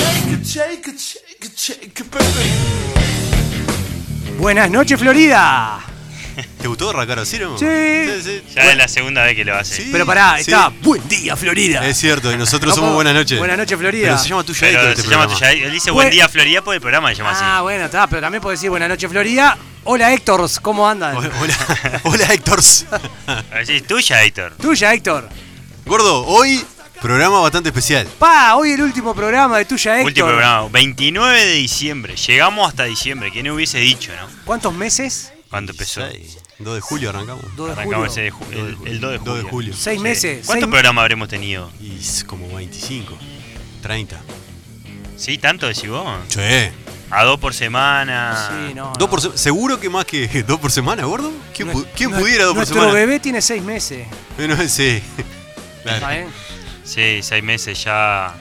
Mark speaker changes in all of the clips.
Speaker 1: shake it, shake it, shake it, baby.
Speaker 2: Buenas noches, Florida.
Speaker 3: ¿Te gustó Racaro Zero?
Speaker 2: Sí.
Speaker 3: sí.
Speaker 4: Ya es la segunda vez que lo hace.
Speaker 3: Sí,
Speaker 2: Pero pará,
Speaker 3: sí.
Speaker 2: está. Buen día, Florida.
Speaker 3: Es cierto, y nosotros
Speaker 2: No
Speaker 3: somos
Speaker 2: puedo-
Speaker 3: Buenas noches.
Speaker 2: Buenas noches, Florida.
Speaker 3: Pero se llama Tuya
Speaker 4: Pero
Speaker 3: Eco
Speaker 4: se
Speaker 3: este
Speaker 4: llama
Speaker 3: programa.
Speaker 4: tuya- Él dice
Speaker 2: Buen-
Speaker 4: Buen Día Florida porque el programa se llama
Speaker 2: Ah, bueno, está, pero también podés decir buenas noches, Florida. Hola, Héctor, ¿cómo andan?
Speaker 3: Hola- Hola, hola Héctor.
Speaker 4: así. Así es tuya, Héctor.
Speaker 2: Tuya, Héctor.
Speaker 3: Gordo, hoy programa bastante especial.
Speaker 2: Pa, hoy el último programa de Tuya, Héctor.
Speaker 4: Último programa. 29 de diciembre. Llegamos hasta diciembre. ¿Quién hubiese dicho, no?
Speaker 2: ¿Cuántos meses?
Speaker 4: ¿Cuándo empezó?
Speaker 3: 2 de julio arrancamos.
Speaker 2: ¿Dos de
Speaker 4: Arrancamos
Speaker 2: julio?
Speaker 4: ese de ju- el, el 2 de julio.
Speaker 3: Dos de julio.
Speaker 2: Seis
Speaker 4: Sí.
Speaker 2: meses.
Speaker 4: ¿Cuántos
Speaker 2: seis-
Speaker 4: programas habremos tenido?
Speaker 3: Y es como 25, 30.
Speaker 4: ¿Sí? ¿Tanto decís vos?
Speaker 3: Che.
Speaker 4: A dos por semana.
Speaker 2: Sí, no.
Speaker 3: Dos
Speaker 2: no.
Speaker 3: por se- ¿Seguro que más que dos por semana, gordo? ¿Quién,
Speaker 2: Nue-
Speaker 3: pu- quién
Speaker 2: nue-
Speaker 3: pudiera dos por
Speaker 2: Nuestro
Speaker 3: semana?
Speaker 2: bebé tiene seis meses.
Speaker 3: Bueno, sí. Claro.
Speaker 2: ¿está bien?
Speaker 4: Sí, seis meses ya.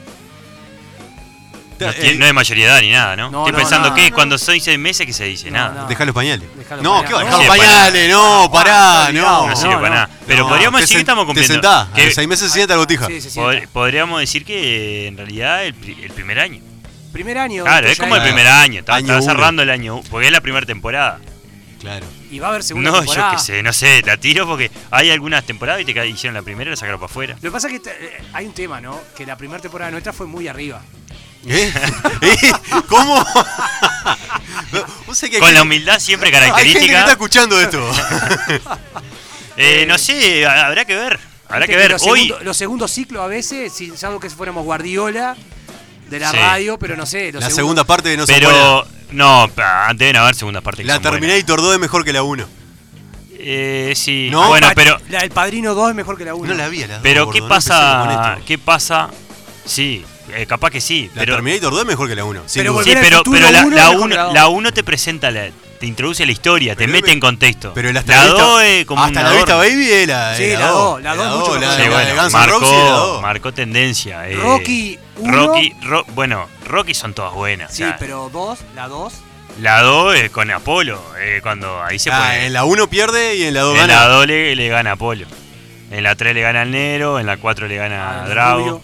Speaker 4: No,
Speaker 3: Eh,
Speaker 4: tiene- no hay mayoría de edad ni nada, ¿no?
Speaker 2: No,
Speaker 4: Estoy
Speaker 2: no,
Speaker 4: pensando
Speaker 2: no,
Speaker 4: que
Speaker 2: no.
Speaker 4: cuando soy seis meses que se dice
Speaker 2: No,
Speaker 4: nada.
Speaker 3: Dejá los pañales.
Speaker 2: Dejá los
Speaker 3: no,
Speaker 2: pañales.
Speaker 3: ¿qué va?
Speaker 2: No,
Speaker 3: Dejá los
Speaker 4: sí, pará.
Speaker 3: pañales, no, pará,
Speaker 2: Ah,
Speaker 3: no.
Speaker 4: No sirve
Speaker 2: no,
Speaker 4: para
Speaker 2: no.
Speaker 4: nada. Pero
Speaker 3: No,
Speaker 4: podríamos
Speaker 3: te
Speaker 4: decir que
Speaker 3: sen-
Speaker 4: estamos cumpliendo.
Speaker 3: Te sentás,
Speaker 4: Que
Speaker 3: a los seis meses se sienta la botija.
Speaker 2: Sí, sí, sí.
Speaker 4: pod- podríamos decir que en realidad el, pri- el primer año.
Speaker 2: Primer año. de
Speaker 4: Claro, es
Speaker 2: Tuya,
Speaker 4: como el
Speaker 2: Héctor.
Speaker 4: primer año. Está,
Speaker 3: Año
Speaker 4: está
Speaker 3: uno.
Speaker 4: cerrando el año. Porque es la primera temporada.
Speaker 3: Claro.
Speaker 2: Y va a haber segunda
Speaker 4: no,
Speaker 2: temporada.
Speaker 4: yo qué sé, no sé. La tiro porque hay algunas temporadas y te hicieron la primera y la sacaron para afuera.
Speaker 2: Lo que pasa es que te- eh, hay un tema, ¿no? Que la primera temporada nuestra fue muy arriba.
Speaker 3: ¿Eh? ¿Eh? ¿Cómo? Vos sabés que hay
Speaker 4: Con la
Speaker 3: gente-
Speaker 4: humildad siempre
Speaker 3: Hay gente que está
Speaker 4: característica.
Speaker 3: escuchando esto.
Speaker 4: Eh, no sé, ha- habrá que ver. Habrá
Speaker 2: Viste
Speaker 4: que ver.
Speaker 2: Los,
Speaker 4: Hoy.
Speaker 2: segundo- los segundos ciclos a veces, sin salvo que fuéramos Guardiola de la
Speaker 4: Sí.
Speaker 2: radio, pero no sé. los
Speaker 3: La
Speaker 2: segundos-
Speaker 3: segunda parte de No se acuerda.
Speaker 4: Pero. No, pa, deben haber segunda parte. que
Speaker 3: La
Speaker 4: son buenas.
Speaker 3: Terminator 2 es mejor que la 1.
Speaker 4: Eh, sí.
Speaker 3: No,
Speaker 4: bueno,
Speaker 2: Pa-
Speaker 4: pero.
Speaker 2: La, el Padrino 2 es mejor que la 1.
Speaker 3: No la vi a la dos,
Speaker 4: Pero
Speaker 3: gordo,
Speaker 4: ¿qué
Speaker 3: no empecemos
Speaker 4: pasa?
Speaker 3: con esto.
Speaker 4: ¿Qué pasa? Sí, eh, capaz que sí.
Speaker 3: La
Speaker 4: pero,
Speaker 3: Terminator 2 es mejor que la 1.
Speaker 2: Pero
Speaker 4: sí,
Speaker 2: volver al
Speaker 4: pero,
Speaker 2: futuro
Speaker 4: pero la,
Speaker 2: uno
Speaker 4: la
Speaker 2: es mejor
Speaker 4: uno-
Speaker 2: que la dos.
Speaker 4: la uno te presenta, la, te introduce la historia, te
Speaker 3: Pero
Speaker 4: mete
Speaker 3: me-
Speaker 4: en contexto.
Speaker 3: Pero la hasta
Speaker 4: la
Speaker 3: la vista,
Speaker 4: 2 es como
Speaker 3: hasta
Speaker 4: un
Speaker 3: la vista
Speaker 4: adorno.
Speaker 3: baby es la
Speaker 2: Sí,
Speaker 3: es
Speaker 2: la
Speaker 3: dos,
Speaker 2: dos, la
Speaker 3: es
Speaker 2: dos mucho
Speaker 3: dos, la,
Speaker 2: mejor
Speaker 3: la
Speaker 4: Sí,
Speaker 2: que
Speaker 3: de
Speaker 4: bueno,
Speaker 3: Guns N' Roses es la
Speaker 4: marcó,
Speaker 3: 2.
Speaker 4: marcó tendencia. eh.
Speaker 2: Rocky uno.
Speaker 4: Rocky, Ro- bueno, Rocky son todas buenas.
Speaker 2: Sí,
Speaker 4: o sea,
Speaker 2: pero 2, la 2.
Speaker 4: La 2 es con Apolo, eh, cuando ahí se
Speaker 3: Ah,
Speaker 4: pone.
Speaker 3: en la 1 pierde y en la 2
Speaker 4: En la
Speaker 3: gana.
Speaker 4: 2 le, le gana Apolo. En la 3 le gana al Nero, en la 4 le
Speaker 2: Ah,
Speaker 4: gana a Drago.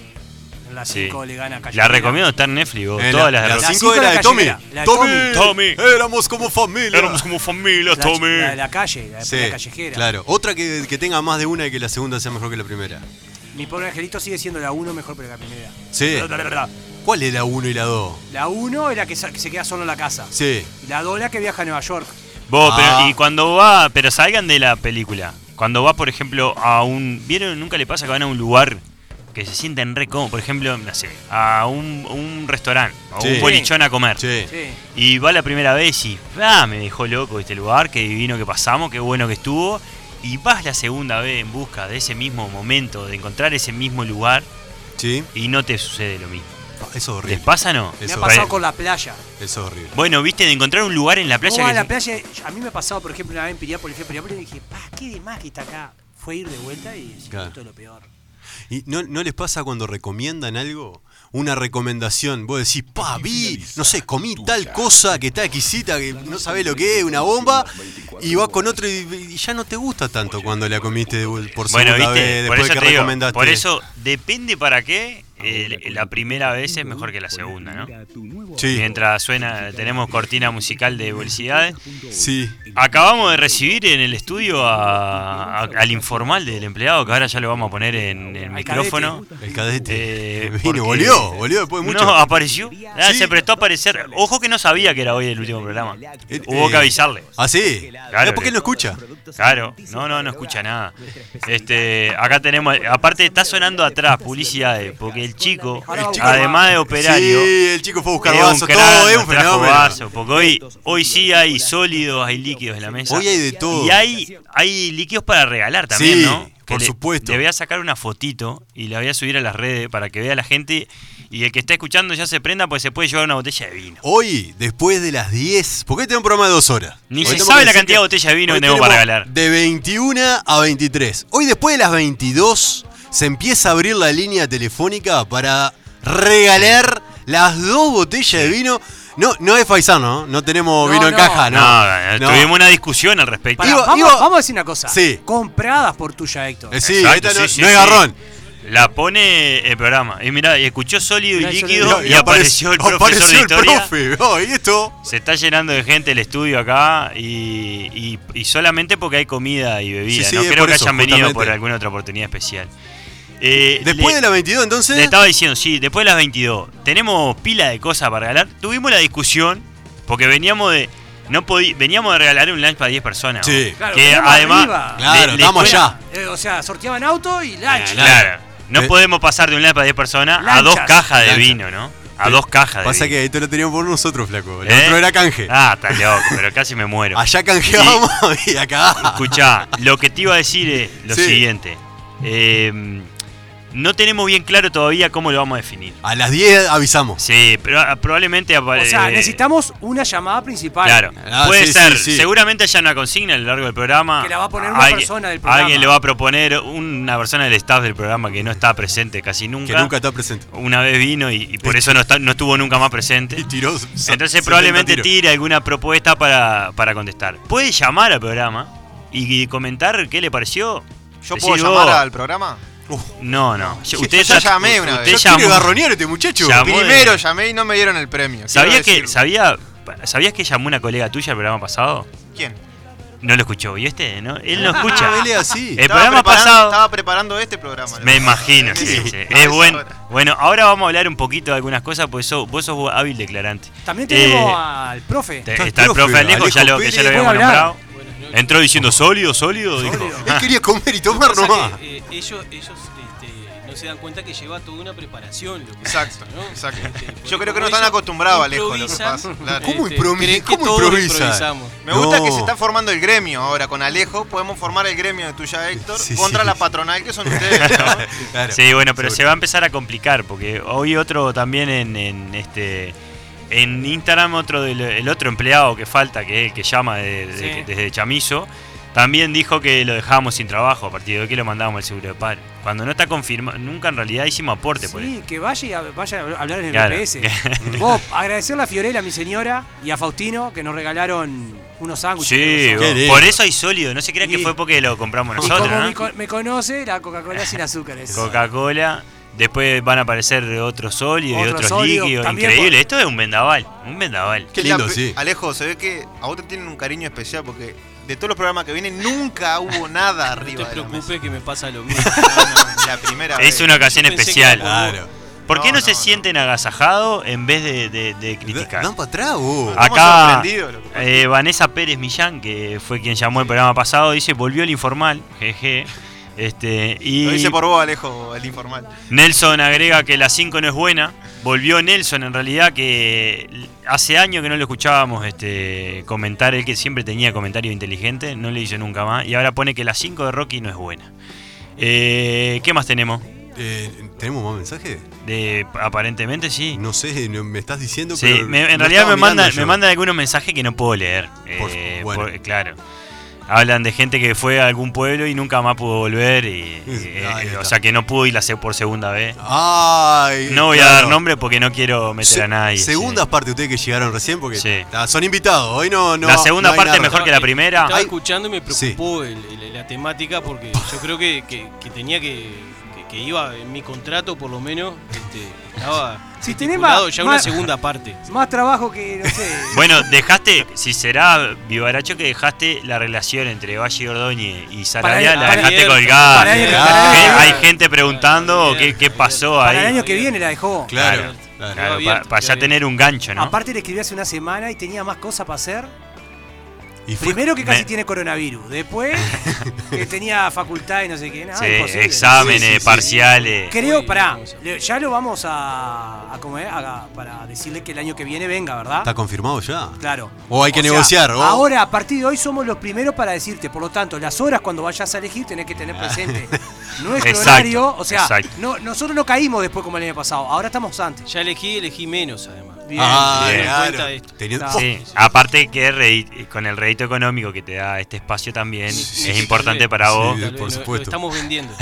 Speaker 2: En la
Speaker 4: Sí.
Speaker 2: 5 le gana a
Speaker 4: La
Speaker 2: Cachoeira.
Speaker 4: recomiendo, está en Netflix. vos,
Speaker 3: En
Speaker 4: todas
Speaker 3: la-
Speaker 4: las de
Speaker 3: la
Speaker 4: Rocky.
Speaker 2: Rocky.
Speaker 3: cinco
Speaker 2: La
Speaker 3: era de
Speaker 2: cinco
Speaker 3: Tommy.
Speaker 2: era la callejera, la de
Speaker 3: Tommy,
Speaker 4: Tommy.
Speaker 3: éramos como familia.
Speaker 4: Éramos como familia,
Speaker 2: La, ch-
Speaker 4: Tommy.
Speaker 2: la de la calle, la, de
Speaker 3: Sí,
Speaker 2: la callejera.
Speaker 3: Claro, otra que, que tenga más de una y que la segunda sea mejor que la primera.
Speaker 2: Mi pobre angelito sigue siendo la 1 mejor que la primera.
Speaker 3: Sí.
Speaker 2: La- la- la- la-
Speaker 3: ¿Cuál es la 1 y la 2?
Speaker 2: La 1 es la que, sa- que se queda solo en la casa.
Speaker 3: Sí.
Speaker 2: Y La 2 la que viaja a Nueva York.
Speaker 4: Vos,
Speaker 3: Ah.
Speaker 4: pero, y cuando va, pero salgan de la película. Cuando va, por ejemplo, a un. ¿Vieron? Nunca le pasa que van a un lugar que se sienten re cómodos. Por ejemplo, no sé, a un, un restaurante, a
Speaker 3: Sí.
Speaker 4: un bolichón a comer.
Speaker 3: Sí.
Speaker 2: Sí.
Speaker 4: Y va la primera vez y. ¡Ah! Me dejó loco este lugar, qué divino que pasamos, qué bueno que estuvo. Y vas la segunda vez en busca de ese mismo momento, de encontrar ese mismo lugar
Speaker 3: Sí.
Speaker 4: y no te sucede lo mismo.
Speaker 3: Ah, Eso es
Speaker 4: ¿Les
Speaker 3: horrible.
Speaker 4: pasa no?
Speaker 3: Eso
Speaker 2: Me ha
Speaker 3: es
Speaker 2: pasado
Speaker 4: horrible.
Speaker 2: con la playa.
Speaker 3: Eso es horrible.
Speaker 4: Bueno, viste, de encontrar un lugar en la playa
Speaker 2: Vos
Speaker 4: que
Speaker 2: a la
Speaker 4: se-
Speaker 2: playa, a mí me ha pasado, por ejemplo, una vez en Piriápolis, fui a Piriápolis y dije, pa, qué de más que está acá. Fue ir de vuelta y es
Speaker 3: Claro.
Speaker 2: justo lo peor.
Speaker 3: ¿Y no, no les pasa cuando recomiendan algo? Una recomendación, vos decís, pa, vi, no sé, comí tal cosa que está exquisita, que no sabés lo que es, una bomba, y vas con otro y, y ya no te gusta tanto cuando la comiste de vol- por segunda
Speaker 4: Bueno, viste,
Speaker 3: vez
Speaker 4: por
Speaker 3: después
Speaker 4: eso,
Speaker 3: que
Speaker 4: te digo,
Speaker 3: recomendaste.
Speaker 4: por eso depende para qué. eh, la primera vez es mejor que la segunda, ¿no?
Speaker 3: Sí.
Speaker 4: Mientras suena, tenemos cortina musical de publicidades.
Speaker 3: Sí.
Speaker 4: Acabamos de recibir en el estudio a- a- al informal del empleado, que ahora ya lo vamos a poner en el micrófono.
Speaker 3: El cadete
Speaker 4: Eh,
Speaker 3: vino,
Speaker 4: porque-
Speaker 3: volvió, volvió después de mucho.
Speaker 4: No, apareció. Ah,
Speaker 3: Sí.
Speaker 4: Se prestó a aparecer. Ojo que no sabía que era hoy el último programa.
Speaker 3: Eh,
Speaker 4: Hubo que
Speaker 3: eh,
Speaker 4: avisarle.
Speaker 3: ¿Ah, sí?
Speaker 4: Claro,
Speaker 3: ¿Es porque
Speaker 4: le-
Speaker 3: él no escucha?
Speaker 4: Claro, no, no, no escucha nada. Este, acá tenemos, aparte está sonando atrás publicidades, porque el chico,
Speaker 2: El chico-
Speaker 4: además de operario,
Speaker 3: Sí, el chico fue a buscar
Speaker 4: es un
Speaker 3: vaso,
Speaker 4: crack,
Speaker 3: todo es
Speaker 4: nos
Speaker 3: un
Speaker 4: trajo
Speaker 3: fenómeno.
Speaker 4: vaso, porque hoy, hoy sí hay sólidos, hay líquidos en la mesa.
Speaker 3: Hoy hay de todo.
Speaker 4: Y hay, hay líquidos para regalar también,
Speaker 3: Sí,
Speaker 4: ¿no?
Speaker 3: por supuesto.
Speaker 4: Le voy a sacar una fotito y la voy a subir a las redes para que vea la gente y el que está escuchando ya se prenda, pues se puede llevar una botella de vino.
Speaker 3: Hoy, después de las 10, ¿por qué tenemos un programa de dos horas?
Speaker 4: Ni
Speaker 3: Hoy
Speaker 4: se
Speaker 3: tenemos
Speaker 4: sabe
Speaker 3: que
Speaker 4: la
Speaker 3: decir
Speaker 4: cantidad
Speaker 3: que-
Speaker 4: de botellas de vino
Speaker 3: hoy
Speaker 4: que tenemos para
Speaker 3: tenemos
Speaker 4: regalar.
Speaker 3: De 21 a 23. Hoy, después de las 22, se empieza a abrir la línea telefónica para regalar las dos botellas de vino. No, no es faisano, ¿no? No tenemos
Speaker 2: No,
Speaker 3: vino en
Speaker 2: no.
Speaker 3: caja, Ah, ¿no?
Speaker 4: No, eh,
Speaker 3: No.
Speaker 4: tuvimos una discusión al respecto.
Speaker 2: Pará,
Speaker 3: Iba-
Speaker 2: vamos,
Speaker 3: iba-
Speaker 2: vamos a decir una cosa.
Speaker 3: Sí.
Speaker 2: Compradas por tuya, Héctor.
Speaker 3: Eh, sí,
Speaker 4: Exacto,
Speaker 3: esta no,
Speaker 4: sí, sí,
Speaker 3: no es
Speaker 4: sí.
Speaker 3: garrón.
Speaker 4: La pone el programa. Y mira, escuchó sólido
Speaker 2: Mirá,
Speaker 4: y
Speaker 2: yo le
Speaker 4: líquido
Speaker 2: digo-
Speaker 4: y, apareció el profesor
Speaker 3: apareció
Speaker 4: de
Speaker 3: el
Speaker 4: historia.
Speaker 3: profe. Oh, y esto.
Speaker 4: Se está llenando de gente el estudio acá y, y- y solamente porque hay comida y bebida.
Speaker 3: Sí, sí,
Speaker 4: no
Speaker 3: es
Speaker 4: creo
Speaker 3: por
Speaker 4: que
Speaker 3: eso,
Speaker 4: hayan venido
Speaker 3: justamente.
Speaker 4: por alguna otra oportunidad especial. Eh, le-
Speaker 3: Después de la 22, entonces.
Speaker 4: Le estaba diciendo, sí, después de las 22. Tenemos pila de cosas para regalar. Tuvimos la discusión porque veníamos de. No podí- veníamos de regalar un lunch para 10 personas.
Speaker 3: Sí.
Speaker 4: ¿no?
Speaker 2: Claro,
Speaker 4: que
Speaker 2: veníamos
Speaker 4: además.
Speaker 2: arriba.
Speaker 4: le-
Speaker 3: Claro,
Speaker 4: le
Speaker 3: estamos
Speaker 4: cuesta-
Speaker 3: allá.
Speaker 2: Eh, o sea, sorteaban auto y lunch.
Speaker 4: Claro. No
Speaker 3: Eh.
Speaker 4: podemos pasar de un lunch para 10 personas a
Speaker 2: Lanchas.
Speaker 4: dos cajas de
Speaker 3: Lanchas.
Speaker 4: vino, ¿no? A
Speaker 3: Sí.
Speaker 4: dos cajas de
Speaker 3: Pasa
Speaker 4: vino.
Speaker 3: que esto lo teníamos por nosotros, flaco. El
Speaker 4: ¿Eh?
Speaker 3: otro era canje.
Speaker 4: Ah, está loco, pero casi me muero.
Speaker 3: Allá canjeábamos y acá.
Speaker 4: Escuchá, lo que te iba a decir es lo
Speaker 3: Sí.
Speaker 4: siguiente. Eh, no tenemos bien claro todavía cómo lo vamos a definir.
Speaker 3: A las 10 avisamos.
Speaker 4: Sí, pero ah, probablemente
Speaker 2: O
Speaker 4: aparezca.
Speaker 2: sea, necesitamos una llamada principal.
Speaker 4: Eh, Claro,
Speaker 3: Ah,
Speaker 4: puede
Speaker 3: sí,
Speaker 4: ser.
Speaker 3: sí, sí.
Speaker 4: Seguramente haya una consigna a lo largo del programa.
Speaker 2: Que la va a poner una persona del programa.
Speaker 4: Ah, Alguien le va a proponer, una persona del staff del programa que no está presente casi nunca.
Speaker 3: Que nunca está presente.
Speaker 4: Una vez vino y, y por eso no, está- no estuvo nunca más presente.
Speaker 3: Y tiró. se-
Speaker 4: Entonces
Speaker 3: 70
Speaker 4: probablemente
Speaker 3: tiros.
Speaker 4: tire alguna propuesta para, para contestar. Puede llamar al programa y, y comentar qué le pareció.
Speaker 5: ¿Yo
Speaker 4: Decir,
Speaker 5: puedo
Speaker 4: "Oh,
Speaker 5: llamar al programa?
Speaker 4: No, no.
Speaker 5: Yo-
Speaker 4: Usted
Speaker 5: yo ya
Speaker 4: trat-
Speaker 5: llamé una
Speaker 4: usted
Speaker 5: vez.
Speaker 3: Yo
Speaker 4: llamó-
Speaker 3: quiero garronear a este muchacho.
Speaker 4: Llamó de-
Speaker 5: Primero llamé y no me dieron el premio.
Speaker 4: ¿Sabía
Speaker 5: quiero
Speaker 4: que,
Speaker 5: decirlo.
Speaker 4: sabía, ¿Sabías que llamó una colega tuya el programa pasado?
Speaker 5: ¿Quién?
Speaker 4: No lo escuchó. ¿Y este? No, él no escucha.
Speaker 3: Ah, él es así.
Speaker 4: El
Speaker 5: Estaba
Speaker 4: programa
Speaker 5: preparando-
Speaker 4: pasado-
Speaker 5: Estaba preparando este programa.
Speaker 4: Me imagino, sí, sí.
Speaker 5: A
Speaker 4: Es
Speaker 5: esa
Speaker 4: bueno.
Speaker 5: hora.
Speaker 4: Bueno, ahora vamos a hablar un poquito de algunas cosas, porque sos- vos sos hábil declarante.
Speaker 2: También tenemos
Speaker 4: Eh,
Speaker 2: al profe.
Speaker 4: te-
Speaker 3: Está
Speaker 4: está el profe Alejo, ya lo, que ya lo
Speaker 2: Pérez.
Speaker 4: habíamos
Speaker 2: Puede hablar.
Speaker 4: nombrado. Entró diciendo sólido, sólido, dijo.
Speaker 3: Él quería comer y tomar
Speaker 6: Pasa
Speaker 3: nomás.
Speaker 6: que, eh, ellos ellos este, no se dan cuenta que lleva toda una preparación. Lo que
Speaker 5: Exacto,
Speaker 6: ¿no?
Speaker 5: exacto.
Speaker 6: Este, porque
Speaker 5: Yo creo que
Speaker 6: como
Speaker 5: no están
Speaker 6: ellos
Speaker 5: acostumbrados, Alejo, lo que
Speaker 6: improvisan,
Speaker 5: pasa. Claro.
Speaker 3: ¿Cómo
Speaker 6: este,
Speaker 3: improvi-
Speaker 6: creen que
Speaker 3: cómo
Speaker 6: todos
Speaker 3: improvisa?
Speaker 6: improvisamos.
Speaker 5: Me gusta que
Speaker 3: No.
Speaker 5: se está formando el gremio ahora con Alejo. Podemos formar el gremio de tuya, Héctor,
Speaker 3: Sí,
Speaker 5: contra
Speaker 3: sí.
Speaker 5: la patronal que son ustedes. ¿no?
Speaker 3: Claro.
Speaker 4: Sí, bueno, pero se
Speaker 3: Seguro.
Speaker 4: va a empezar a complicar, porque hoy otro también en, en este. En Instagram otro del el otro empleado que falta, que es el que llama de- de-
Speaker 2: Sí.
Speaker 4: desde Chamizo, también dijo que lo dejábamos sin trabajo, a partir de hoy que lo mandábamos al seguro de paro. Cuando no está confirmado, nunca en realidad hicimos aporte por eso.
Speaker 2: Sí, que vaya y a- vaya a hablar en el
Speaker 4: Claro.
Speaker 2: BPS. Vos, agradecerle a Fiorella, mi señora, y a Faustino que nos regalaron unos sándwiches.
Speaker 4: Sí,
Speaker 2: que
Speaker 4: vos.
Speaker 3: lindo.
Speaker 4: por eso hay sólido. No se crean que
Speaker 2: Sí.
Speaker 4: fue porque lo compramos
Speaker 2: nos- Y como
Speaker 4: nosotros,
Speaker 2: me,
Speaker 4: ¿no?
Speaker 2: co- me conoce, la Coca-Cola sin azúcares.
Speaker 4: Coca-Cola. Después van a aparecer otros sólidos y
Speaker 2: Otros
Speaker 4: otros
Speaker 2: sólidos,
Speaker 4: líquidos.
Speaker 2: también
Speaker 4: Increíble. Esto es un vendaval. Un vendaval.
Speaker 3: Qué
Speaker 5: Es la
Speaker 3: lindo,
Speaker 5: pe-
Speaker 3: sí.
Speaker 5: Alejo, se ve que a vos te tienen un cariño especial porque de todos los programas que vienen nunca hubo nada
Speaker 6: No te
Speaker 5: arriba de la mesa.
Speaker 6: preocupes que me pasa lo mismo.
Speaker 5: La primera
Speaker 4: Es
Speaker 5: vez.
Speaker 4: una ocasión
Speaker 6: Yo pensé que
Speaker 4: especial.
Speaker 6: era por vos.
Speaker 3: Claro.
Speaker 4: ¿Por qué no,
Speaker 5: No,
Speaker 4: se
Speaker 5: no, no.
Speaker 4: sienten agasajados en vez de, de- de criticar?
Speaker 3: Dan para atrás, vos.
Speaker 5: Ah. Estamos
Speaker 4: Acá,
Speaker 5: sorprendidos, lo que pasa.
Speaker 4: eh, Vanessa Pérez Millán, que fue quien llamó el programa pasado, dice, volvió el informal, jeje. Este, y
Speaker 5: Lo hice por vos, Alejo, el informal.
Speaker 4: Nelson agrega que la 5 no es buena. Volvió Nelson, en realidad, que hace años que no lo escuchábamos este, comentar, él que siempre tenía comentario inteligente, no le hizo nunca más, y ahora pone que la 5 de Rocky no es buena. Eh, ¿Qué más tenemos?
Speaker 3: Eh, ¿Tenemos más mensajes?
Speaker 4: De, aparentemente sí.
Speaker 3: No sé, no- me estás diciendo
Speaker 4: Sí,
Speaker 3: pero
Speaker 4: me- en
Speaker 3: no
Speaker 4: realidad
Speaker 3: estaba
Speaker 4: me mandan,
Speaker 3: mirando yo.
Speaker 4: me mandan algunos mensajes que no puedo leer.
Speaker 3: Por-
Speaker 4: Eh,
Speaker 3: bueno.
Speaker 4: por- claro. Hablan de gente que fue a algún pueblo y nunca más pudo volver. Y,
Speaker 3: Es-
Speaker 4: eh,
Speaker 3: ahí
Speaker 4: o
Speaker 3: está.
Speaker 4: sea que no pudo ir a se- por segunda vez.
Speaker 3: Ay,
Speaker 4: No voy a
Speaker 3: claro.
Speaker 4: dar nombre porque no quiero meter
Speaker 3: Se-
Speaker 4: a nadie.
Speaker 3: Segundas
Speaker 4: sí.
Speaker 3: partes ustedes que llegaron recién porque
Speaker 4: Sí.
Speaker 3: ah, son invitados. Hoy no, no
Speaker 4: La segunda
Speaker 3: no hay
Speaker 4: parte
Speaker 3: nada.
Speaker 4: mejor que la primera.
Speaker 6: Estaba
Speaker 4: Ay.
Speaker 6: escuchando y me preocupó el- el- la temática porque yo creo que, que- que tenía que, que- que iba en mi contrato, por lo menos, este, estaba
Speaker 2: Si tenés
Speaker 6: estipulado
Speaker 2: más-
Speaker 6: ya una
Speaker 2: más-
Speaker 6: segunda parte.
Speaker 2: Más trabajo que, no sé.
Speaker 4: Bueno, dejaste, si será Vivaracho, que dejaste la relación entre Valle y Ordóñez y Sarabia,
Speaker 2: el-
Speaker 4: la
Speaker 2: para
Speaker 4: dejaste
Speaker 6: el-
Speaker 4: colgada.
Speaker 2: para el-
Speaker 3: para
Speaker 4: ¿Qué?
Speaker 2: el-
Speaker 4: Hay gente preguntando
Speaker 6: para el-
Speaker 4: qué, qué pasó
Speaker 2: para
Speaker 4: ahí.
Speaker 2: el año que viene la dejó.
Speaker 3: Claro. claro.
Speaker 4: Claro,
Speaker 6: Quedó
Speaker 4: para,
Speaker 6: abierto,
Speaker 4: ya
Speaker 6: quedó
Speaker 4: tener un gancho, ¿no?
Speaker 2: Aparte le escribí hace una semana y tenía más cosas para hacer.
Speaker 3: Y fue-
Speaker 2: Primero que casi
Speaker 4: me-
Speaker 2: tiene coronavirus. Después que tenía facultad y no sé qué. Nada,
Speaker 4: Sí,
Speaker 2: imposible.
Speaker 4: exámenes,
Speaker 3: Ah, Sí, sí, sí.
Speaker 4: parciales.
Speaker 2: Creo,
Speaker 6: Hoy
Speaker 2: pará,
Speaker 6: vamos a-
Speaker 2: le- ya lo vamos a, a comer, a- para decirle que el año que viene venga, ¿verdad?
Speaker 3: está confirmado ya.
Speaker 2: Claro.
Speaker 3: O hay que
Speaker 2: sea,
Speaker 3: negociar, Oh, o-
Speaker 2: Ahora, a partir de hoy, somos los primeros para decirte. Por lo tanto, las horas cuando vayas a elegir tenés que tener presente nuestro
Speaker 4: Exacto,
Speaker 2: horario. O sea,
Speaker 4: exacto.
Speaker 2: no, nosotros no caímos después como el año pasado. Ahora estamos antes.
Speaker 6: Ya elegí, elegí menos, además.
Speaker 2: Bien.
Speaker 3: ah,
Speaker 4: bien.
Speaker 6: Cuenta
Speaker 3: claro.
Speaker 6: esto.
Speaker 3: Teniendo-
Speaker 2: Está.
Speaker 4: Sí, aparte que redi- con el rédito económico que te da este espacio también
Speaker 6: Sí,
Speaker 4: es
Speaker 6: sí,
Speaker 4: importante
Speaker 6: sí.
Speaker 4: para vos.
Speaker 3: Sí.
Speaker 6: Tal vez
Speaker 3: por
Speaker 6: lo- lo
Speaker 3: supuesto.
Speaker 6: estamos vendiendo.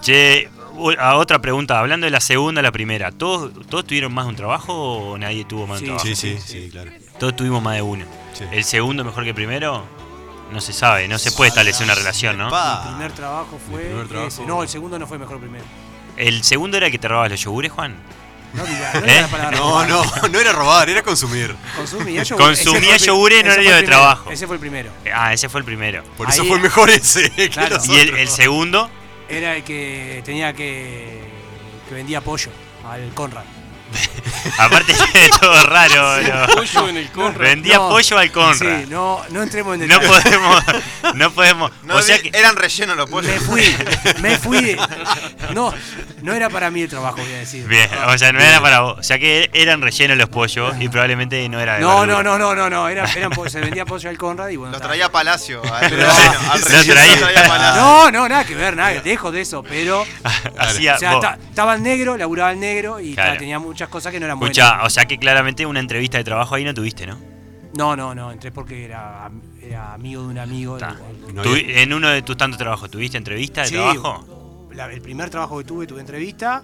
Speaker 4: Che, u- a otra pregunta, hablando de la segunda a la primera, ¿todos, ¿todos tuvieron más de un trabajo o nadie tuvo más de un
Speaker 2: Sí.
Speaker 4: trabajo?
Speaker 3: Sí, sí, sí, claro.
Speaker 4: Todos tuvimos más de uno.
Speaker 3: Sí.
Speaker 4: ¿El segundo mejor que el primero? no se sabe, no se puede establecer una relación, ¿no?
Speaker 2: Mi
Speaker 3: Pa.
Speaker 2: primer trabajo fue.
Speaker 3: Mi primer trabajo.
Speaker 2: ese. No, el segundo no fue mejor primero.
Speaker 4: El segundo era que te robabas los yogures, Juan.
Speaker 2: No digas, no digas la
Speaker 4: ¿Eh?
Speaker 2: palabra.
Speaker 3: No, no, no era robar, era consumir.
Speaker 2: Consumía yogur.
Speaker 4: Consumía
Speaker 2: Ese fue el pri-
Speaker 4: yogur en
Speaker 2: ese fue
Speaker 4: horario
Speaker 2: el
Speaker 4: de
Speaker 2: primero.
Speaker 4: trabajo.
Speaker 2: Ese fue el primero.
Speaker 4: Ah, ese fue el primero.
Speaker 3: Por eso
Speaker 2: Ahí-
Speaker 3: fue mejor ese. que
Speaker 2: Claro.
Speaker 3: los
Speaker 4: Y el,
Speaker 3: otros.
Speaker 4: el segundo,
Speaker 2: Era el que tenía que. que vendía pollo al Conrad.
Speaker 4: aparte de todo raro, ¿no?
Speaker 6: Pollo en el Conrad.
Speaker 4: vendía
Speaker 2: No.
Speaker 4: pollo al Conrad.
Speaker 2: Sí, no, no entremos en
Speaker 4: No
Speaker 2: detalle.
Speaker 4: podemos, no podemos.
Speaker 5: No,
Speaker 4: o sea
Speaker 5: di-
Speaker 4: que
Speaker 5: eran rellenos los pollos.
Speaker 2: me fui, me fui. No, no era para mí el trabajo, voy a decir.
Speaker 4: bien, o sea, no era para vos. O sea que eran rellenos los pollos y probablemente no era Ah, de
Speaker 2: No,
Speaker 4: verdura.
Speaker 2: no, no, no, no, no. Era, eran po- se vendía pollo al Conrad y bueno.
Speaker 5: Los
Speaker 2: ta.
Speaker 5: traía a Palacio. al
Speaker 3: Lo
Speaker 5: relleno, al relleno
Speaker 3: traía.
Speaker 4: Lo traía.
Speaker 5: lo traía a Palacio.
Speaker 2: No, no, nada que ver, nada, lejos de eso, pero.
Speaker 4: Hacía
Speaker 2: O sea,
Speaker 4: vos.
Speaker 2: ta- estaba el negro, laburaba el negro y ta,
Speaker 4: Claro.
Speaker 2: tenía muchas cosas que no eran buenas.
Speaker 4: Escucha, o sea que claramente una entrevista de trabajo ahí no tuviste, ¿no?
Speaker 2: No, no, no, entré porque era, am- era amigo de un amigo.
Speaker 4: Ta.
Speaker 2: y-
Speaker 3: No
Speaker 4: Tuvi-
Speaker 3: había-
Speaker 4: en uno de tus tantos trabajos, ¿tuviste entrevista de
Speaker 2: Sí,
Speaker 4: trabajo?
Speaker 2: la- el primer trabajo que tuve, tuve entrevista.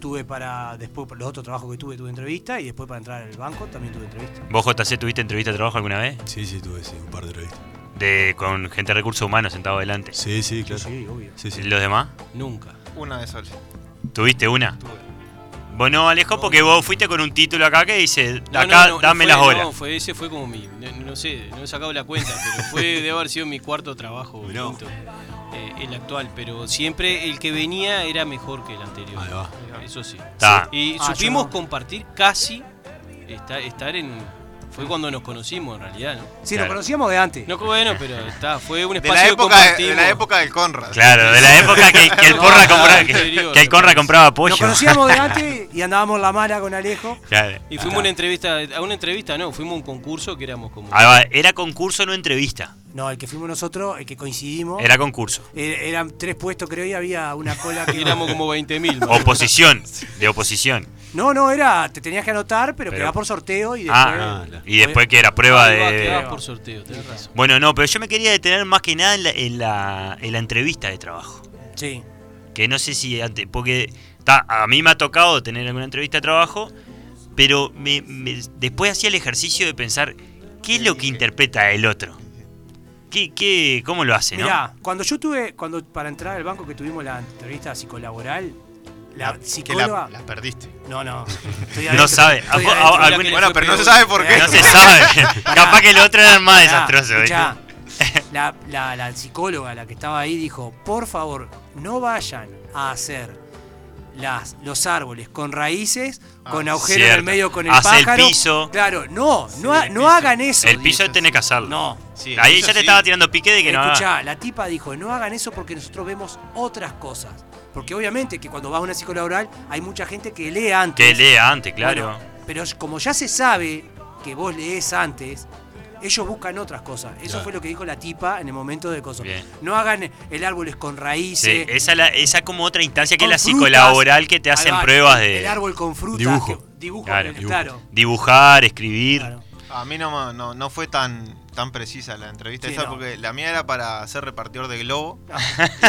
Speaker 2: Tuve para. Después, para los otros trabajos que tuve, tuve entrevista. Y después, para entrar al banco, también tuve entrevista.
Speaker 4: ¿Vos, JC, tuviste entrevista de trabajo alguna vez?
Speaker 3: Sí, sí, tuve sí, un par de entrevistas.
Speaker 4: De, con gente de recursos humanos sentado delante.
Speaker 3: Sí, sí, claro.
Speaker 2: Sí, obvio.
Speaker 3: Sí, sí.
Speaker 4: ¿Los demás?
Speaker 6: Nunca.
Speaker 5: Una de sol.
Speaker 4: ¿Tuviste una?
Speaker 6: Tuve.
Speaker 4: Vos no, Alejo, porque vos fuiste con un título acá que dice,
Speaker 6: No,
Speaker 4: acá
Speaker 6: no, no,
Speaker 4: dame
Speaker 6: fue-
Speaker 4: las
Speaker 6: No,
Speaker 4: horas.
Speaker 6: fue, ese fue como mi. No, no sé, no he sacado la cuenta, pero fue de haber sido mi cuarto trabajo.
Speaker 3: Mirá.
Speaker 6: quinto, eh, el actual, pero siempre el que venía era mejor que el anterior.
Speaker 3: Ahí va.
Speaker 6: Eso sí.
Speaker 4: Ta.
Speaker 6: Y
Speaker 2: Ah,
Speaker 6: supimos
Speaker 2: yo no.
Speaker 6: compartir casi estar, estar en. Fue cuando nos conocimos en realidad, ¿no?
Speaker 2: Sí,
Speaker 4: Claro.
Speaker 2: nos conocíamos de antes.
Speaker 6: No, bueno, pero está, fue un
Speaker 5: De
Speaker 6: espacio
Speaker 5: la, época,
Speaker 6: que
Speaker 5: de, de
Speaker 6: compartimos.
Speaker 5: la época del Conrad.
Speaker 4: Claro, de la época que, que el
Speaker 6: No,
Speaker 4: Corra
Speaker 6: no,
Speaker 4: compraba, que,
Speaker 6: anterior,
Speaker 4: que el
Speaker 6: no,
Speaker 4: Corra
Speaker 6: no.
Speaker 4: compraba pollo.
Speaker 2: Nos conocíamos de antes y andábamos la mala con Alejo.
Speaker 4: Claro.
Speaker 6: Y fuimos a una entrevista, a una entrevista no, fuimos a un concurso que éramos como...
Speaker 4: Ahí va, Era concurso, no entrevista.
Speaker 2: No, el que fuimos nosotros, el que coincidimos.
Speaker 4: Era concurso.
Speaker 2: Eh, eran tres puestos, creo, y había una cola que.
Speaker 6: éramos como 20.000. más o menos.
Speaker 4: Oposición, de oposición.
Speaker 2: No, no, era. Te tenías que anotar, pero,
Speaker 4: Pero-
Speaker 2: quedabas por sorteo y después.
Speaker 4: Ah, y después que era prueba
Speaker 6: Ahí va,
Speaker 4: de...
Speaker 6: quedabas por sorteo, tenés razón.
Speaker 4: Bueno, no, pero yo me quería detener más que nada en la, en la, en la entrevista de trabajo.
Speaker 2: Sí.
Speaker 4: Que no sé si antes, porque ta, a mí me ha tocado tener alguna entrevista de trabajo, pero me- me- después hacía el ejercicio de pensar qué es lo que interpreta el otro. ¿Qué, qué, ¿Cómo lo hace, no?
Speaker 2: Mirá, cuando yo tuve, cuando para entrar al banco que tuvimos la entrevista psicolaboral, la
Speaker 5: Que la,
Speaker 2: psicóloga.
Speaker 5: la perdiste.
Speaker 2: No, no. estoy
Speaker 4: No
Speaker 2: adentro,
Speaker 4: sabe.
Speaker 2: estoy
Speaker 4: A vos-
Speaker 2: adentro.
Speaker 4: a-
Speaker 6: Mirá
Speaker 4: algún-
Speaker 6: que le
Speaker 5: Bueno,
Speaker 6: fue
Speaker 5: pero no se
Speaker 6: peor.
Speaker 5: sabe por qué.
Speaker 4: No se sabe. Capaz que el otro era el más
Speaker 2: Pará,
Speaker 4: desastroso. ¿viste?
Speaker 2: escuchá, la, la- la psicóloga, la que estaba ahí, dijo: Por favor, no vayan a hacer las, los árboles con raíces, con agujeros en
Speaker 4: Ah, cierto.
Speaker 2: el medio con el
Speaker 4: Hace el
Speaker 2: pájaro.
Speaker 4: piso.
Speaker 2: Claro, no, no, ha-
Speaker 6: el
Speaker 2: no
Speaker 6: piso.
Speaker 2: hagan eso.
Speaker 4: El piso tenés que hacerlo.
Speaker 2: No.
Speaker 6: Sí,
Speaker 4: Ahí
Speaker 6: eso
Speaker 4: ya te
Speaker 6: sí.
Speaker 4: estaba tirando pique de que no haga.
Speaker 2: Escuchá, la tipa dijo, no hagan eso porque nosotros vemos otras cosas. Porque obviamente que cuando vas a una psicóloga oral hay mucha gente que lee antes.
Speaker 4: Que lea antes, claro.
Speaker 2: Bueno, pero como ya se sabe que vos lees antes, ellos buscan otras cosas. Eso
Speaker 3: Claro.
Speaker 2: fue lo que dijo la tipa en el momento de cosas.
Speaker 4: Bien.
Speaker 2: No hagan el árbol es con
Speaker 4: Sí,
Speaker 2: raíces.
Speaker 4: esa la- esa como otra instancia que es
Speaker 2: con
Speaker 4: la
Speaker 2: frutas.
Speaker 4: psicolaboral que te
Speaker 2: Ahí
Speaker 4: hacen
Speaker 2: va,
Speaker 4: pruebas
Speaker 2: El
Speaker 4: de
Speaker 2: árbol con frutas.
Speaker 3: Dibujo.
Speaker 2: que- dibujo,
Speaker 4: Claro,
Speaker 2: claro.
Speaker 4: dibujo.
Speaker 2: claro,
Speaker 4: dibujar, escribir.
Speaker 2: claro.
Speaker 5: A mí no, ma- no, no fue tan, tan precisa la entrevista
Speaker 2: Sí,
Speaker 5: esa
Speaker 2: no.
Speaker 5: porque la mía era para ser repartidor de globo.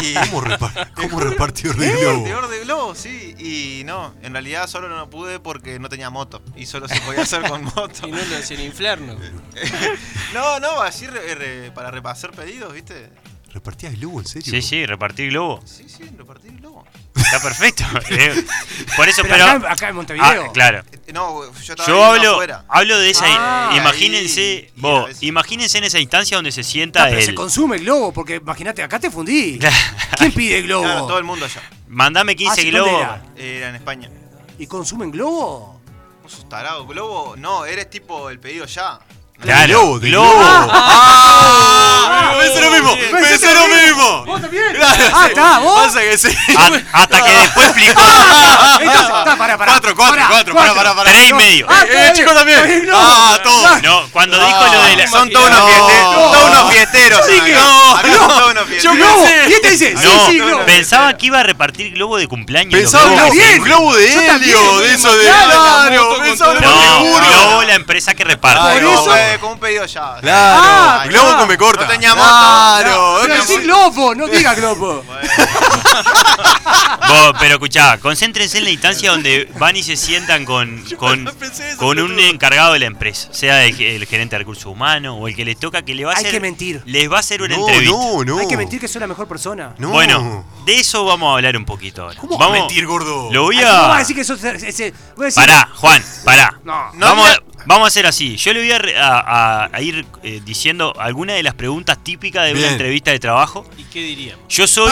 Speaker 5: Y ¿Eh?
Speaker 3: ¿Cómo, repar- cómo repartidor de globo?
Speaker 5: repartidor de globo, sí. Y no, en realidad solo no pude porque no tenía moto. Y solo se podía hacer con moto.
Speaker 6: Y no lo hacen infierno.
Speaker 5: No, no, así re- re- para repasar pedidos, ¿viste?
Speaker 3: ¿Repartías globo, en serio?
Speaker 4: Sí, sí, repartir globo.
Speaker 5: Sí, sí, repartir globo.
Speaker 4: Está perfecto. Eh, Por eso,
Speaker 2: Pero,
Speaker 4: pero.
Speaker 2: acá, acá en Montevideo.
Speaker 4: Ah, claro.
Speaker 5: Eh, No, yo estaba
Speaker 4: Yo
Speaker 5: viendo
Speaker 4: hablo,
Speaker 5: afuera.
Speaker 4: hablo de esa.
Speaker 2: Ah,
Speaker 4: imagínense,
Speaker 5: ahí,
Speaker 4: vos,
Speaker 5: y a veces-
Speaker 4: imagínense en esa instancia donde se
Speaker 2: Ah,
Speaker 4: sienta
Speaker 2: pero se
Speaker 4: él.
Speaker 2: consume el globo, porque imagínate, acá te fundí.
Speaker 4: Claro.
Speaker 2: ¿Quién pide globo?
Speaker 5: Claro, todo el mundo allá.
Speaker 4: Mandame 15
Speaker 2: Ah, sí, ¿dónde
Speaker 4: globos.
Speaker 2: era?
Speaker 5: Era en España.
Speaker 2: ¿Y consumen globo?
Speaker 5: ¿Vos sos tarado? ¿Globo? No, eres tipo el pedido ya.
Speaker 4: Claro,
Speaker 3: globo, de
Speaker 4: globo.
Speaker 3: globo.
Speaker 4: Ah,
Speaker 3: ¡Pensé lo mismo! ¡Pensé lo mismo!
Speaker 2: ¿Vos también? Ah, está, vos.
Speaker 3: Pasa que sí.
Speaker 4: A- hasta que después flipó.
Speaker 2: Entonces, está, para, para.
Speaker 3: Cuatro, cuatro, cuatro, pará, pará, pará.
Speaker 4: Tres y medio.
Speaker 2: Ah, está
Speaker 3: Eh, el
Speaker 2: bien,
Speaker 3: chico también.
Speaker 2: está bien, no.
Speaker 3: Ah, todo. Ah.
Speaker 4: No, cuando dijo lo de la.
Speaker 5: Son todos unos
Speaker 3: No.
Speaker 5: fiesteros. Todos
Speaker 3: No.
Speaker 5: unos fiesteros.
Speaker 2: Sí que-
Speaker 5: acá. Acá son todos unos
Speaker 2: Yo
Speaker 5: fiesteros.
Speaker 2: globo. ¿Quién te
Speaker 3: este
Speaker 2: dice? Sí,
Speaker 4: No,
Speaker 2: sí, globo.
Speaker 4: pensaba que iba a repartir globo de cumpleaños. los
Speaker 3: Pensaba
Speaker 4: globos.
Speaker 3: en
Speaker 2: también.
Speaker 3: un globo de
Speaker 2: Yo también,
Speaker 3: helio, de eso de.
Speaker 2: claro,
Speaker 6: la
Speaker 3: Claro,
Speaker 6: moto
Speaker 3: pensaba en
Speaker 6: con
Speaker 3: un
Speaker 4: No,
Speaker 5: todo.
Speaker 3: seguro.
Speaker 4: Globo la empresa que reparte.
Speaker 5: Ay,
Speaker 2: Por
Speaker 5: no,
Speaker 2: eso-
Speaker 4: eh,
Speaker 5: fue Con un pedido ya.
Speaker 3: Claro,
Speaker 2: eh, Ah,
Speaker 3: globo
Speaker 2: claro.
Speaker 3: con me corta.
Speaker 5: No tenía moto.
Speaker 3: Claro,
Speaker 2: Pero
Speaker 3: no
Speaker 2: decí
Speaker 3: tenía-
Speaker 2: globo, no diga globo.
Speaker 4: Vos, pero escuchá, concéntrense en la instancia donde se van y se sientan con, con,
Speaker 3: pensé eso,
Speaker 4: con
Speaker 3: pero
Speaker 4: un
Speaker 3: tú-
Speaker 4: encargado de la empresa, sea el, el gerente de recursos humanos o el que les toca que le va a
Speaker 2: Hay
Speaker 4: hacer,
Speaker 2: que mentir.
Speaker 4: les va a hacer una
Speaker 3: No,
Speaker 4: entrevista.
Speaker 3: no, no.
Speaker 2: Hay que mentir que soy la mejor persona.
Speaker 3: No.
Speaker 4: Bueno, de eso vamos a hablar un poquito ahora.
Speaker 3: ¿Cómo
Speaker 4: vamos
Speaker 3: vamos a mentir, gordo?
Speaker 4: Lo voy
Speaker 2: Ay,
Speaker 4: a.
Speaker 2: ¿cómo vas a decir que sos ese- voy a decir-
Speaker 4: Pará, Juan, pará.
Speaker 2: No.
Speaker 5: No,
Speaker 4: vamos, a,
Speaker 5: mira.
Speaker 4: vamos a hacer así. Yo le voy a, re- a- a- a ir eh, diciendo algunas de las preguntas típicas de
Speaker 3: Bien. Ah.
Speaker 4: una entrevista de trabajo.
Speaker 6: ¿Y qué diríamos?
Speaker 4: Yo soy,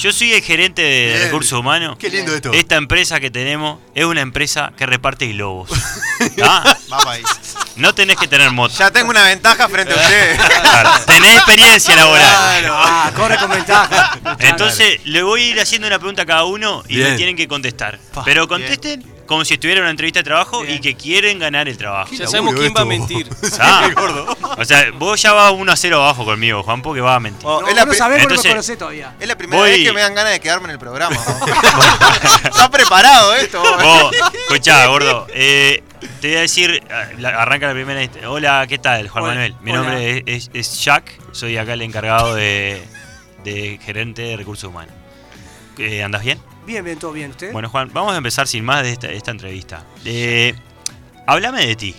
Speaker 4: yo soy el gerente de
Speaker 3: Bien.
Speaker 4: recursos humanos.
Speaker 3: Qué lindo esto.
Speaker 4: Esta empresa que tenemos es una empresa que reparte globos. Ah,
Speaker 5: Va pa' ahí.
Speaker 4: No tenés que tener moto.
Speaker 5: Ya tengo una ventaja frente a ustedes.
Speaker 4: Claro, Tenés experiencia laboral.
Speaker 2: Ah, corre con ventaja.
Speaker 4: Entonces, le voy a ir haciendo una pregunta a cada uno y
Speaker 3: Bien.
Speaker 4: me tienen que contestar. Pero contesten como si estuviera en una entrevista de trabajo y
Speaker 2: Bien.
Speaker 4: que quieren ganar el trabajo.
Speaker 6: Ya sabemos quién va a mentir.
Speaker 4: Ah. O sea, vos ya vas 1 a 0 abajo conmigo, Juan, porque vas a mentir.
Speaker 5: Oh,
Speaker 2: No,
Speaker 5: es,
Speaker 2: vos
Speaker 5: la
Speaker 2: no
Speaker 5: pri-
Speaker 2: sabés porque
Speaker 4: entonces-
Speaker 2: lo conocés todavía.
Speaker 5: es la primera
Speaker 4: Voy-
Speaker 5: vez que me dan ganas de quedarme en el programa. ¿no? Está preparado esto.
Speaker 4: Vos, escuchá, gordo. eh, te voy a decir, ah, la- arranca la primera. inst- Hola, ¿qué tal, Juan
Speaker 2: Hola.
Speaker 4: Manuel? Mi
Speaker 2: Hola.
Speaker 4: nombre es, es- es Jack, soy acá el encargado de, de gerente de recursos humanos. Eh, ¿Andás bien?
Speaker 2: Bien, bien, todo bien. ¿Usted?
Speaker 4: Bueno, Juan, vamos a empezar sin más de esta, esta entrevista. Eh, háblame de ti.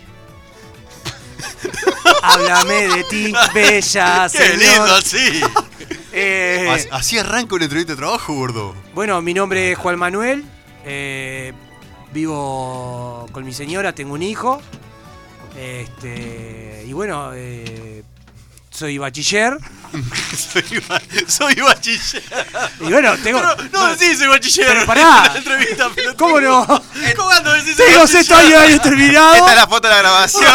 Speaker 2: Háblame de ti, bella
Speaker 3: Qué lindo
Speaker 2: señor.
Speaker 3: así.
Speaker 2: Eh,
Speaker 3: As- Así arranca una entrevista de trabajo, gordo.
Speaker 2: Bueno, mi nombre es Juan Manuel. eh, vivo con mi señora, tengo un hijo. Este, y bueno, eh, soy bachiller.
Speaker 3: Soy, ba- soy bachiller.
Speaker 2: Y bueno, tengo.
Speaker 3: No, sí, soy bachiller.
Speaker 2: Pero pará.
Speaker 3: La entrevista, pelotudo.
Speaker 2: ¿Cómo no?
Speaker 3: ¿Cómo ando decís soy
Speaker 2: Tengo sexto año de año
Speaker 5: Esta es
Speaker 2: terminado.
Speaker 5: la foto de la grabación.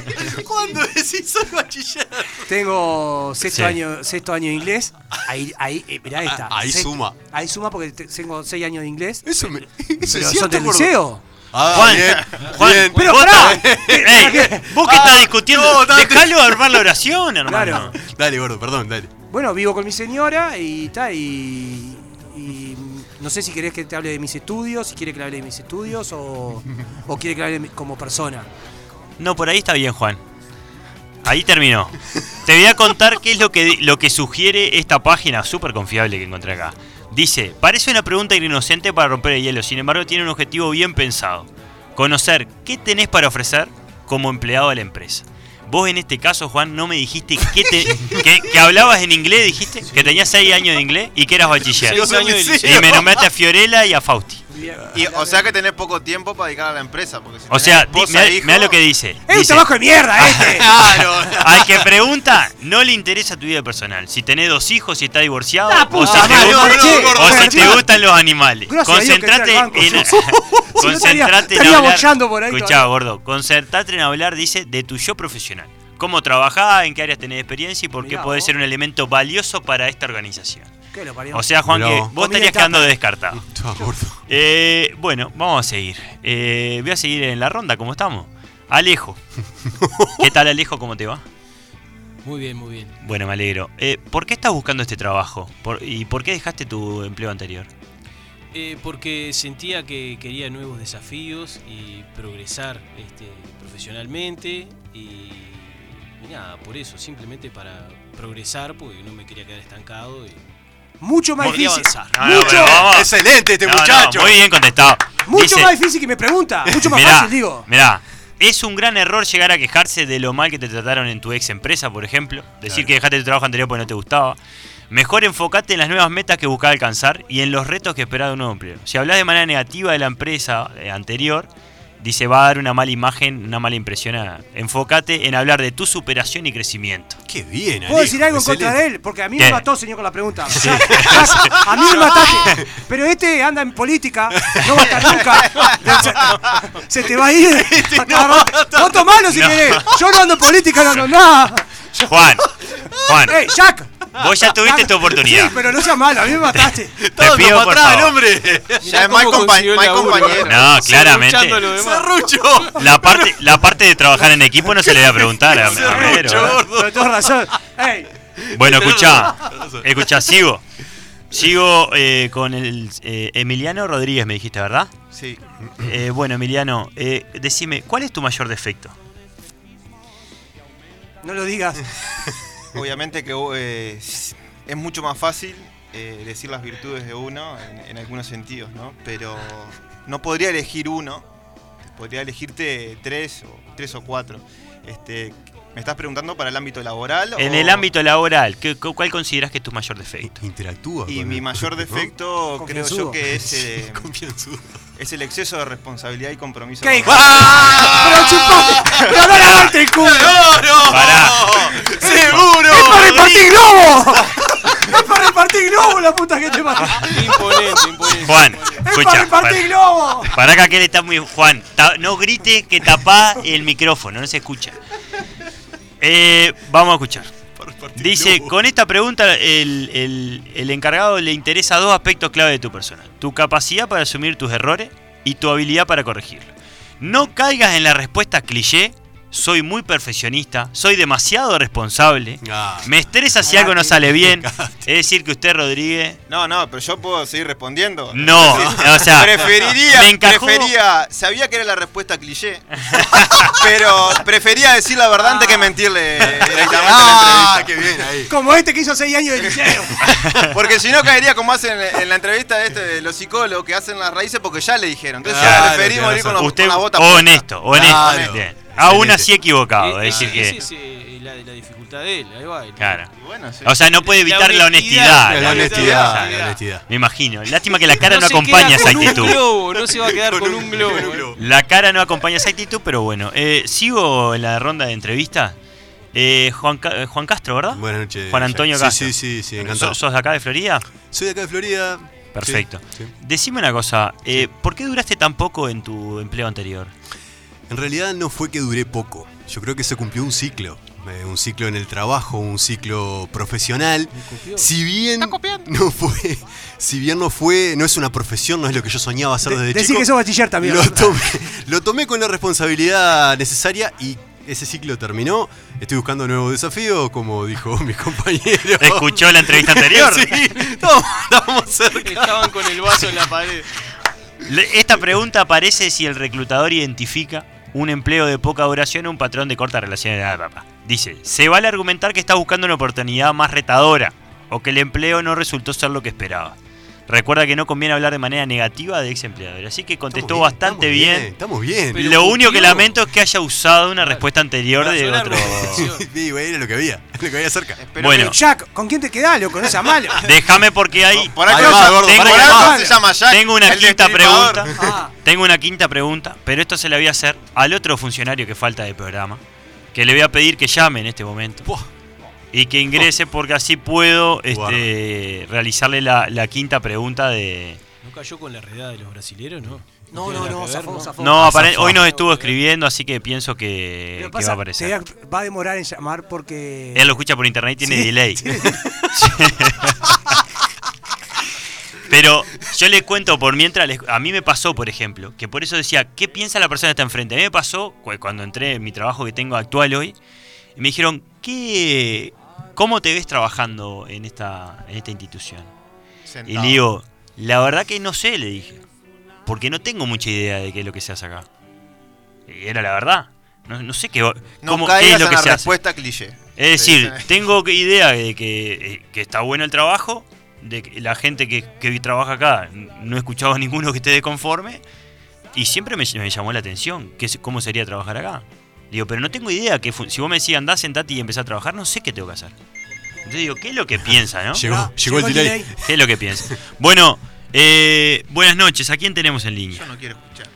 Speaker 3: bachiller? ¿Cuándo decís soy bachiller?
Speaker 2: Tengo sexto
Speaker 4: Sí.
Speaker 2: año, sexto año de inglés. Ahí, ahí, eh, mirá esta.
Speaker 3: Ah, Ahí
Speaker 2: Sexto-
Speaker 3: suma.
Speaker 2: Ahí suma porque te- tengo seis años de inglés.
Speaker 3: Eso me. Eso
Speaker 2: Pero
Speaker 3: es
Speaker 2: son
Speaker 3: cierto,
Speaker 2: del
Speaker 3: gordo.
Speaker 2: liceo.
Speaker 3: Ah,
Speaker 4: Juan,
Speaker 3: bien,
Speaker 4: Juan,
Speaker 3: bien.
Speaker 2: Pero
Speaker 4: vos
Speaker 2: pará.
Speaker 4: estás- Ey, eh, vos
Speaker 3: ah,
Speaker 4: que estás discutiendo, dejalo armar la oración, hermano.
Speaker 2: Claro.
Speaker 3: Dale, gordo, perdón, dale.
Speaker 2: Bueno, vivo con mi señora y tal, y, y no sé si querés que te hable de mis estudios, si quiere que le hable de mis estudios o, o quiere que le hable de mi- como persona.
Speaker 4: No, por ahí está bien, Juan. Ahí terminó. Te voy a contar qué es lo que, lo que sugiere esta página súper confiable que encontré acá. Dice, parece una pregunta inocente para romper el hielo, sin embargo tiene un objetivo bien pensado. Conocer qué tenés para ofrecer como empleado de la empresa. Vos en este caso, Juan, no me dijiste que, te- que, que hablabas en inglés, dijiste, que tenías 6 años de inglés y que eras bachiller.
Speaker 6: Seis años de liceo.
Speaker 4: Y me nombraste a Fiorella y a Fausti.
Speaker 5: Y, o sea que tenés poco tiempo para dedicar a la empresa. Porque si
Speaker 4: O
Speaker 5: tenés
Speaker 4: sea,
Speaker 5: esposa, hijo,
Speaker 4: mira lo que dice.
Speaker 2: ¡Es un
Speaker 4: Dice, Ah.
Speaker 2: trabajo de mierda este!
Speaker 3: Claro.
Speaker 4: Al que pregunta, no le interesa tu vida personal. Si tenés dos hijos, si estás divorciado,
Speaker 2: La
Speaker 4: o,
Speaker 2: Ah, puta
Speaker 4: si te,
Speaker 2: madre,
Speaker 4: gusta-
Speaker 2: no, che,
Speaker 4: o si
Speaker 2: perdón.
Speaker 4: te gustan los animales.
Speaker 2: Gracias a Dios que
Speaker 4: Concentrate
Speaker 2: entré al banco,
Speaker 4: en.
Speaker 2: yo- no, estaría-
Speaker 4: Concentrate en
Speaker 2: estaría
Speaker 4: hablar.
Speaker 2: bochando por ahí
Speaker 4: Escuchá,
Speaker 2: todavía.
Speaker 4: gordo. Concentrate en hablar, dice, de tu yo profesional. Cómo trabajás, en qué áreas tenés experiencia y por qué
Speaker 2: Mirá,
Speaker 4: podés
Speaker 2: vos.
Speaker 4: ser un elemento valioso para esta organización.
Speaker 2: ¿Qué lo parió?
Speaker 4: O sea, Juan,
Speaker 3: Mirá
Speaker 4: que
Speaker 3: vos.
Speaker 4: vos
Speaker 2: Comida
Speaker 4: estarías
Speaker 2: tapa.
Speaker 4: quedando descartado.
Speaker 3: Toma, gordo.
Speaker 4: Eh, bueno, vamos a seguir. Eh, voy a seguir en la ronda, ¿cómo estamos? Alejo. ¿Qué tal, Alejo? ¿Cómo te va?
Speaker 6: Muy bien, muy bien.
Speaker 4: Bueno, me alegro. Eh, ¿Por qué estás buscando este trabajo? Por- ¿Y por qué dejaste tu empleo anterior?
Speaker 6: Eh, porque sentía que quería nuevos desafíos y progresar este, profesionalmente y, y nada, por eso, simplemente para progresar, porque no me quería quedar estancado. Y,
Speaker 2: mucho más
Speaker 6: Podría
Speaker 2: difícil.
Speaker 4: avanzar. No, no,
Speaker 2: mucho
Speaker 4: pero vamos.
Speaker 3: Excelente este
Speaker 4: No, no,
Speaker 3: muchacho.
Speaker 4: muy bien contestado.
Speaker 2: mucho
Speaker 4: Dice,
Speaker 2: más difícil que me pregunta. Mucho más
Speaker 4: mirá,
Speaker 2: fácil, digo.
Speaker 4: Mirá, es un gran error llegar a quejarse de lo mal que te trataron en tu ex empresa, por ejemplo. Decir que dejaste tu trabajo anterior porque no te gustaba. Mejor enfocate en las nuevas metas que buscás alcanzar y en los retos que esperás de un nuevo empleo. Si hablas de manera negativa de la empresa eh, anterior, dice va a dar una mala imagen, una mala impresión. a- Enfócate en hablar de tu superación y crecimiento.
Speaker 3: Qué bien,
Speaker 2: ¿Puedo decir algo en contra de él? Porque a mí me
Speaker 4: ¿Qué?
Speaker 2: mató, señor, con la pregunta. Ya- ya- a mí me mataste. Pero este anda en política. No va a estar nunca. Se, se te va a ir. No tomalo si
Speaker 4: No.
Speaker 2: querés. Yo no ando en política, no ando en nada.
Speaker 4: Juan, Juan,
Speaker 2: ¡Ey, Jack!
Speaker 4: vos ya tuviste tu oportunidad.
Speaker 2: Sí, pero no seas malo, a mí me mataste.
Speaker 4: Te pido por
Speaker 3: atrás,
Speaker 4: favor.
Speaker 3: hombre.
Speaker 5: Ya es mal, compa- mal compañero.
Speaker 4: No, claramente.
Speaker 6: luchando lo demás.
Speaker 3: Serrucho.
Speaker 4: La parte, la parte de trabajar en equipo no se le voy a preguntar a, a Romero,
Speaker 3: Serrucho,
Speaker 4: ¿verdad?
Speaker 3: gordo.
Speaker 2: Pero tenés razón. ¡Ey!
Speaker 4: Bueno, escuchá, escuchá, sigo. Sigo eh, con el eh, Emiliano Rodríguez, me dijiste, ¿verdad?
Speaker 5: Sí.
Speaker 4: Eh, bueno, Emiliano, eh, decime, ¿cuál es tu mayor defecto?
Speaker 2: No lo digas.
Speaker 5: Obviamente que eh, es mucho más fácil eh, decir las virtudes de uno en, en algunos sentidos, ¿no? Pero no podría elegir uno, podría elegirte tres o, tres o cuatro. Este, ¿Me estás preguntando para el ámbito laboral?
Speaker 4: En
Speaker 5: o-
Speaker 4: el ámbito laboral, ¿qué- cu- ¿cuál consideras que es tu mayor defecto?
Speaker 3: Interactúa.
Speaker 5: Y
Speaker 3: con
Speaker 5: mi
Speaker 3: el-
Speaker 5: mayor
Speaker 3: ¿no?
Speaker 5: defecto creo
Speaker 2: Confianzudo.
Speaker 5: yo que es,
Speaker 3: Sí,
Speaker 5: eh,
Speaker 3: confianzudo.
Speaker 5: es el exceso de responsabilidad y compromiso.
Speaker 2: ¿Qué? ¡Ah!
Speaker 5: con-
Speaker 2: ¡Pero chupate! ¡Pero no lavaste el culo!
Speaker 3: ¡No, Ah. no!
Speaker 4: Pará.
Speaker 3: ¡Seguro!
Speaker 2: ¡Es para repartir globos! ¡Es para repartir globos la puta que te pasa!
Speaker 6: Imponente, imponente.
Speaker 4: Juan,
Speaker 2: ¡Es para
Speaker 4: escucha.
Speaker 2: repartir
Speaker 4: Para,
Speaker 2: globos!
Speaker 4: para acá que él está muy. Juan, ta- no grites que tapá el micrófono, no se escucha. Eh, vamos a escuchar. Dice, con esta pregunta el, el- el encargado le interesa dos aspectos clave de tu persona. Tu capacidad para asumir tus errores y tu habilidad para corregirlos. No caigas en la respuesta cliché, soy muy perfeccionista, soy demasiado responsable,
Speaker 3: Ah.
Speaker 4: me estresa si algo no sale bien. Es decir, que usted, Rodríguez,
Speaker 5: No, no, pero yo puedo seguir respondiendo.
Speaker 4: no. O sea,
Speaker 5: Preferiría,
Speaker 4: me encajó-
Speaker 5: prefería, sabía que era la respuesta cliché, pero prefería decir la verdad antes que mentirle directamente en la
Speaker 3: ¡Ah!
Speaker 5: entrevista.
Speaker 3: ¡Qué bien ahí!
Speaker 2: Como este que hizo 6 años de liceo.
Speaker 5: Porque si no caería como hacen en la entrevista de, este, de los psicólogos que hacen las raíces porque ya le dijeron. Entonces
Speaker 3: Claro,
Speaker 5: preferimos preferí
Speaker 3: claro,
Speaker 5: morir con, los,
Speaker 4: usted,
Speaker 5: con la bota puesta.
Speaker 4: honesto, honesto.
Speaker 3: Claro.
Speaker 4: bien. Aún
Speaker 3: Excelente.
Speaker 4: así Ah, equivocado, es
Speaker 6: Ese-
Speaker 4: decir que...
Speaker 6: ese es, eh, la, la dificultad de él, ahí va. el-
Speaker 4: Claro.
Speaker 5: Y bueno, sí.
Speaker 4: O sea, no puede evitar la honestidad.
Speaker 3: La
Speaker 6: La
Speaker 3: honestidad,
Speaker 6: honestidad,
Speaker 3: la honestidad.
Speaker 4: Me imagino. Lástima que la cara no,
Speaker 6: se
Speaker 4: acompaña
Speaker 6: queda
Speaker 4: esa
Speaker 6: con un
Speaker 4: actitud.
Speaker 6: globo, no se va a quedar con, un globo. ¿eh?
Speaker 3: con un globo.
Speaker 4: La cara no acompaña esa actitud, pero bueno. Eh, sigo en la ronda de entrevistas. Eh, Juan, Ca- eh, Juan Castro, ¿verdad?
Speaker 3: Buenas noches.
Speaker 4: Juan Antonio
Speaker 3: Jack.
Speaker 4: Castro.
Speaker 3: Sí, sí, sí, sí, encantado.
Speaker 4: ¿Sos, sos de acá de Florida?
Speaker 3: Soy de acá de Florida.
Speaker 4: Perfecto.
Speaker 3: Sí, sí.
Speaker 4: Decime una cosa. eh, ¿Por qué duraste tan poco en tu empleo anterior?
Speaker 3: En realidad no fue que duré poco. Yo creo que se cumplió un ciclo. Eh, un ciclo en el trabajo, un ciclo profesional.
Speaker 6: copió.
Speaker 3: Si bien no fue, si bien no fue, no es una profesión, no es lo que yo soñaba hacer desde
Speaker 2: Decís
Speaker 3: chico.
Speaker 2: que sos bachiller también.
Speaker 3: Lo tomé, lo tomé con la responsabilidad necesaria y ese ciclo terminó. Estoy buscando nuevos desafíos, como dijo mi compañero.
Speaker 4: ¿Escuchó la entrevista anterior?
Speaker 3: Sí, estamos, estamos cerca.
Speaker 6: Estaban con el vaso en la pared.
Speaker 4: Le- Esta pregunta aparece si el reclutador identifica un empleo de poca duración o un patrón de corta relación de edad, papá. Dice, se vale argumentar que está buscando una oportunidad más retadora o que el empleo no resultó ser lo que esperaba. Recuerda que no conviene hablar de manera negativa de ex empleador, así que contestó
Speaker 3: Estamos bien,
Speaker 4: bastante
Speaker 3: estamos
Speaker 4: bien.
Speaker 3: Estamos bien.
Speaker 6: Pero
Speaker 4: Lo único que
Speaker 6: copió.
Speaker 4: lamento es que haya usado una respuesta anterior de
Speaker 6: Sonar
Speaker 4: otro.
Speaker 6: reflexión.
Speaker 3: Digo, era lo que había, era lo que había cerca.
Speaker 5: Espero
Speaker 4: Bueno,
Speaker 2: Jack, ¿con quién te quedás, loco? No seas malo.
Speaker 4: déjame porque hay.
Speaker 5: que- por algo,
Speaker 3: Ahí va,
Speaker 5: por
Speaker 3: gordo,
Speaker 4: tengo,
Speaker 3: ahí
Speaker 5: algo
Speaker 3: va.
Speaker 5: se llama Jack,
Speaker 4: Tengo una
Speaker 5: el
Speaker 4: quinta
Speaker 5: destripador.
Speaker 4: pregunta.
Speaker 2: Ah,
Speaker 4: Tengo una quinta pregunta, pero esto se la voy a hacer al otro funcionario que falta del programa, que le voy a pedir que llame en este momento
Speaker 3: Buah.
Speaker 4: y que ingrese porque así puedo
Speaker 3: Guarda.
Speaker 4: este, realizarle la, la quinta pregunta de...
Speaker 6: ¿No cayó con la redada de los brasileros, no?
Speaker 2: no, no,
Speaker 6: tiene nada
Speaker 2: no,
Speaker 6: que ver,
Speaker 2: zafó, zafó.
Speaker 4: No, apare-
Speaker 2: Zafó.
Speaker 4: hoy nos estuvo
Speaker 6: Zafó.
Speaker 4: escribiendo, así que pienso que,
Speaker 2: Lo que
Speaker 4: que va
Speaker 2: pasa,
Speaker 4: a
Speaker 2: te
Speaker 4: aparecer.
Speaker 2: voy a- va a demorar en llamar porque.
Speaker 4: Él lo escucha por internet y tiene
Speaker 2: Eh, Sí,
Speaker 4: delay.
Speaker 2: sí.
Speaker 4: Pero yo les cuento por mientras, les- a mí me pasó, por ejemplo, que por eso decía, ¿qué piensa la persona que está enfrente? A mí me pasó cu- cuando entré en mi trabajo que tengo actual hoy, y me dijeron, ¿qué, ¿cómo te ves trabajando en esta, en esta institución? Y le
Speaker 5: Sentado.
Speaker 4: digo, la verdad que no sé, le dije, porque no tengo mucha idea de qué es lo que se hace acá. Y era la verdad. No, no sé qué,
Speaker 5: no
Speaker 4: cómo- qué
Speaker 5: caigas
Speaker 4: es lo
Speaker 5: en
Speaker 4: que
Speaker 5: la
Speaker 4: se hace.
Speaker 5: respuesta cliché.
Speaker 4: Es decir,
Speaker 5: Sí.
Speaker 4: tengo que- idea de que, eh, que está bueno el trabajo, de que la gente que, que trabaja acá, n- no he escuchado a ninguno que esté desconforme, y siempre me, ll- me llamó la atención que, es- cómo sería trabajar acá. Digo, pero no tengo idea, que fu- si vos me decís andá, sentate y empezá a trabajar, no sé qué tengo que hacer. Entonces digo, ¿qué es lo que piensa, no?
Speaker 3: Llegó,
Speaker 2: Ah,
Speaker 3: llegó, el delay.
Speaker 4: ¿Qué es lo que piensa? Bueno, eh, buenas noches, ¿a quién tenemos en línea?
Speaker 5: Yo no quiero escuchar.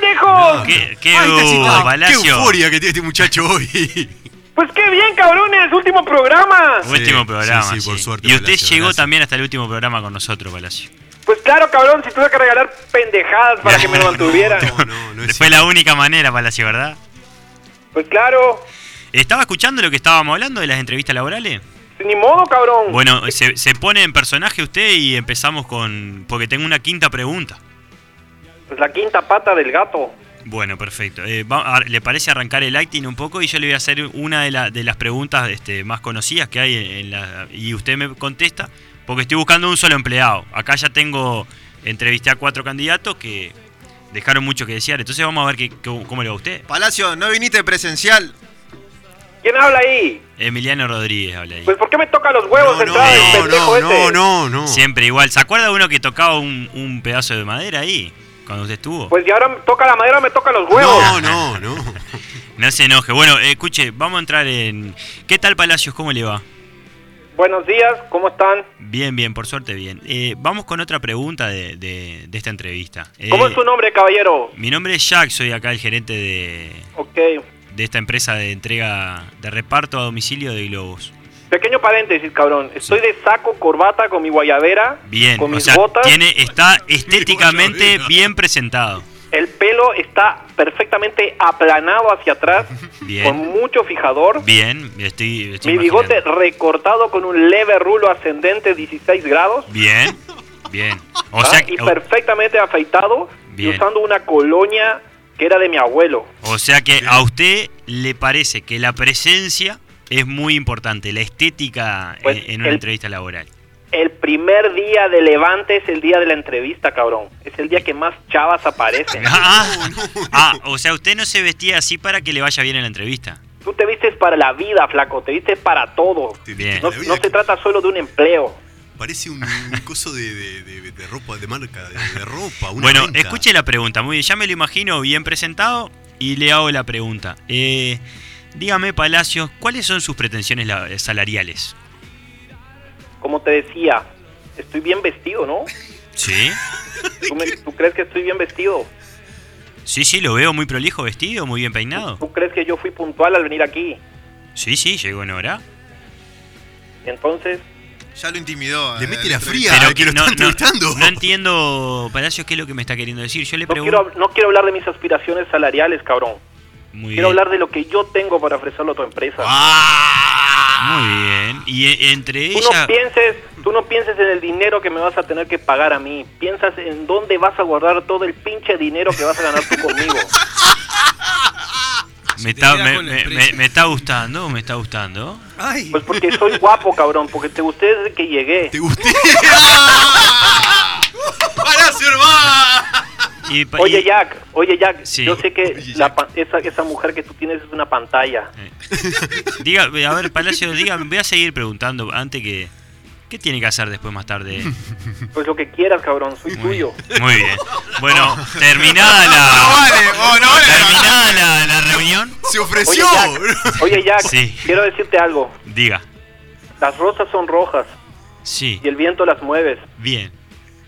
Speaker 4: ¿Qué,
Speaker 7: Ah,
Speaker 4: qué
Speaker 2: Ay,
Speaker 4: hubo,
Speaker 2: casi estaba. Qué
Speaker 3: Qué
Speaker 4: Palacio?
Speaker 3: euforia que tiene este muchacho hoy.
Speaker 7: Pues qué bien, cabrones, último programa.
Speaker 4: Último
Speaker 3: Sí,
Speaker 4: programa.
Speaker 3: sí, sí, por suerte,
Speaker 4: y usted
Speaker 3: Palacio,
Speaker 4: llegó
Speaker 3: gracias.
Speaker 4: también hasta el último programa con nosotros, Palacio.
Speaker 7: Pues claro, cabrón, si tuve que regalar pendejadas para que me lo mantuvieran.
Speaker 3: No, no, no es
Speaker 4: Fue la única manera, Palacio, ¿verdad?
Speaker 7: Pues claro,
Speaker 4: ¿Estaba escuchando lo que estábamos hablando de las entrevistas laborales?
Speaker 7: ni modo, cabrón.
Speaker 4: Bueno, se, se pone en personaje usted y empezamos con... Porque tengo una quinta pregunta.
Speaker 7: Pues la quinta pata del gato.
Speaker 4: Bueno, perfecto. Eh, va- a- ¿Le parece arrancar el acting un poco? Y yo le voy a hacer una de, la- de las preguntas este, más conocidas que hay en, en la... Y usted me contesta, porque estoy buscando un solo empleado. Acá ya tengo... Entrevisté a cuatro candidatos que dejaron mucho que desear. Entonces vamos a ver qué- qué- cómo le va a usted.
Speaker 5: Palacio, no viniste presencial.
Speaker 7: ¿Quién habla ahí?
Speaker 4: Emiliano Rodríguez habla ahí.
Speaker 7: Pues ¿por qué me toca los huevos
Speaker 3: No,
Speaker 7: de entrada el
Speaker 3: no,
Speaker 7: pendejo
Speaker 3: no, no,
Speaker 7: ese?
Speaker 3: no, no.
Speaker 4: Siempre igual. ¿Se acuerda uno que tocaba un, un pedazo de madera ahí? cuando usted estuvo.
Speaker 7: Pues ya ahora toca la madera, me toca los huevos.
Speaker 3: No, no, no.
Speaker 4: No se enoje. Bueno, eh, escuche, vamos a entrar en. ¿Qué tal, Palacios? ¿Cómo le va?
Speaker 7: Buenos días, ¿cómo están?
Speaker 4: Bien, bien, por suerte, bien. Eh, vamos con otra pregunta de, de- de esta entrevista. Eh,
Speaker 7: ¿Cómo es su nombre, caballero?
Speaker 4: Mi nombre es Jack, soy acá el gerente de,
Speaker 7: Ok.
Speaker 4: de esta empresa de entrega de reparto a domicilio de globos.
Speaker 7: Pequeño paréntesis, cabrón. Estoy de saco, corbata, con mi guayabera,
Speaker 4: Bien,
Speaker 7: con
Speaker 4: o
Speaker 7: mis
Speaker 4: sea,
Speaker 7: botas.
Speaker 4: tiene, está estéticamente
Speaker 3: guayabera.
Speaker 4: bien presentado.
Speaker 7: El pelo está perfectamente aplanado hacia atrás,
Speaker 4: Bien.
Speaker 7: con mucho fijador.
Speaker 4: Bien, estoy. estoy
Speaker 7: Mi bigote
Speaker 4: imaginando.
Speaker 7: recortado con un leve rulo ascendente 16 grados.
Speaker 4: Bien, bien. O
Speaker 7: ¿ah?
Speaker 4: sea,
Speaker 7: y perfectamente afeitado
Speaker 4: Bien.
Speaker 7: y usando una colonia que era de mi abuelo.
Speaker 4: O sea que a usted le parece que la presencia es muy importante, la estética
Speaker 7: Pues,
Speaker 4: en, en una
Speaker 7: el-
Speaker 4: entrevista laboral.
Speaker 7: El primer día de Levante es el día de la entrevista, cabrón. Es el día que más chavas aparecen.
Speaker 4: Ah, ah, o sea, usted no se vestía así para que le vaya bien en la entrevista.
Speaker 7: Tú te vistes para la vida, flaco. Te vistes para todo.
Speaker 4: Bien.
Speaker 7: No,
Speaker 3: La
Speaker 7: no
Speaker 3: vida
Speaker 7: se trata solo de un empleo.
Speaker 3: Parece un, un coso de, de- de- de ropa, de marca, de, de ropa. Una
Speaker 4: Bueno,
Speaker 3: venta.
Speaker 4: escuche la pregunta, muy bien, ya me lo imagino bien presentado y le hago la pregunta. Eh, dígame, Palacios, ¿cuáles son sus pretensiones la- eh, salariales?
Speaker 7: Como te decía, estoy bien vestido, ¿no?
Speaker 4: Sí,
Speaker 7: ¿Tú, me- tú crees que estoy bien vestido?
Speaker 4: sí, sí, lo veo muy prolijo vestido, muy bien peinado.
Speaker 7: ¿Tú crees que yo fui puntual al venir aquí?
Speaker 4: Sí, sí, llegó en hora.
Speaker 7: Entonces,
Speaker 5: Ya lo intimidó.
Speaker 3: Le
Speaker 5: eh,
Speaker 3: mete
Speaker 5: el
Speaker 7: Ah,
Speaker 3: la
Speaker 5: otro
Speaker 3: fría
Speaker 4: Pero
Speaker 3: al que lo
Speaker 4: no,
Speaker 3: está
Speaker 4: no-
Speaker 3: entrevistando.
Speaker 4: no entiendo, Palacios, qué es lo que me está queriendo decir. Yo le
Speaker 7: no
Speaker 4: pregunto.
Speaker 7: quiero, no quiero hablar de mis aspiraciones salariales, cabrón.
Speaker 4: Muy
Speaker 7: Quiero
Speaker 4: bien. Ah,
Speaker 7: hablar de lo que yo tengo para ofrecerlo a tu empresa.
Speaker 3: Ah.
Speaker 4: Muy bien. Y e- entre
Speaker 7: Tú no,
Speaker 4: ellas.
Speaker 7: pienses, tú no pienses en el dinero que me vas a tener que pagar a mí. Piensas en dónde vas a guardar todo el pinche dinero que vas a ganar tú conmigo.
Speaker 4: Me
Speaker 6: Se te
Speaker 4: está,
Speaker 6: queda
Speaker 4: me,
Speaker 6: con la
Speaker 4: me-
Speaker 6: empresa.
Speaker 4: me- me está gustando, me está gustando.
Speaker 2: Ay,
Speaker 7: Pues porque soy guapo, cabrón. Porque te gusté desde que llegué.
Speaker 3: ¿Te gusté? ¡Palacio, hermano!
Speaker 4: Y pa-
Speaker 7: Oye,
Speaker 4: y-
Speaker 7: Jack, oye, Jack.
Speaker 4: Sí.
Speaker 7: Yo sé que
Speaker 3: Oye,
Speaker 7: la pa- esa, esa mujer que tú tienes es una pantalla.
Speaker 4: Eh. Diga, a ver, Palacio, diga, voy a seguir preguntando antes que. ¿Qué tiene que hacer después más tarde?
Speaker 7: Pues lo que quieras, cabrón. Soy tuyo.
Speaker 4: Muy bien. Bueno, terminada
Speaker 3: ¡No
Speaker 4: la.
Speaker 3: vale! ¡Oh, no vale!
Speaker 4: Terminada la, la reunión.
Speaker 3: ¡Se
Speaker 7: Oye,
Speaker 3: ofreció!
Speaker 7: Jack, oye, Jack
Speaker 4: Sí.
Speaker 7: quiero decirte algo.
Speaker 4: Diga.
Speaker 7: Las rosas son rojas
Speaker 4: Sí,
Speaker 7: y el viento las mueves.
Speaker 4: bien.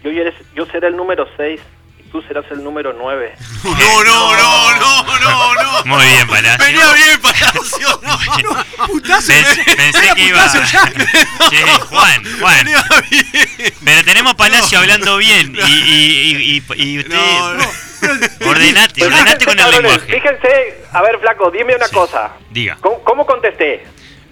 Speaker 7: Yo, eres, yo seré el número 6 y tú serás el número 9.
Speaker 3: No, no, no, no, no, no.
Speaker 4: Muy bien, Palacio.
Speaker 3: Venía bien, Palacio. No,
Speaker 2: putazo. eh.
Speaker 4: Pens- pensé
Speaker 2: Era
Speaker 4: que iba.
Speaker 2: putazo ya.
Speaker 4: Sí, Juan, Juan.
Speaker 3: venía bien.
Speaker 4: Pero tenemos Palacio hablando bien y, y, y, y- y usted
Speaker 3: No, no.
Speaker 4: ordenate, ordenate
Speaker 7: Pues fíjense,
Speaker 4: con el
Speaker 7: cabrones,
Speaker 4: lenguaje.
Speaker 7: Fíjense, a ver, Flaco, dime una
Speaker 4: Sí.
Speaker 7: cosa.
Speaker 4: Diga.
Speaker 7: ¿Cómo, cómo contesté?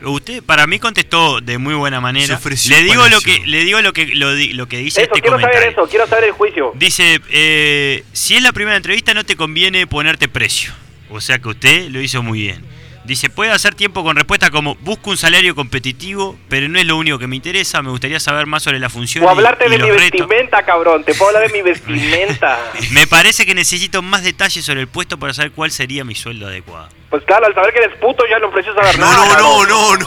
Speaker 4: Usted para mí contestó de muy buena
Speaker 3: Se
Speaker 4: manera.
Speaker 3: ofreció
Speaker 4: Le digo lo
Speaker 3: Palacio.
Speaker 4: que le digo lo que lo, di- lo que dice
Speaker 7: eso,
Speaker 4: este
Speaker 7: quiero
Speaker 4: comentario.
Speaker 7: saber eso, quiero saber el juicio.
Speaker 4: Dice, eh, si es la primera entrevista no te conviene ponerte precio. O sea que usted lo hizo muy bien. Dice, puede hacer tiempo con respuesta como, busco un salario competitivo, pero no es lo único que me interesa, me gustaría saber más sobre la función.
Speaker 7: O hablarte
Speaker 4: y
Speaker 7: de
Speaker 4: los
Speaker 7: mi
Speaker 4: retos".
Speaker 7: vestimenta, cabrón. Te puedo hablar de mi vestimenta.
Speaker 4: Me parece que necesito más detalles sobre el puesto para saber cuál sería mi sueldo adecuado.
Speaker 7: Pues claro, al saber que eres puto ya no ofreces a
Speaker 3: No, no, no, no, no,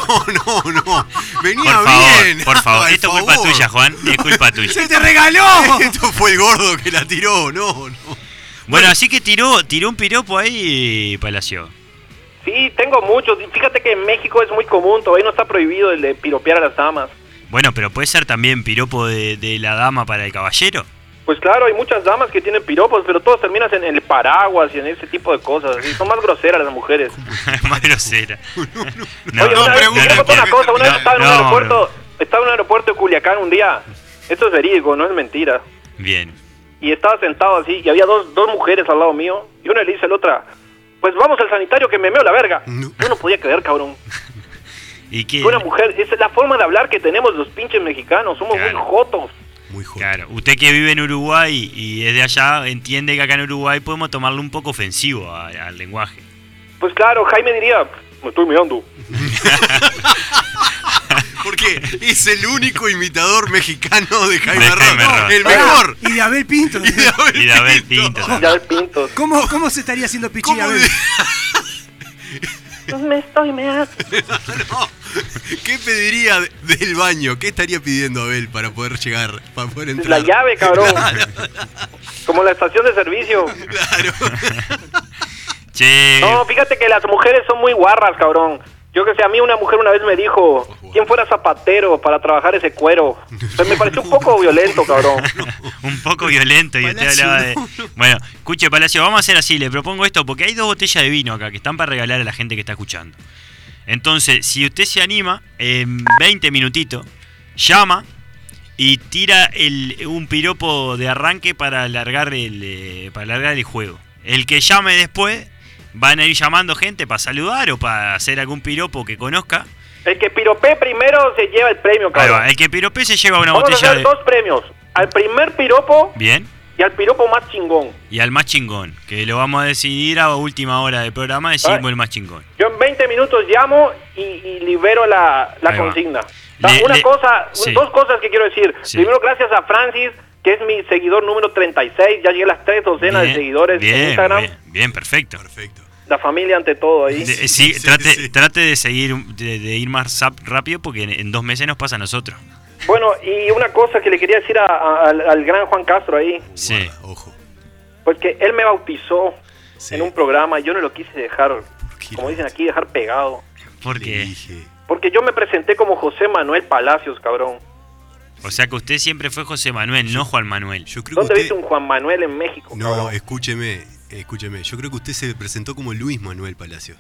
Speaker 3: no, no.
Speaker 4: Por
Speaker 3: Venía
Speaker 4: favor,
Speaker 3: bien.
Speaker 4: por favor, esto es culpa
Speaker 3: favor.
Speaker 4: tuya, Juan, es culpa tuya.
Speaker 2: ¡Se te regaló!
Speaker 3: Esto fue el gordo que la tiró, no, no.
Speaker 4: Bueno, así que tiró, tiró un piropo ahí, Palacio.
Speaker 7: Sí, tengo muchos. Fíjate que en México es muy común. Todavía no está prohibido el de piropear a las damas.
Speaker 4: Bueno, pero puede ser también piropo de, de la dama para el caballero.
Speaker 7: Pues claro, hay muchas damas que tienen piropos, pero todos terminan en el paraguas y en ese tipo de cosas. así. Son más groseras las mujeres.
Speaker 4: Más grosera.
Speaker 7: Oye, una vez,
Speaker 4: no,
Speaker 7: te quiero contar una cosa. Una vez estaba en un
Speaker 4: no,
Speaker 7: aeropuerto, estaba en un aeropuerto de Culiacán un día. Esto es verídico, no es mentira.
Speaker 4: no. Bien.
Speaker 7: Y estaba sentado así y había dos, dos mujeres al lado mío. Y una le dice a la otra, pues vamos al sanitario que me meo la verga.
Speaker 3: No.
Speaker 7: Yo no podía creer, cabrón.
Speaker 4: ¿Y qué?
Speaker 7: Que Una mujer, esa es la forma de hablar que tenemos los pinches mexicanos. Somos
Speaker 4: Claro.
Speaker 7: muy jotos.
Speaker 3: Muy joven.
Speaker 4: Claro, usted que vive en Uruguay y es de allá, entiende que acá en Uruguay podemos tomarlo un poco ofensivo a- al lenguaje.
Speaker 7: Pues claro, Jaime diría, me estoy meando.
Speaker 3: Porque es el único imitador mexicano de Jaime
Speaker 4: De Jaime
Speaker 3: Ross.
Speaker 4: Ross.
Speaker 3: El mejor.
Speaker 2: Y de Abel Pinto.
Speaker 3: Y de Abel
Speaker 4: Y de Abel
Speaker 3: Pinto.
Speaker 4: Pinto.
Speaker 7: Ya el pinto.
Speaker 2: ¿Cómo, ¿Cómo se estaría haciendo pichi
Speaker 3: ¿Cómo
Speaker 2: Abel?
Speaker 3: de-
Speaker 7: Me estoy meando.
Speaker 3: No. ¿Qué pediría de- del baño? ¿Qué estaría pidiendo Abel para poder llegar, para poder
Speaker 7: La
Speaker 3: entrar?
Speaker 7: llave, cabrón. Como la estación de servicio.
Speaker 4: Che,
Speaker 7: No, fíjate que las mujeres son muy guarras, cabrón. Yo que sé, a mí una mujer una vez me dijo, ¿quién fuera zapatero para trabajar ese cuero? Pues me pareció un poco violento, cabrón.
Speaker 4: un poco violento y usted
Speaker 3: Palacio,
Speaker 4: hablaba de...
Speaker 3: no, no.
Speaker 4: Bueno, escuche Palacio, vamos a hacer así, le propongo esto porque hay dos botellas de vino acá que están para regalar a la gente que está escuchando. Entonces, si usted se anima, en 20 minutitos, llama y tira el, un piropo de arranque para alargar el, eh, para alargar el juego. El que llame después, van a ir llamando gente para saludar o para hacer algún piropo que conozca.
Speaker 7: El que piropee primero se lleva el premio,
Speaker 4: Ahí
Speaker 7: cabrón.
Speaker 4: va, el que pirope se lleva una
Speaker 7: Vamos a
Speaker 4: botella
Speaker 7: hacer
Speaker 4: de...
Speaker 7: dos premios. Al primer piropo
Speaker 4: Bien.
Speaker 7: y al piropo más chingón.
Speaker 4: Y al más chingón, que lo vamos a decidir a última hora del programa, decidimos
Speaker 7: Ay.
Speaker 4: el más chingón.
Speaker 7: Yo en 20 minutos llamo y, y libero la, la
Speaker 4: Ahí va.
Speaker 7: consigna. O sea,
Speaker 4: Le-
Speaker 7: una
Speaker 4: le-
Speaker 7: cosa,
Speaker 4: sí.
Speaker 7: dos cosas que quiero decir.
Speaker 4: Sí.
Speaker 7: Primero, gracias a Francis, que es mi seguidor número 36. Ya llegué a las tres docenas de seguidores
Speaker 4: bien,
Speaker 7: en Instagram.
Speaker 4: Bien, bien, perfecto.
Speaker 3: Perfecto.
Speaker 7: La familia ante todo ahí.
Speaker 4: De- eh, sí,
Speaker 3: Sí,
Speaker 4: trate,
Speaker 3: sí.
Speaker 4: trate de seguir, de, de ir más zap- rápido porque en, en dos meses nos pasa a nosotros.
Speaker 7: Bueno, y una cosa que le quería decir a- a- al, al gran Juan Castro ahí,
Speaker 4: Sí.
Speaker 3: Guarda, ojo.
Speaker 7: porque él me bautizó
Speaker 3: Sí.
Speaker 7: en un programa y yo no lo quise dejar,
Speaker 3: qué
Speaker 7: como
Speaker 3: lo
Speaker 7: dicen aquí, dejar pegado.
Speaker 3: Le
Speaker 4: Porque,
Speaker 3: dije.
Speaker 7: Porque yo me presenté como José Manuel Palacios, cabrón.
Speaker 4: o sea que usted siempre fue José Manuel, no Juan Manuel.
Speaker 3: Yo creo que
Speaker 7: ¿Dónde
Speaker 3: usted...
Speaker 7: viste un Juan Manuel en México?
Speaker 3: No,
Speaker 7: cabrón?
Speaker 3: escúcheme, escúcheme. Yo creo que usted se presentó como Luis Manuel Palacio.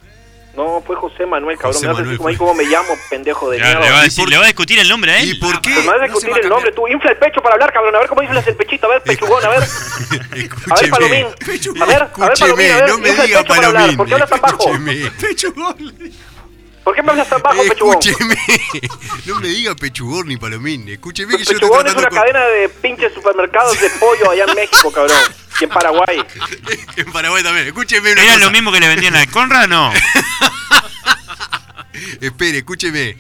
Speaker 7: No, fue José Manuel, cabrón.
Speaker 3: José
Speaker 7: me vas a decir
Speaker 3: Manuel
Speaker 7: como ahí
Speaker 3: fue.
Speaker 7: cómo me llamo, pendejo de
Speaker 4: Ya, le, va a
Speaker 7: mierda.
Speaker 3: ¿Y
Speaker 4: decir-
Speaker 3: por-
Speaker 4: le va a discutir el nombre a él.
Speaker 3: ¿Y por qué?
Speaker 7: Pues me vas a
Speaker 8: No se va
Speaker 7: discutir
Speaker 8: a
Speaker 7: el nombre, tú infla el pecho para hablar, cabrón. A ver cómo inflas el pechito, a ver, pechugón, a ver. A ver,
Speaker 3: Escúcheme.
Speaker 7: Palomín. A ver, a ver, Palomín, a
Speaker 3: Escúcheme,
Speaker 7: ver,
Speaker 3: no me
Speaker 7: infla el
Speaker 3: diga
Speaker 7: pecho para hablar.
Speaker 3: Palomín.
Speaker 7: ¿Por qué hablas tan bajo?
Speaker 3: Escúcheme. Pechugón.
Speaker 7: ¿Por qué me hablas tan bajo, pechugón?
Speaker 3: Escúcheme. No me diga pechugón ni Palomín. Escúcheme que yo estoy
Speaker 7: Pechugón es
Speaker 3: tratando
Speaker 7: una
Speaker 3: con...
Speaker 7: cadena de pinches supermercados de pollo allá en México, cabrón. Y en Paraguay.
Speaker 3: En Paraguay también. Escúcheme una
Speaker 4: ¿Era
Speaker 3: cosa.
Speaker 4: lo mismo que le vendían al Conra no?
Speaker 3: Espere, escúcheme.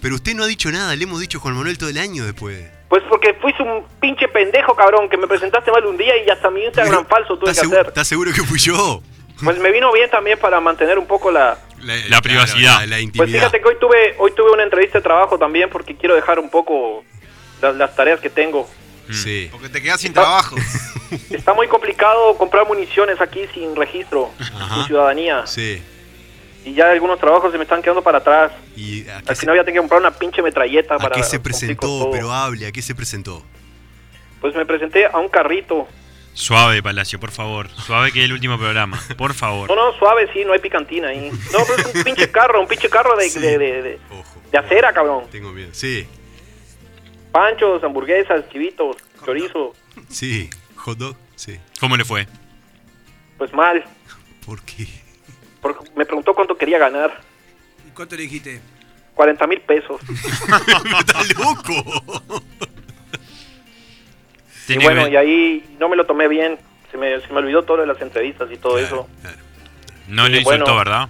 Speaker 3: Pero usted no ha dicho nada. Le hemos dicho Juan Manuel todo el año después.
Speaker 7: Pues porque fuiste un pinche pendejo, cabrón, que me presentaste mal un día y hasta mi Instagram falso tuve que
Speaker 3: ¿Está seguro-
Speaker 7: hacer.
Speaker 3: ¿Está seguro que fui yo?
Speaker 7: Pues me vino bien también para mantener un poco la...
Speaker 3: La,
Speaker 4: La privacidad.
Speaker 3: La, la
Speaker 7: Pues
Speaker 3: intimidad.
Speaker 7: fíjate que hoy tuve, hoy tuve una entrevista de trabajo también porque quiero dejar un poco las, las tareas que tengo.
Speaker 3: Sí.
Speaker 4: Mm.
Speaker 5: Porque te quedas sin trabajo.
Speaker 7: Está muy complicado comprar municiones aquí sin registro, sin ciudadanía.
Speaker 3: Sí.
Speaker 7: Y ya algunos trabajos se me están quedando para atrás.
Speaker 3: ¿Y a qué,
Speaker 7: Al
Speaker 3: se,
Speaker 7: final voy a tener que comprar una pinche metralleta
Speaker 3: a
Speaker 7: para...
Speaker 3: qué se
Speaker 7: cumplir con
Speaker 3: presentó?
Speaker 7: todo.
Speaker 3: Pero hable, ¿a qué se presentó?
Speaker 7: Pues me presenté a un carrito.
Speaker 4: Suave, Palacio, por favor. Suave que es el último programa. Por
Speaker 7: No,
Speaker 4: favor.
Speaker 7: no, suave, sí, no hay picantina ahí. No, pero es un pinche carro, un pinche carro de, de, de- de-
Speaker 3: Ojo.
Speaker 7: de acera, cabrón.
Speaker 3: Tengo miedo. Sí.
Speaker 7: Panchos, hamburguesas, chivitos, chorizo.
Speaker 3: Sí. Hot dog. Sí.
Speaker 4: ¿Cómo le fue?
Speaker 7: Pues mal.
Speaker 3: ¿Por qué?
Speaker 7: Porque me preguntó cuánto quería ganar.
Speaker 2: ¿Y ¿Cuánto le dijiste?
Speaker 7: 40 mil pesos.
Speaker 3: ¡Está loco!
Speaker 7: Y
Speaker 4: Tiene
Speaker 7: bueno,
Speaker 4: que-
Speaker 7: y ahí no me lo tomé bien. Se me, se me olvidó todo lo de las entrevistas y todo eso.
Speaker 3: Claro.
Speaker 4: No le
Speaker 7: y eh, bueno.
Speaker 4: insultó, ¿verdad?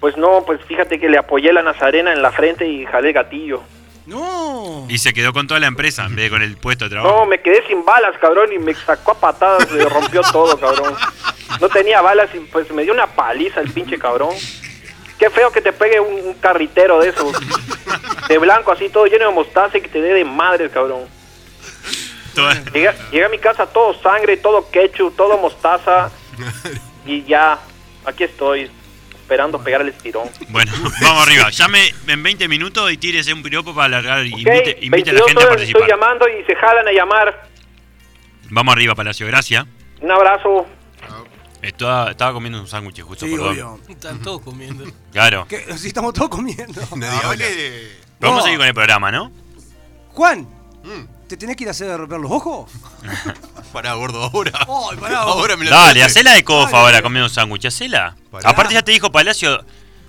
Speaker 7: Pues no, pues fíjate que le apoyé la nazarena en la frente y jalé el gatillo.
Speaker 2: No.
Speaker 4: Y se quedó con toda la empresa en vez de con el puesto de trabajo.
Speaker 7: No, me quedé sin balas, cabrón, y me sacó a patadas, le rompió todo, cabrón. No tenía balas y pues me dio una paliza el pinche cabrón. Qué feo que te pegue un, un carritero de esos. De blanco, así todo lleno de mostaza y que te dé de madre, cabrón.
Speaker 4: Toda-
Speaker 7: Llegué, llegué a mi casa todo sangre, todo ketchup, todo mostaza. Y ya, aquí estoy, esperando pegar el estirón.
Speaker 4: Bueno, vamos arriba. Llame en 20 minutos y tírese un piropo para alargar. y
Speaker 7: Ok,
Speaker 4: Invite, invite a la
Speaker 7: 22
Speaker 4: gente a
Speaker 7: horas estoy
Speaker 4: participar.
Speaker 7: llamando y se jalan a llamar.
Speaker 4: Vamos arriba, Palacio. Gracias.
Speaker 7: Un abrazo.
Speaker 4: Estaba, estaba comiendo un sándwich justo,
Speaker 2: Sí,
Speaker 4: perdón.
Speaker 2: obvio.
Speaker 6: Están todos comiendo.
Speaker 4: Claro.
Speaker 2: Que- Si estamos todos comiendo.
Speaker 3: Nadie
Speaker 4: Ah,
Speaker 3: habla.
Speaker 5: Hable de-
Speaker 4: Vamos
Speaker 2: Ah, No.
Speaker 4: a seguir con el programa, ¿no?
Speaker 2: Juan, ¿te tenés que ir a hacer romper los ojos?
Speaker 3: Pará, gordo, ahora.
Speaker 2: Ay, pará, gordo.
Speaker 3: ahora me la
Speaker 4: Dale,
Speaker 3: tiraste.
Speaker 4: hacela de cofa
Speaker 2: Dale.
Speaker 4: ahora comiendo un sándwich. Hacela.
Speaker 3: Pará.
Speaker 4: Aparte ya te dijo Palacio,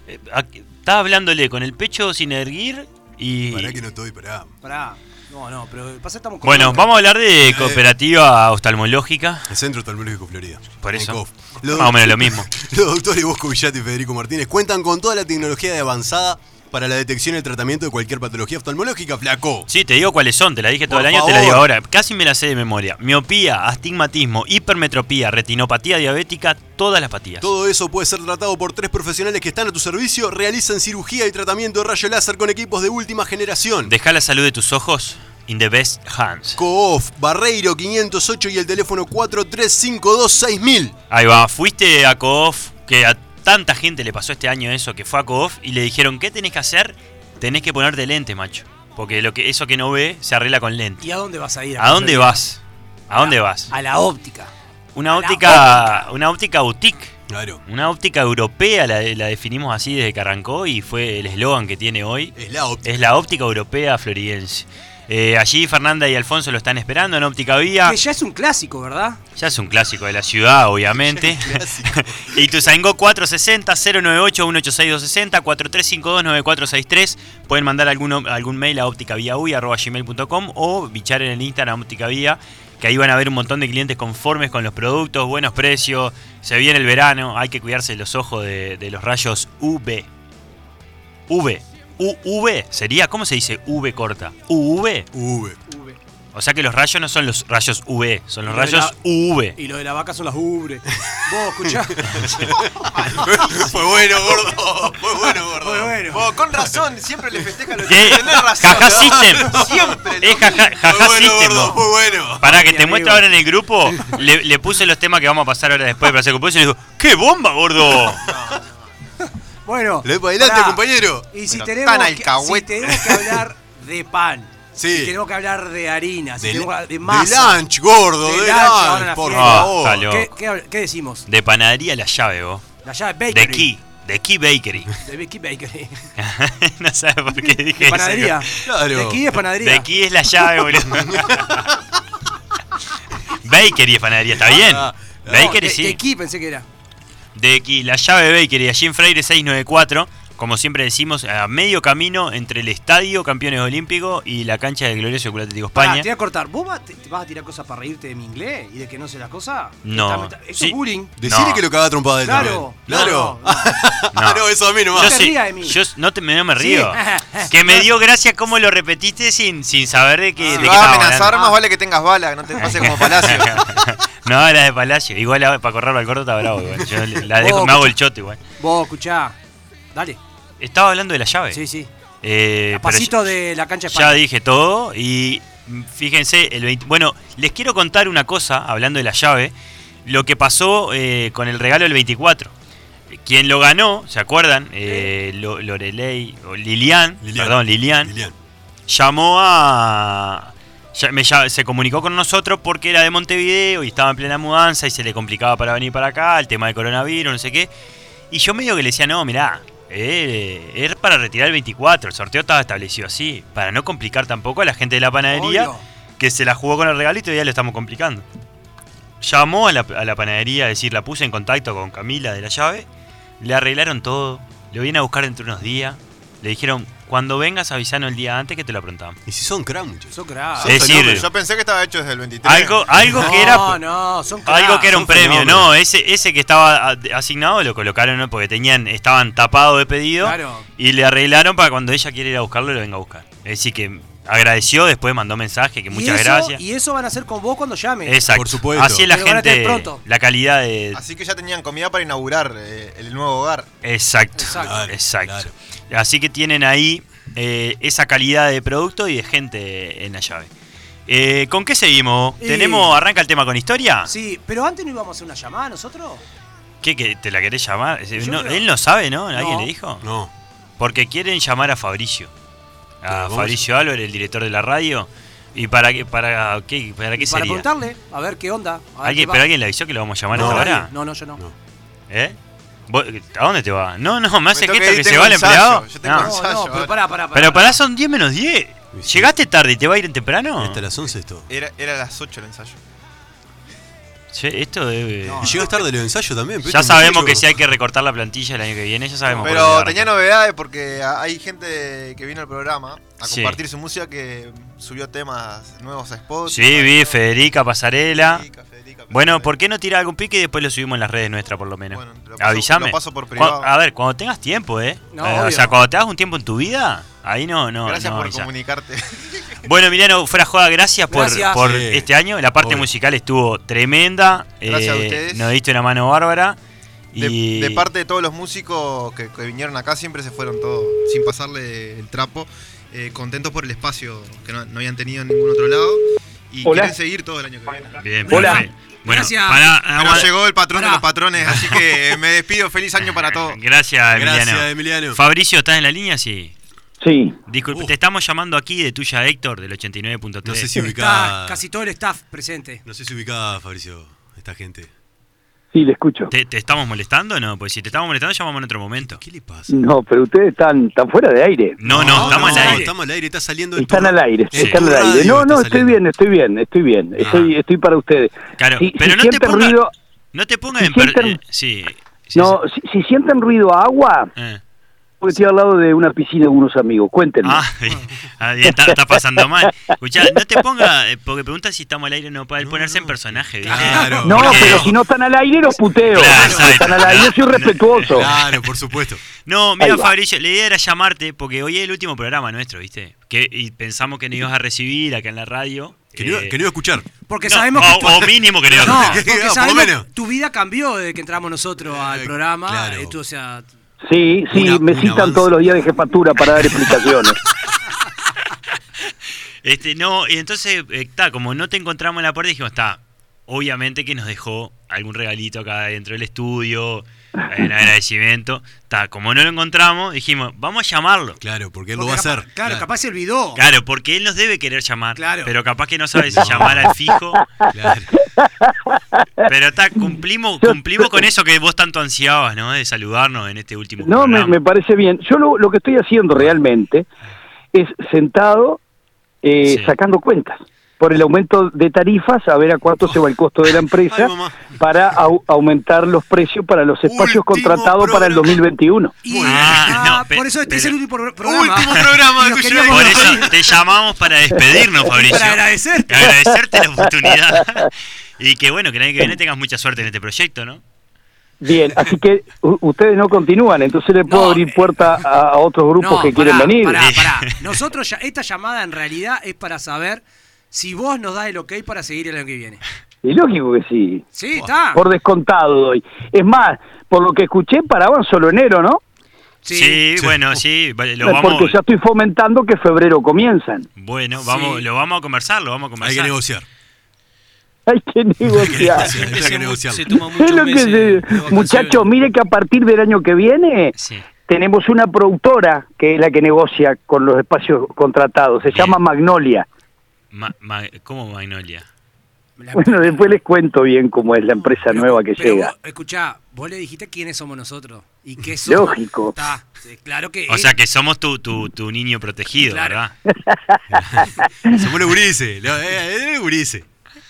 Speaker 4: eh, aquí- estaba hablándole con el pecho sin erguir y...
Speaker 3: Pará que no estoy, pará.
Speaker 2: Pará. No, no, pero pasa que estamos comiendo.
Speaker 4: Bueno, vamos a hablar de cooperativa oftalmológica.
Speaker 3: Eh, El Centro Oftalmológico Florida.
Speaker 4: Por
Speaker 3: En
Speaker 4: eso.
Speaker 3: Cof.
Speaker 4: Más o menos lo mismo.
Speaker 3: Los doctores Bosco Villate y Federico Martínez cuentan con toda la tecnología de avanzada para la detección y el tratamiento de cualquier patología oftalmológica, flaco.
Speaker 4: Sí, te digo cuáles son, te la dije todo
Speaker 3: Por
Speaker 4: el año, te la digo
Speaker 3: favor.
Speaker 4: ahora. Casi me la sé de memoria. Miopía, astigmatismo, hipermetropía, retinopatía diabética, todas las patías.
Speaker 3: Todo eso puede ser tratado por tres profesionales que están a tu servicio, realizan cirugía y tratamiento de rayo láser con equipos de última generación.
Speaker 4: Deja la salud de tus ojos in the best hands.
Speaker 3: Coof, Barreiro 508 y el teléfono 43526000.
Speaker 4: Ahí va, fuiste a COOF, que a tanta gente le pasó este año eso, que fue a COOF y le dijeron, ¿qué tenés que hacer? Tenés que ponerte lentes, macho. Porque lo que, eso que no ve se arregla con lentes.
Speaker 2: ¿Y a dónde vas a ir?
Speaker 4: ¿A dónde vas? ¿A dónde vas?
Speaker 2: A la óptica.
Speaker 4: Una
Speaker 2: a la
Speaker 4: óptica, una óptica boutique.
Speaker 3: Claro.
Speaker 4: Una óptica europea la, la definimos así desde que arrancó y fue el eslogan que tiene hoy.
Speaker 3: Es la óptica.
Speaker 4: Es la óptica europea floridense. Eh, allí Fernanda y Alfonso lo están esperando en Óptica Vía.
Speaker 2: Que ya es un clásico, ¿verdad?
Speaker 4: Ya es un clásico de la ciudad, obviamente. y tu 460 098 186 260 4352 9463. Pueden mandar alguno, algún mail a gmail.com o bichar en el Instagram ópticavía, que ahí van a ver un montón de clientes conformes con los productos, buenos precios. Se viene el verano, hay que cuidarse los ojos de, de los rayos UV. V. UV sería, ¿cómo se dice V corta? UV.
Speaker 3: V.
Speaker 4: O sea que los rayos no son los rayos V, son los
Speaker 2: Lo de la-
Speaker 4: rayos UV.
Speaker 2: Y lo de la vaca son las ubres. Vos, escuchá.
Speaker 3: Fue bueno, gordo. Fue bueno, gordo.
Speaker 2: Muy bueno.
Speaker 5: Oh, con razón, siempre le festejan los
Speaker 4: ¿Qué?
Speaker 5: Tenés razón.
Speaker 4: Jaja System.
Speaker 5: Siempre.
Speaker 4: Es jaja,
Speaker 3: Fue
Speaker 4: jaja
Speaker 3: bueno,
Speaker 4: System. vos.
Speaker 3: gordo. Fue bueno.
Speaker 4: Pará, que
Speaker 2: Mi
Speaker 4: te
Speaker 2: amigo.
Speaker 4: muestro ahora en el grupo. Le, le puse los temas que vamos a pasar ahora después para hacer compuesto y le digo, ¡qué bomba, gordo!
Speaker 2: Bueno.
Speaker 3: Le doy para adelante,
Speaker 2: pará.
Speaker 3: Pues compañero.
Speaker 2: Y si
Speaker 5: Pero
Speaker 2: tenemos,
Speaker 5: tan
Speaker 2: que, si
Speaker 5: alcahuete.
Speaker 2: tenemos que hablar de pan,
Speaker 3: Sí.
Speaker 2: si tenemos que hablar de harina, si
Speaker 3: De,
Speaker 2: tenemos que hablar de
Speaker 3: de
Speaker 2: masa,
Speaker 3: lunch, gordo.
Speaker 2: de
Speaker 3: De,
Speaker 2: lunch, ahora en la
Speaker 3: lunch, por
Speaker 2: fiesta.
Speaker 4: Ah,
Speaker 3: favor.
Speaker 4: salió.
Speaker 2: ¿Qué, qué habl- qué decimos?
Speaker 4: De panadería la llave, vos.
Speaker 2: La llave Bakery.
Speaker 4: De Key. De Key Bakery.
Speaker 2: De Key Bakery.
Speaker 4: no sabes por qué dije
Speaker 2: De
Speaker 4: eso.
Speaker 2: panadería.
Speaker 3: Claro.
Speaker 2: De Key es panadería.
Speaker 4: De Key es la llave, boludo. Bakery es panadería, está bien.
Speaker 3: Ah,
Speaker 2: No,
Speaker 4: Bakery
Speaker 2: de-
Speaker 4: sí.
Speaker 2: De Key pensé que era.
Speaker 4: de aquí, la llave Bakery, allí en Freire 694. Como siempre decimos, a medio camino entre el estadio Campeones Olímpicos y la cancha del glorioso Club Atlético
Speaker 2: Pará,
Speaker 4: España.
Speaker 2: te voy a cortar. ¿Vos vas, te- te vas a tirar cosas para reírte de mi inglés y de que no sé las cosas?
Speaker 4: No.
Speaker 2: Esta meta- Eso
Speaker 4: Sí.
Speaker 2: es bullying.
Speaker 3: Decirle
Speaker 4: No.
Speaker 3: que lo caga trompada él
Speaker 2: Claro.
Speaker 3: también. Claro.
Speaker 2: No, no,
Speaker 3: Ah, no, eso a mí nomás.
Speaker 4: yo
Speaker 2: te
Speaker 4: sí-
Speaker 2: rías de mí.
Speaker 4: yo s- no, te, no me río.
Speaker 2: Sí.
Speaker 4: que me dio gracia cómo lo repetiste sin, sin saber de
Speaker 2: Ah.
Speaker 4: qué,
Speaker 5: Si
Speaker 4: de
Speaker 3: Ah,
Speaker 4: qué
Speaker 5: vas a
Speaker 4: estaba
Speaker 5: amenazar,
Speaker 4: hablando.
Speaker 5: más Ah, vale que tengas bala, que no te pase como Palacio.
Speaker 4: no, la de Palacio. Igual la- para correr al gordo está bravo. Igual. Yo le- la dejo,
Speaker 2: Vos,
Speaker 4: me hago el chote igual.
Speaker 2: Vos, escuchá. Dale.
Speaker 4: Estaba hablando de la llave.
Speaker 2: Sí, sí.
Speaker 4: Eh,
Speaker 2: A
Speaker 4: pero
Speaker 2: pasito de la cancha de
Speaker 4: Ya
Speaker 2: España.
Speaker 4: dije todo y mm, fíjense, el 20 bueno, les quiero contar una cosa, hablando de la llave, lo que pasó eh, con el regalo del 24. Quien lo ganó, ¿se acuerdan? Eh, Lo- Lorelei, o Lilian,
Speaker 3: Lilian.
Speaker 4: perdón, Lilian,
Speaker 3: Lilian.
Speaker 4: llamó a... ya- me ll- se comunicó con nosotros porque era de Montevideo y estaba en plena mudanza y se le complicaba para venir para acá, el tema del coronavirus, no sé qué. Y yo medio que le decía, no, mirá, eh, es para retirar el 24, el sorteo estaba establecido así, para no complicar tampoco a la gente de la panadería
Speaker 2: Obvio.
Speaker 4: que se la jugó con el regalito y todavía lo estamos complicando. Llamó a la, a la panadería, es decir, la puse en contacto con Camila de la llave, le arreglaron todo, lo viene a buscar dentro de unos días, le dijeron, cuando vengas avisanos el día antes que te lo aprontamos.
Speaker 3: Y si son crack, muchachos.
Speaker 2: Son crack.
Speaker 4: Sí. Es decir-
Speaker 5: Fenómeno. yo pensé que estaba hecho desde el 23.
Speaker 4: Algo, algo
Speaker 2: no,
Speaker 4: que era...
Speaker 2: no, son crack.
Speaker 4: Algo Ah, que era un
Speaker 2: Son
Speaker 4: premio,
Speaker 2: fenómenos.
Speaker 4: no, ese, ese que estaba a- asignado lo colocaron ¿no? porque tenían, estaban tapados de pedido
Speaker 2: Claro.
Speaker 4: y le arreglaron para cuando ella quiere ir a buscarlo lo venga a buscar. Es decir que agradeció, después mandó mensaje que
Speaker 2: Y
Speaker 4: muchas
Speaker 2: eso-
Speaker 4: gracias.
Speaker 2: Y eso van a hacer con vos cuando llames.
Speaker 4: Exacto.
Speaker 3: Por supuesto.
Speaker 4: Así es la
Speaker 2: Pero van a
Speaker 4: gente,
Speaker 2: tener pronto.
Speaker 4: la calidad de...
Speaker 5: Así que ya tenían comida para inaugurar eh, el nuevo hogar.
Speaker 4: Exacto.
Speaker 2: Exacto.
Speaker 4: Exacto.
Speaker 3: Claro,
Speaker 4: Así que tienen ahí eh, esa calidad de producto y de gente en la llave. Eh, ¿Con qué seguimos?
Speaker 2: Y-
Speaker 4: ¿Tenemos, arranca el tema con historia?
Speaker 2: Sí, pero antes no íbamos a hacer una llamada nosotros.
Speaker 4: ¿Qué, qué, te la querés llamar? Eh,
Speaker 2: Yo
Speaker 4: no,
Speaker 2: creo-
Speaker 4: él no sabe, ¿no? ¿Alguien
Speaker 2: No.
Speaker 4: le dijo?
Speaker 3: No.
Speaker 4: Porque quieren llamar a Fabricio.
Speaker 3: Pero
Speaker 4: A
Speaker 3: vamos-
Speaker 4: Fabricio Álvarez, el director de la radio. ¿Y para qué, para qué, para qué
Speaker 2: para
Speaker 4: sería?
Speaker 2: preguntarle, a ver qué onda. a ver qué
Speaker 4: ¿Alguien,
Speaker 2: va.
Speaker 4: ¿Pero alguien le avisó que lo vamos a llamar
Speaker 3: No,
Speaker 4: hasta
Speaker 2: Nadie.
Speaker 4: ahora?
Speaker 2: No, no, yo no.
Speaker 3: No.
Speaker 4: ¿Eh? ¿Vos- ¿A dónde te va? No, no, me hace
Speaker 5: toca
Speaker 4: que esto
Speaker 5: ir,
Speaker 4: que
Speaker 5: tengo
Speaker 4: se va el
Speaker 5: ensayo,
Speaker 4: empleado.
Speaker 5: yo tengo
Speaker 4: No.
Speaker 5: ensayo.
Speaker 2: No, no, pero pará, pará, pará.
Speaker 4: Pero pará, son 10 menos 10.
Speaker 3: Sí.
Speaker 4: Llegaste tarde y te va a ir temprano.
Speaker 3: Hasta las 11 esto.
Speaker 5: Era, era a las 8 el ensayo.
Speaker 4: Che, esto debe.
Speaker 2: No.
Speaker 3: Y llegas tarde los ensayos también. pero
Speaker 4: Ya
Speaker 3: este
Speaker 4: sabemos
Speaker 3: muchacho-
Speaker 4: que si hay que recortar la plantilla el año que viene, ya sabemos. por dónde
Speaker 5: Pero
Speaker 4: arranca.
Speaker 5: tenía novedades porque a- hay gente que vino al programa a
Speaker 4: Sí.
Speaker 5: compartir su música que subió temas nuevos a Spotify.
Speaker 4: Sí, vi Federica Pasarela.
Speaker 5: Federica, Federica. critica. pero-
Speaker 4: Bueno, ¿por qué no tirar algún pique y después lo subimos en las redes nuestras por lo menos?
Speaker 5: Bueno, te lo paso-
Speaker 4: Avísame.
Speaker 5: lo paso por
Speaker 4: Cua-
Speaker 5: privado.
Speaker 4: A ver, cuando tengas tiempo, ¿eh?
Speaker 2: No,
Speaker 4: Eh, o
Speaker 2: obvio.
Speaker 4: sea, cuando te hagas un tiempo en tu vida, ahí no, no.
Speaker 5: Gracias
Speaker 4: no
Speaker 5: por
Speaker 4: avisá.
Speaker 5: comunicarte.
Speaker 4: Bueno, Emiliano, fuera joda, gracias por,
Speaker 2: Gracias.
Speaker 4: por
Speaker 3: Sí.
Speaker 4: este año. La parte
Speaker 3: Obvio.
Speaker 4: musical estuvo tremenda.
Speaker 5: Gracias a
Speaker 4: Eh,
Speaker 5: ustedes.
Speaker 4: Nos diste una mano bárbara.
Speaker 5: De,
Speaker 4: Y
Speaker 5: de parte de todos los músicos que, que vinieron acá, siempre se fueron todos, sin pasarle el trapo. Eh, contentos por el espacio que no, no habían tenido en ningún otro lado. Y
Speaker 7: Hola.
Speaker 5: quieren seguir todo el año que viene.
Speaker 4: Bien,
Speaker 7: Hola.
Speaker 4: perfecto. Bueno,
Speaker 2: Gracias.
Speaker 4: pará,
Speaker 5: Pero
Speaker 4: aguanta-
Speaker 5: llegó el patrón de
Speaker 2: Pará.
Speaker 5: los patrones, así que me despido. Feliz año para todos.
Speaker 4: Gracias, Emiliano.
Speaker 3: Gracias, Emiliano.
Speaker 4: Fabricio, ¿estás en la línea? Sí.
Speaker 8: Sí,
Speaker 4: Disculpe,
Speaker 3: Uh.
Speaker 4: te estamos llamando aquí de tuya, Héctor, del 89.3.
Speaker 3: No sé si
Speaker 2: Está
Speaker 3: ubicaba.
Speaker 2: casi todo el staff presente.
Speaker 3: No sé si ubicaba, Fabricio, esta gente.
Speaker 8: sí, le escucho.
Speaker 4: ¿Te, te estamos molestando o no? Pues si te estamos molestando, llamamos en otro momento.
Speaker 3: ¿Qué le pasa?
Speaker 8: No, pero ustedes están, están fuera de aire.
Speaker 4: No, no,
Speaker 3: Ah,
Speaker 4: estamos
Speaker 2: no,
Speaker 4: al aire.
Speaker 3: Estamos al aire, está saliendo de
Speaker 8: Están
Speaker 3: tu-
Speaker 8: al aire,
Speaker 3: de tu
Speaker 8: están al aire.
Speaker 3: radio
Speaker 8: No, no,
Speaker 3: está
Speaker 8: estoy
Speaker 3: saliendo.
Speaker 8: bien, estoy bien, estoy bien. Estoy, estoy para ustedes.
Speaker 4: Ah. Claro,
Speaker 8: Si-
Speaker 4: pero
Speaker 8: si
Speaker 4: no, te
Speaker 8: sienten
Speaker 4: ponga-
Speaker 8: ruido-
Speaker 4: no te pongas
Speaker 8: si
Speaker 4: en. per-
Speaker 8: sienten-
Speaker 4: eh, sí, sí,
Speaker 8: No, si, si sienten ruido a agua,
Speaker 4: sí. Eh.
Speaker 8: porque estoy al lado de una piscina con unos amigos. Cuéntenme.
Speaker 4: Ah, bien, Ah, bien, está, está pasando mal. Escuchá, no te ponga. eh, Porque pregunta si estamos al aire o no. Para
Speaker 3: No,
Speaker 4: ponerse en
Speaker 3: no.
Speaker 4: personaje, ¿viste?
Speaker 3: Claro.
Speaker 8: no,
Speaker 4: porque-
Speaker 8: pero si no están al aire, los puteo.
Speaker 4: Claro,
Speaker 8: Si están al aire, yo soy respetuoso.
Speaker 3: Claro, por supuesto.
Speaker 4: No, mira,
Speaker 8: Ahí va.
Speaker 4: Fabricio, la idea era llamarte porque hoy es el último programa nuestro, ¿viste? Que, y pensamos que no ibas a recibir acá en la radio.
Speaker 3: Que no,
Speaker 4: eh,
Speaker 3: que no iba a escuchar. Ah,
Speaker 2: Porque
Speaker 4: no,
Speaker 2: sabemos que.
Speaker 4: o,
Speaker 2: tu-
Speaker 4: o mínimo que no ibas a
Speaker 2: No,
Speaker 4: escuchar.
Speaker 3: Por
Speaker 2: porque
Speaker 3: lo
Speaker 2: sabemos
Speaker 3: menos.
Speaker 2: tu vida cambió desde que entramos nosotros al
Speaker 3: Eh,
Speaker 2: programa.
Speaker 3: claro.
Speaker 2: eh, tú, o sea,
Speaker 8: Sí, sí,
Speaker 3: Una-
Speaker 8: me
Speaker 3: un
Speaker 8: citan
Speaker 3: avance.
Speaker 8: todos los días de jefatura para dar explicaciones.
Speaker 4: Este, no, y entonces, está, como no te encontramos en la puerta, dijimos, está, obviamente que nos dejó algún regalito acá dentro del estudio, en agradecimiento. Está, como no lo encontramos, dijimos, vamos a llamarlo.
Speaker 3: Claro, porque él
Speaker 2: porque
Speaker 3: lo va a
Speaker 2: capaz-
Speaker 3: hacer.
Speaker 2: Claro, capaz se olvidó.
Speaker 4: Claro, porque él nos debe querer llamar,
Speaker 2: Claro.
Speaker 4: pero capaz que no sabe si llamar al fijo.
Speaker 3: Claro.
Speaker 4: Pero está, cumplimos, cumplimos con eso que vos tanto ansiabas, ¿no? De saludarnos en este último
Speaker 8: No, me,
Speaker 4: programa.
Speaker 8: me parece bien. Yo lo, lo que estoy haciendo realmente es sentado eh,
Speaker 4: Sí.
Speaker 8: sacando cuentas por el aumento de tarifas, a ver a cuánto se va el costo de la empresa
Speaker 3: Ay, mamá.
Speaker 8: para au- aumentar los precios para los espacios
Speaker 3: Último
Speaker 8: contratados para el
Speaker 3: programa.
Speaker 8: 2021.
Speaker 2: Y,
Speaker 3: Muy
Speaker 4: bien.
Speaker 2: ah,
Speaker 4: No, pe-
Speaker 2: por eso este es el
Speaker 4: pero-
Speaker 2: último pro- programa.
Speaker 3: Último programa
Speaker 2: Y
Speaker 3: de
Speaker 2: nos
Speaker 3: Cuyo.
Speaker 2: queríamos
Speaker 4: Por
Speaker 2: despedir.
Speaker 4: eso te llamamos para despedirnos, Fabricio.
Speaker 2: Para agradecerte.
Speaker 4: Agradecerte la oportunidad. Y que bueno, que el año que viene tengas mucha suerte en este proyecto, ¿no?
Speaker 8: Bien, así que u- ustedes no continúan, entonces le puedo
Speaker 2: No, eh,
Speaker 8: abrir puerta a, a otros grupos
Speaker 2: No,
Speaker 8: que
Speaker 2: pará,
Speaker 8: quieren venir.
Speaker 2: pará, pará. Nosotros ya, esta llamada en realidad es para saber si vos nos das el ok para seguir el año que viene.
Speaker 8: Y lógico que sí,
Speaker 2: Sí, está.
Speaker 8: por descontado doy. Es más, por lo que escuché, paraban solo enero, ¿no?
Speaker 4: Sí, bueno, sí, vale, lo vamos.
Speaker 8: Porque ya estoy fomentando que febrero comienzan.
Speaker 4: Bueno, vamos,
Speaker 2: Sí.
Speaker 4: lo vamos a conversar, lo vamos a
Speaker 3: Hay que
Speaker 4: conversar.
Speaker 3: negociar.
Speaker 8: Hay que negociar.
Speaker 3: Sí,
Speaker 6: Siempre
Speaker 3: hay que
Speaker 6: se, mu-
Speaker 3: negociar.
Speaker 6: se toma
Speaker 8: Es
Speaker 6: muchos
Speaker 8: lo que
Speaker 6: meses de
Speaker 8: se...
Speaker 6: vacaciones.
Speaker 8: Muchachos, mire que a partir del año que viene
Speaker 4: Sí.
Speaker 8: tenemos una productora que es la que negocia con los espacios contratados. Se
Speaker 4: Bien.
Speaker 8: llama Magnolia.
Speaker 4: Ma- ma- ¿Cómo Magnolia?
Speaker 2: La-
Speaker 8: Bueno, después les cuento bien cómo es la empresa
Speaker 2: Pero-
Speaker 8: nueva que
Speaker 2: pero
Speaker 8: llega.
Speaker 2: vos- escuchá, vos le dijiste quiénes somos nosotros y qué somos.
Speaker 8: Lógico.
Speaker 2: Está, sí, claro que.
Speaker 4: O
Speaker 2: es-
Speaker 4: sea que somos tu, tu, tu niño protegido,
Speaker 2: Claro.
Speaker 4: ¿verdad?
Speaker 3: Somos los gurises. lo- eh, eh, gurises.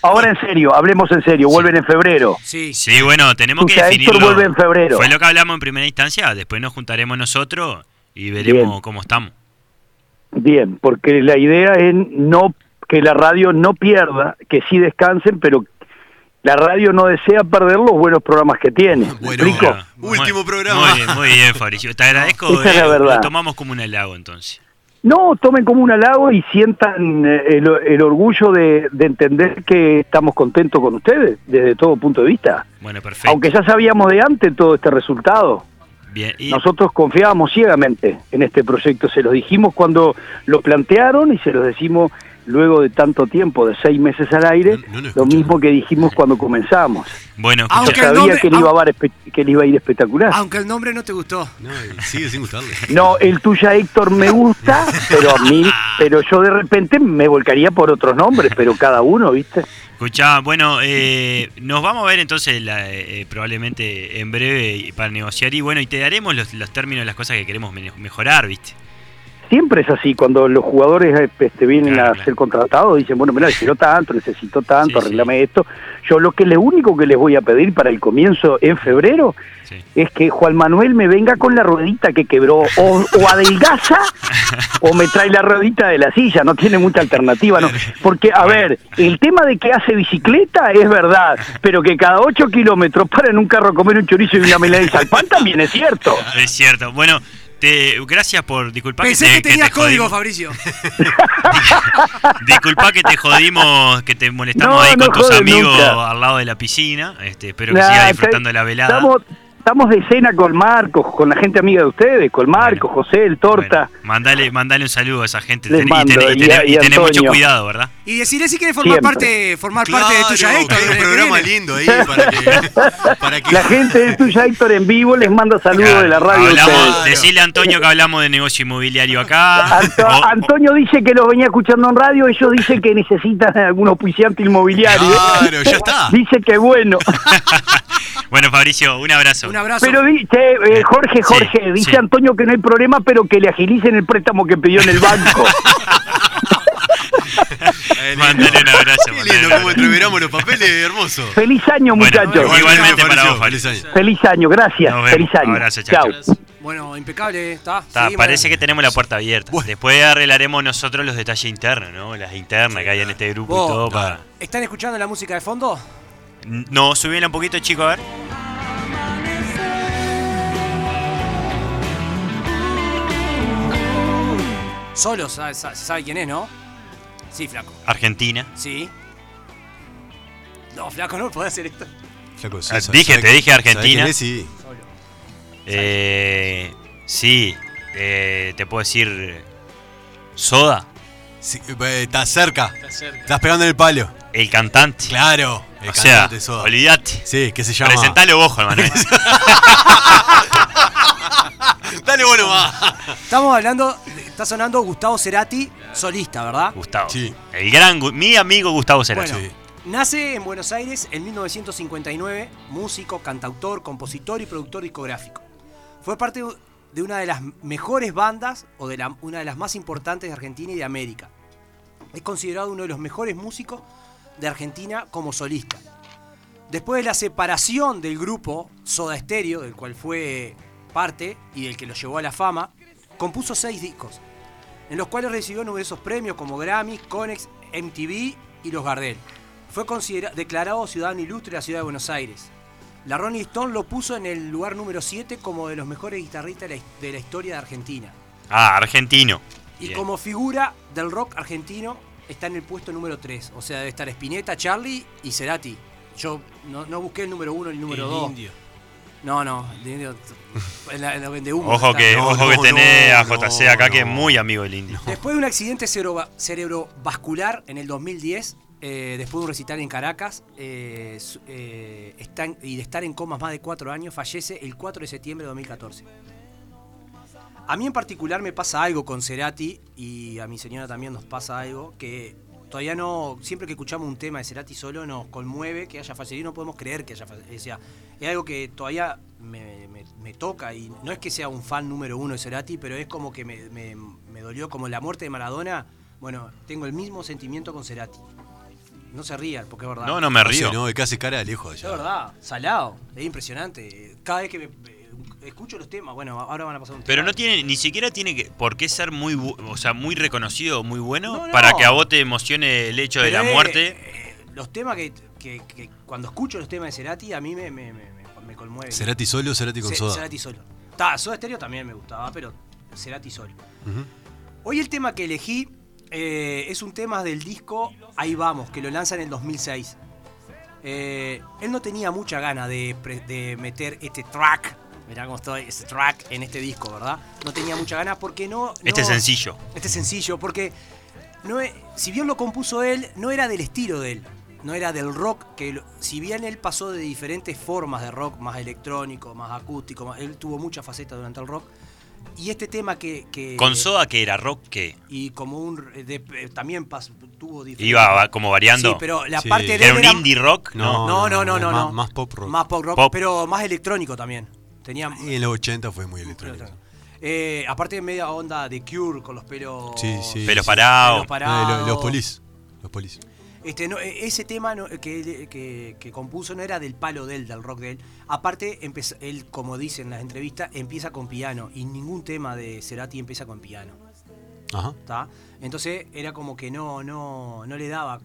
Speaker 8: Ahora en serio, hablemos en serio. Vuelven en febrero.
Speaker 2: Sí.
Speaker 4: Sí, bueno, tenemos que
Speaker 8: O sea,
Speaker 4: definirlo.
Speaker 8: Héctor vuelve en febrero.
Speaker 4: Fue lo que hablamos en primera instancia, después nos juntaremos nosotros y veremos
Speaker 8: Bien.
Speaker 4: cómo estamos.
Speaker 8: Bien, porque la idea es no que la radio no pierda, que sí descansen, pero la radio no desea perder los buenos programas que tiene. ¿Me
Speaker 3: Bueno,
Speaker 8: explico?
Speaker 3: ahora. Último
Speaker 4: Muy-
Speaker 3: programa.
Speaker 4: Muy bien, muy bien, Fabricio. Te agradezco.
Speaker 8: Esa es la
Speaker 4: eh, Lo
Speaker 8: verdad.
Speaker 4: tomamos como un halago entonces.
Speaker 8: No, tomen como un halago y sientan eh, el, el orgullo de, de entender que estamos contentos con ustedes desde todo punto de vista.
Speaker 4: Bueno, perfecto.
Speaker 8: Aunque ya sabíamos de antes todo este resultado.
Speaker 4: Bien, y-
Speaker 8: Nosotros confiábamos ciegamente en este proyecto, se los dijimos cuando lo plantearon y se los decimos luego de tanto tiempo, de seis meses al aire,
Speaker 3: No, no lo
Speaker 8: lo
Speaker 3: escuchamos.
Speaker 8: mismo que dijimos cuando comenzamos.
Speaker 4: bueno, escucha,
Speaker 8: Yo
Speaker 2: Aunque el
Speaker 8: sabía
Speaker 2: nombre-
Speaker 8: que, le iba a dar espe- que le iba a ir espectacular.
Speaker 2: Aunque el nombre no te gustó.
Speaker 3: No, eh, sigue sin gustarle.
Speaker 8: No, el tuya Héctor me gusta, pero a mí, pero yo de repente me volcaría por otros nombres, pero cada uno, ¿viste?
Speaker 4: escuchá, bueno, eh, nos vamos a ver entonces la- eh, eh, probablemente en breve y- para negociar y bueno, y te daremos los, los términos de las cosas que queremos me- mejorar, ¿viste?
Speaker 8: siempre es así, cuando los jugadores este, vienen
Speaker 4: Claro,
Speaker 8: a
Speaker 4: claro.
Speaker 8: ser contratados, dicen, bueno, mira, quiero tanto, necesito tanto,
Speaker 4: Sí, sí.
Speaker 8: arreglame esto. Yo lo que lo único que les voy a pedir para el comienzo en febrero
Speaker 4: Sí.
Speaker 8: es que Juan Manuel me venga con la ruedita que quebró, o, o adelgaza, o me trae la ruedita de la silla, no tiene mucha alternativa, ¿no? Porque, a ver, el tema de que hace bicicleta es verdad, pero que cada 8 kilómetros para en un carro a comer un chorizo y una melada de salpán también es cierto.
Speaker 4: Es cierto. Bueno, te, gracias por disculpar
Speaker 2: Pensé que tenías código,
Speaker 4: jodimos.
Speaker 2: Fabricio.
Speaker 4: Disculpa que te jodimos, que te molestamos
Speaker 8: No,
Speaker 4: ahí
Speaker 8: no
Speaker 4: con tus
Speaker 8: joden
Speaker 4: amigos
Speaker 8: nunca.
Speaker 4: al lado de la piscina. Este, espero que
Speaker 8: Nah,
Speaker 4: sigas
Speaker 8: está-
Speaker 4: disfrutando de la velada.
Speaker 8: Estamos, estamos de cena con Marcos, con la gente amiga de ustedes, con Marcos, José, el Torta.
Speaker 4: Bueno, mandale, mandale un saludo a esa gente.
Speaker 8: Les
Speaker 4: Ten- y
Speaker 8: mando,
Speaker 4: tenés- y
Speaker 8: y
Speaker 4: tenés-
Speaker 8: a- y
Speaker 4: y tenés mucho
Speaker 8: Antonio.
Speaker 4: cuidado, ¿verdad?
Speaker 2: Y decirle si quiere formar
Speaker 8: Siempre.
Speaker 2: parte, formar
Speaker 3: Claro,
Speaker 2: parte de tuya Héctor,
Speaker 3: que hay un
Speaker 2: desde que
Speaker 3: programa
Speaker 2: viene.
Speaker 3: lindo ahí para que. Para que
Speaker 8: La gente de Tuya Héctor en vivo les manda saludos
Speaker 4: Claro,
Speaker 8: de la radio. a
Speaker 4: hablamos-
Speaker 8: ustedes.
Speaker 4: Decile a Antonio que hablamos de negocio inmobiliario acá.
Speaker 8: Anto-
Speaker 4: O- o-
Speaker 8: Antonio dice que los venía escuchando en radio, ellos dicen que necesitan algún auspiciante inmobiliario.
Speaker 3: Claro, ya está.
Speaker 8: Dice que bueno.
Speaker 4: bueno, Fabricio, un abrazo.
Speaker 2: Un abrazo.
Speaker 8: Pero dice, eh, Jorge,
Speaker 4: Sí,
Speaker 8: Jorge, dice
Speaker 4: sí.
Speaker 8: Antonio que no hay problema, pero que le agilicen el préstamo que pidió en el banco.
Speaker 4: Mandale un abrazo.
Speaker 3: Qué
Speaker 4: mandale
Speaker 3: lindo
Speaker 4: un
Speaker 3: cómo
Speaker 4: abrazo.
Speaker 3: entreveramos los papeles, hermoso.
Speaker 8: Feliz año,
Speaker 4: Bueno,
Speaker 8: muchachos.
Speaker 4: bueno, Igualmente
Speaker 3: Feliz
Speaker 4: para
Speaker 3: año,
Speaker 4: vos, Fabriz.
Speaker 3: feliz año.
Speaker 8: Feliz año, gracias.
Speaker 4: Nos vemos.
Speaker 8: Feliz año.
Speaker 4: Abrazo, chau,
Speaker 8: Chau.
Speaker 2: Bueno, impecable, ¿eh? está.
Speaker 4: Está,
Speaker 2: seguimos.
Speaker 4: parece que tenemos la puerta abierta.
Speaker 3: Bueno.
Speaker 4: Después arreglaremos nosotros los detalles internos, ¿no? Las internas que hay en este grupo
Speaker 2: Vos,
Speaker 4: y todo
Speaker 2: no.
Speaker 4: para.
Speaker 2: ¿Están escuchando la música de fondo?
Speaker 4: No, subíla un poquito, chico, a ver.
Speaker 2: Solo sa- sa- se sabe quién es, ¿no? Sí, flaco.
Speaker 4: Argentina.
Speaker 2: Sí. No, flaco, no puede hacer esto.
Speaker 3: Flaco, sí,
Speaker 4: Ah,
Speaker 3: sabe-
Speaker 4: dije,
Speaker 3: sabe-
Speaker 4: te dije
Speaker 3: sabe quién
Speaker 4: Argentina.
Speaker 3: es, Sí.
Speaker 2: Solo.
Speaker 4: Eh, sí, eh, te puedo decir. Soda,
Speaker 3: Sí, eh, Estás cerca.
Speaker 6: Está cerca.
Speaker 3: Estás pegando en el palo.
Speaker 4: el cantante.
Speaker 3: Claro. El
Speaker 4: o sea,
Speaker 3: cantante Soda.
Speaker 4: olvídate.
Speaker 3: Sí, que se llama.
Speaker 4: Presentalo vos, hermano.
Speaker 3: Dale vos nomás.
Speaker 2: Estamos hablando, está sonando Gustavo Cerati, solista, ¿verdad?
Speaker 4: Gustavo.
Speaker 3: Sí.
Speaker 4: El gran, Gu- mi amigo Gustavo Cerati.
Speaker 2: Bueno,
Speaker 3: Sí.
Speaker 2: nace en Buenos Aires en 1959, músico, cantautor, compositor y productor discográfico. Fue parte de una de las mejores bandas o de la- una de las más importantes de Argentina y de América. Es considerado uno de los mejores músicos de Argentina como solista. Después de la separación del grupo Soda Stereo, del cual fue parte y del que lo llevó a la fama, compuso seis discos, en los cuales recibió numerosos premios como Grammy, Conex, MTV y Los Gardel. Fue considera- declarado ciudadano ilustre de la ciudad de Buenos Aires. La Ronnie Stone lo puso en el lugar número 7 como de los mejores guitarristas de la, de la historia de Argentina.
Speaker 4: Ah, argentino.
Speaker 2: Y
Speaker 4: Bien.
Speaker 2: como figura del rock argentino está en el puesto número 3. O sea, debe estar Spinetta, Charlie y Cerati. Yo no, no busqué el número 1 ni el
Speaker 6: El
Speaker 2: número 2.
Speaker 6: indio.
Speaker 2: No, no, el indio- en la, en la vende humo.
Speaker 4: Ojo
Speaker 2: está.
Speaker 4: que,
Speaker 3: No,
Speaker 4: ojo
Speaker 3: no,
Speaker 4: que tenés
Speaker 3: no,
Speaker 4: a JC
Speaker 3: no,
Speaker 4: acá que es
Speaker 3: no.
Speaker 4: muy amigo del indio.
Speaker 2: Después de un accidente cerebro- cerebrovascular en el 2010, eh, después de un recital en Caracas eh, su- eh, está en- y de estar en comas más de cuatro años, fallece el 4 de septiembre de 2014. A mí en particular me pasa algo con Cerati y a mi señora también nos pasa algo que todavía no, siempre que escuchamos un tema de Cerati solo nos conmueve que haya fallecido y no podemos creer que haya fallecido. O sea, es algo que todavía me, me- me toca y no es que sea un fan número uno de Cerati, pero es como que me, me- me dolió como la muerte de Maradona. Bueno, tengo el mismo sentimiento con Cerati. No se rían, porque es verdad.
Speaker 4: No, no me
Speaker 3: No sé,
Speaker 4: río.
Speaker 3: no, es que hace cara de lejos
Speaker 2: Es
Speaker 3: allá.
Speaker 2: verdad, salado, es impresionante. Cada vez que me- me- escucho los temas, bueno, ahora van a pasar un
Speaker 4: Pero
Speaker 2: tema.
Speaker 4: no tiene, ni siquiera tiene que, por qué ser muy, bu- o sea, muy reconocido, muy bueno,
Speaker 2: No, no.
Speaker 4: para que a vos te emocione el hecho de
Speaker 2: Pero,
Speaker 4: la
Speaker 2: eh,
Speaker 4: muerte.
Speaker 2: eh, los temas que, que- que cuando escucho los temas de Cerati, a mí me, me, me, me- me conmueve.
Speaker 3: Cerati solo o Cerati con
Speaker 2: Ce-
Speaker 3: soda.
Speaker 2: Cerati solo. Ta, Soda Stereo también me gustaba, pero Cerati solo.
Speaker 3: Ujú.
Speaker 2: Hoy el tema que elegí eh, es un tema del disco Ahí Vamos, que lo lanza en el 2006. Eh, él no tenía mucha gana de, pre- de meter este track, mirá cómo estoy, este track en este disco, ¿verdad? No tenía mucha ganas porque no...
Speaker 4: Este
Speaker 2: no-
Speaker 4: sencillo.
Speaker 2: este sencillo, porque no e- si bien lo compuso él, no era del estilo de él, no era del rock, que lo- si bien él pasó de diferentes formas de rock, más electrónico, más acústico, más- él tuvo muchas facetas durante el rock, y este tema que... que-
Speaker 4: Con Soda que era rock que
Speaker 2: Y como un... eh, de- eh, también pas- tuvo diferentes...
Speaker 4: iba va- como variando.
Speaker 2: Sí, pero la
Speaker 3: Sí.
Speaker 2: parte de
Speaker 4: era
Speaker 2: él
Speaker 4: un
Speaker 2: era-
Speaker 4: indie rock, ¿no?
Speaker 2: No, no, no, no.
Speaker 3: Más,
Speaker 2: no.
Speaker 3: más pop rock.
Speaker 2: Más pop rock,
Speaker 4: Pop.
Speaker 2: pero más electrónico también. Tenía...
Speaker 3: Y en los 80 fue muy electrónico.
Speaker 2: Eh, aparte de media onda de Cure con los pelos.
Speaker 3: Sí, sí.
Speaker 4: Pelos parados.
Speaker 2: pelos
Speaker 3: Eh,
Speaker 2: parados.
Speaker 3: lo- los polis. Los polis.
Speaker 2: Este, no, e- ese tema no- que, él- que- que compuso no era del palo de él, del rock de él. Aparte, empezó- él, como dice en las entrevistas, empieza con piano. Y ningún tema de Cerati empieza con piano.
Speaker 3: Ajá.
Speaker 2: ¿tá? Entonces era como que no, no, no le daba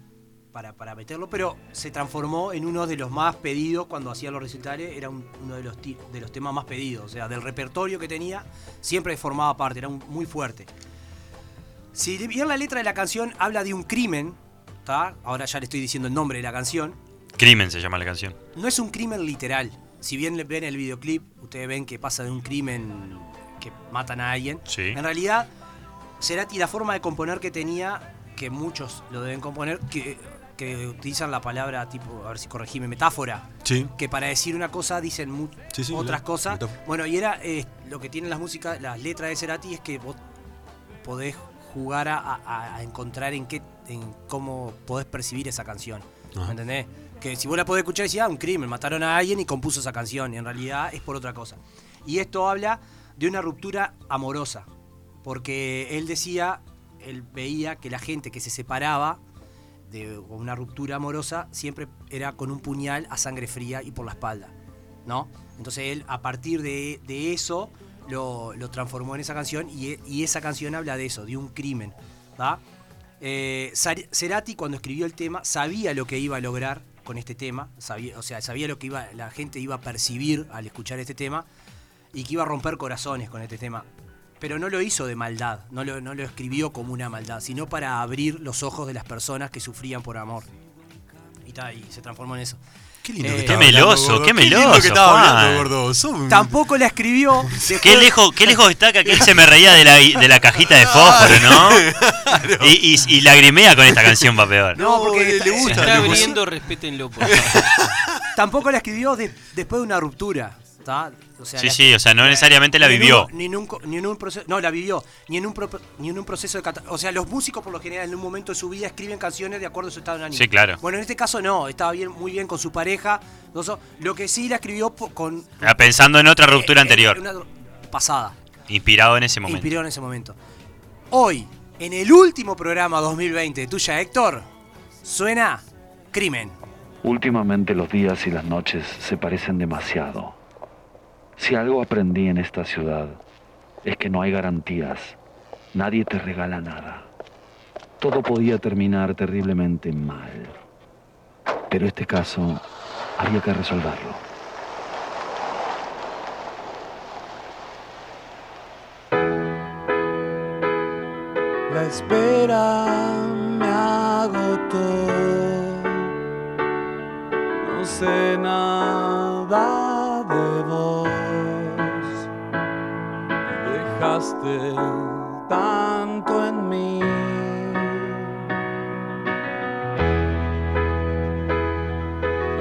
Speaker 2: para, para meterlo, pero se transformó en uno de los más pedidos cuando hacía los recitales. Era un- uno de los, ti- de los temas más pedidos. O sea, del repertorio que tenía, siempre formaba parte, era un- muy fuerte. Si bien la letra de la canción habla de un crimen, ¿tá? ahora ya le estoy diciendo el nombre de la canción,
Speaker 4: Crimen se llama la canción.
Speaker 2: no es un crimen literal. Si bien le- ven el videoclip, ustedes ven que pasa de un crimen que matan a alguien.
Speaker 4: Sí.
Speaker 2: En realidad, Cerati, la forma de componer que tenía, que muchos lo deben componer, que, que utilizan la palabra tipo, a ver si corregime, metáfora.
Speaker 3: Sí.
Speaker 2: Que para decir una cosa dicen mu-
Speaker 3: Sí, sí,
Speaker 2: otras
Speaker 3: la-
Speaker 2: cosas.
Speaker 3: metáfora.
Speaker 2: Bueno, y era eh, lo que tienen las músicas, las letras de Cerati es que vos podés jugar a, a- a encontrar en qué, en cómo podés percibir esa canción. ¿Me
Speaker 3: Ajá.
Speaker 2: entendés? Que si vos la podés escuchar decís, ah, un crimen, mataron a alguien y compuso esa canción. Y en realidad es por otra cosa. Y esto habla de una ruptura amorosa. Porque él decía, él veía que la gente que se separaba de una ruptura amorosa siempre era con un puñal a sangre fría y por la espalda. ¿no? Entonces él a partir de, de eso lo, lo transformó en esa canción y, e- y esa canción habla de eso, de un crimen. ¿da? Eh, Sar- Cerati cuando escribió el tema sabía lo que iba a lograr con este tema, sabía, o sea, sabía lo que iba, la gente iba a percibir al escuchar este tema y que iba a romper corazones con este tema. Pero no lo hizo de maldad, no lo, no lo escribió como una maldad, sino para abrir los ojos de las personas que sufrían por amor. Y, ta, y se transformó en eso.
Speaker 3: Qué lindo que
Speaker 2: Eh, qué
Speaker 3: estaba hablando,
Speaker 4: meloso,
Speaker 3: gordo.
Speaker 4: qué
Speaker 3: lindo que
Speaker 4: meloso,
Speaker 3: estaba
Speaker 4: Juan.
Speaker 3: hablando, gordo. Sos un-
Speaker 2: Tampoco la escribió. después-
Speaker 4: Qué lejos, qué lejos está que aquel se me reía de la, de la cajita de fósforo, ¿no? Y, y, y lagrimea con esta canción, va peor.
Speaker 2: No,
Speaker 3: No,
Speaker 2: porque
Speaker 3: le-
Speaker 2: esta-
Speaker 3: le
Speaker 6: Se
Speaker 3: gusta.
Speaker 6: está
Speaker 3: loco.
Speaker 6: abriendo, respétenlo, por favor.
Speaker 2: tampoco la escribió de- después de una ruptura. ¿tá? O sea,
Speaker 4: Sí,
Speaker 2: la-
Speaker 4: sí, o sea, no necesariamente la
Speaker 2: ni en
Speaker 4: vivió.
Speaker 2: un- ni, en un, co- ni en un proceso. No, la vivió. Ni en un, pro- ni en un proceso de. cata- O sea, los músicos, por lo general, en un momento de su vida escriben canciones de acuerdo a su estado de ánimo.
Speaker 4: Sí, claro.
Speaker 2: Bueno, en este caso no. Estaba bien, muy bien con su pareja. no so- Lo que sí la escribió po- con.
Speaker 4: Ah, Pensando en otra
Speaker 2: eh,
Speaker 4: ruptura anterior,
Speaker 2: una ru- pasada.
Speaker 4: inspirado en ese momento.
Speaker 2: Inspiró en ese momento. Hoy, en el último programa 2020 de tuya, Héctor, suena Crimen.
Speaker 9: Últimamente los días y las noches se parecen demasiado. Si algo aprendí en esta ciudad es que no hay garantías. Nadie te regala nada. Todo podía terminar terriblemente mal. Pero este caso había que resolverlo.
Speaker 1: La espera me agotó. No sé nada de vos. Dejaste tanto en mí.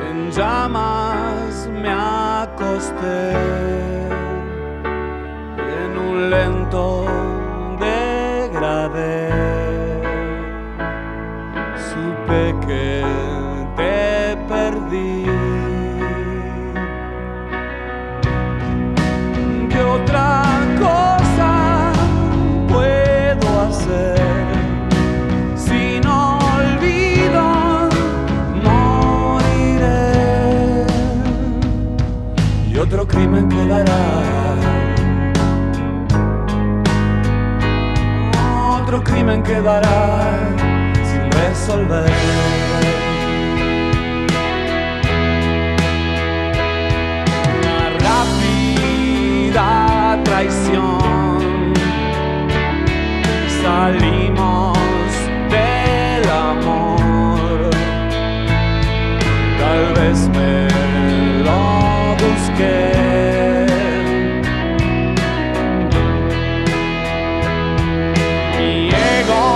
Speaker 1: En llamas me acosté en un lento degradé. Supe que te perdí. ¿Qué otra cosa puedo hacer? Sin olvido moriré y otro crimen quedará. otro crimen quedará sin resolver. Una rápida traición. Salimos del amor. Tal vez me lo busqué. Mi ego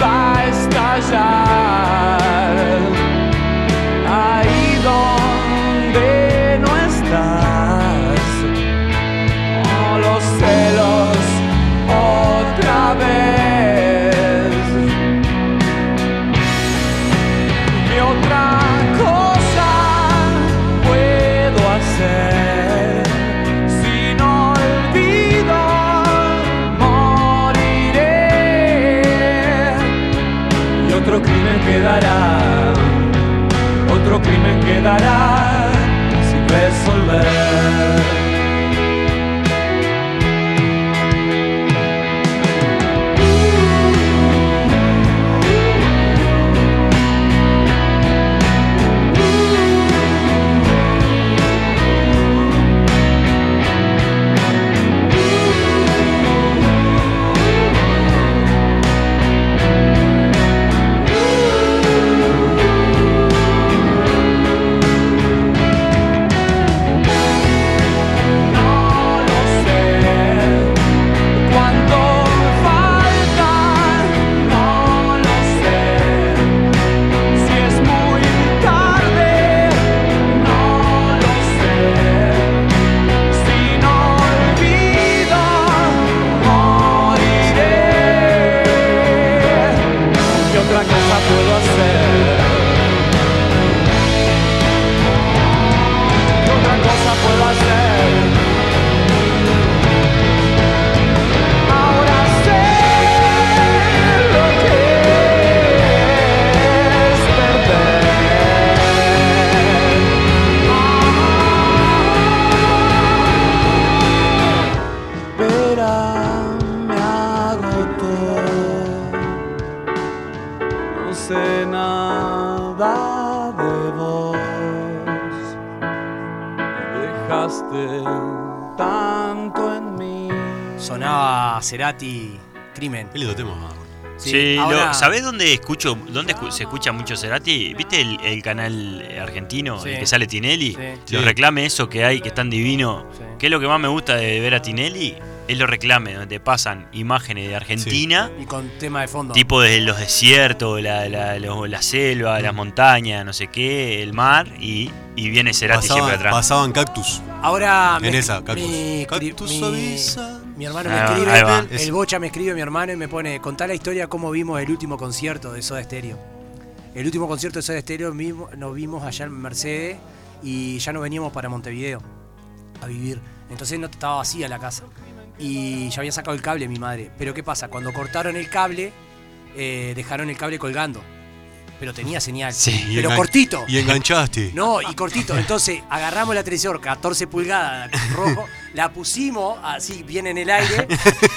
Speaker 1: va a estallar ahí donde no estás. Oh, los celos otra vez. ¿Qué otra cosa puedo hacer? dejaste Este, tanto en mí.
Speaker 2: Sonaba Cerati Crimen.
Speaker 3: Qué lindo tema, boludo.
Speaker 4: Sí, lo-
Speaker 2: ahora-
Speaker 4: ¿sabés dónde escucho, dónde escu- se escucha mucho Cerati? ¿Viste el, el canal eh, argentino
Speaker 2: Sí.
Speaker 4: en el que sale Tinelli?
Speaker 2: Sí.
Speaker 4: Los
Speaker 3: Sí.
Speaker 4: reclame eso que hay, que es tan divino.
Speaker 2: Sí.
Speaker 4: ¿Qué es lo que más me gusta de ver a Tinelli? Es los reclames, donde pasan imágenes de Argentina,
Speaker 2: Y con tema de fondo.
Speaker 4: tipo de los desiertos, la, la, los- la selva,
Speaker 2: Mm.
Speaker 4: las montañas, no sé qué, el mar, y, y viene Cerati siempre
Speaker 3: Pasaban,
Speaker 4: atrás.
Speaker 3: pasaban cactus.
Speaker 2: Ahora.
Speaker 3: En esa, Cactus.
Speaker 2: me escri-
Speaker 3: Cactus
Speaker 2: mi-
Speaker 3: avisa.
Speaker 2: Mi hermano me
Speaker 4: Ahí va,
Speaker 2: escribe.
Speaker 4: ahí va.
Speaker 2: El
Speaker 3: Ese.
Speaker 2: Bocha me escribe, mi hermano, y me pone: Contá la historia cómo vimos el último concierto de Soda Stereo. El último concierto de Soda Stereo mismo- nos vimos allá en Mercedes y ya no veníamos para Montevideo a vivir. Entonces no estaba vacía la casa. Y ya había sacado el cable mi madre. Pero ¿qué pasa? Cuando cortaron el cable, eh, dejaron el cable colgando. Pero tenía señal.
Speaker 4: Sí,
Speaker 3: Y
Speaker 2: pero
Speaker 3: engan-
Speaker 2: cortito.
Speaker 3: Y enganchaste.
Speaker 2: No, y cortito. Entonces agarramos el televisor 14 pulgadas rojo, la pusimos así bien en el aire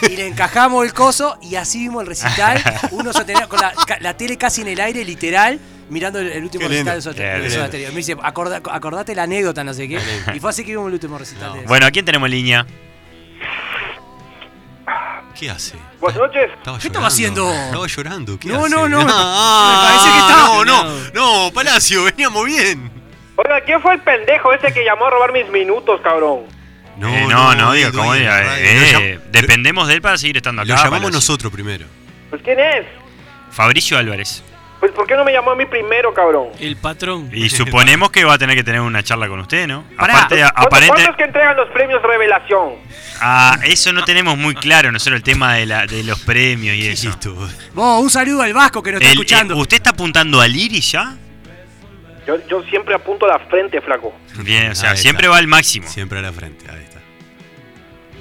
Speaker 2: y le encajamos el coso y así vimos el recital. Uno se tenía con la, ca- la tele casi en el aire, literal, mirando el, el último
Speaker 3: Qué
Speaker 2: recital
Speaker 3: lindo.
Speaker 2: de Soda
Speaker 4: Qué
Speaker 2: de Soda
Speaker 4: lindo.
Speaker 2: Stereo. Me dice, "Acorda- acordate la anécdota, no sé qué. Y fue así que vimos el último recital de
Speaker 4: Bueno, ¿a quién tenemos en línea?
Speaker 3: ¿Qué hace?
Speaker 7: Buenas noches.
Speaker 3: Estaba
Speaker 2: ¿Qué estaba
Speaker 3: llorando.
Speaker 2: haciendo?
Speaker 3: Estaba llorando. ¿Qué
Speaker 2: No,
Speaker 3: hace?
Speaker 2: no, no.
Speaker 3: Ah,
Speaker 2: Me parece que estaba-
Speaker 3: No, no, no, Palacio, veníamos bien.
Speaker 7: Oiga, ¿quién fue el pendejo ese que llamó a robar mis minutos, cabrón?
Speaker 4: Eh, No, no, digo,
Speaker 3: dueño
Speaker 4: ¿cómo
Speaker 3: de
Speaker 4: diga?
Speaker 3: la radio.
Speaker 4: Eh,
Speaker 3: Lo
Speaker 4: eh,
Speaker 3: llam-
Speaker 4: dependemos de él para seguir estando
Speaker 3: Lo
Speaker 4: acá.
Speaker 3: llamamos
Speaker 4: Palacio.
Speaker 3: nosotros primero.
Speaker 7: Pues ¿quién es?
Speaker 4: Fabricio Álvarez.
Speaker 7: Pues ¿por qué no me llamó a mí primero, cabrón?
Speaker 6: El
Speaker 3: Eh,
Speaker 6: patrón.
Speaker 4: Y suponemos que va a tener que tener una charla con usted, ¿no?
Speaker 2: Pará.
Speaker 4: Aparte,
Speaker 7: ¿Cuántos-
Speaker 4: aparente,
Speaker 7: ¿Cuántos que entregan los premios Revelación?
Speaker 4: ah, eso no tenemos muy claro nosotros el tema de, la, de los premios y
Speaker 3: ¿Qué
Speaker 4: eso.
Speaker 3: listo?
Speaker 2: Vos, un saludo al Vasco que nos está
Speaker 4: El-
Speaker 2: escuchando.
Speaker 4: eh, ¿Usted está apuntando al Iris ya?
Speaker 7: Yo, yo siempre apunto la frente, flaco.
Speaker 4: Bien, o sea,
Speaker 3: Ahí
Speaker 4: siempre
Speaker 3: está.
Speaker 4: va al máximo.
Speaker 3: Siempre a la frente, ahí está.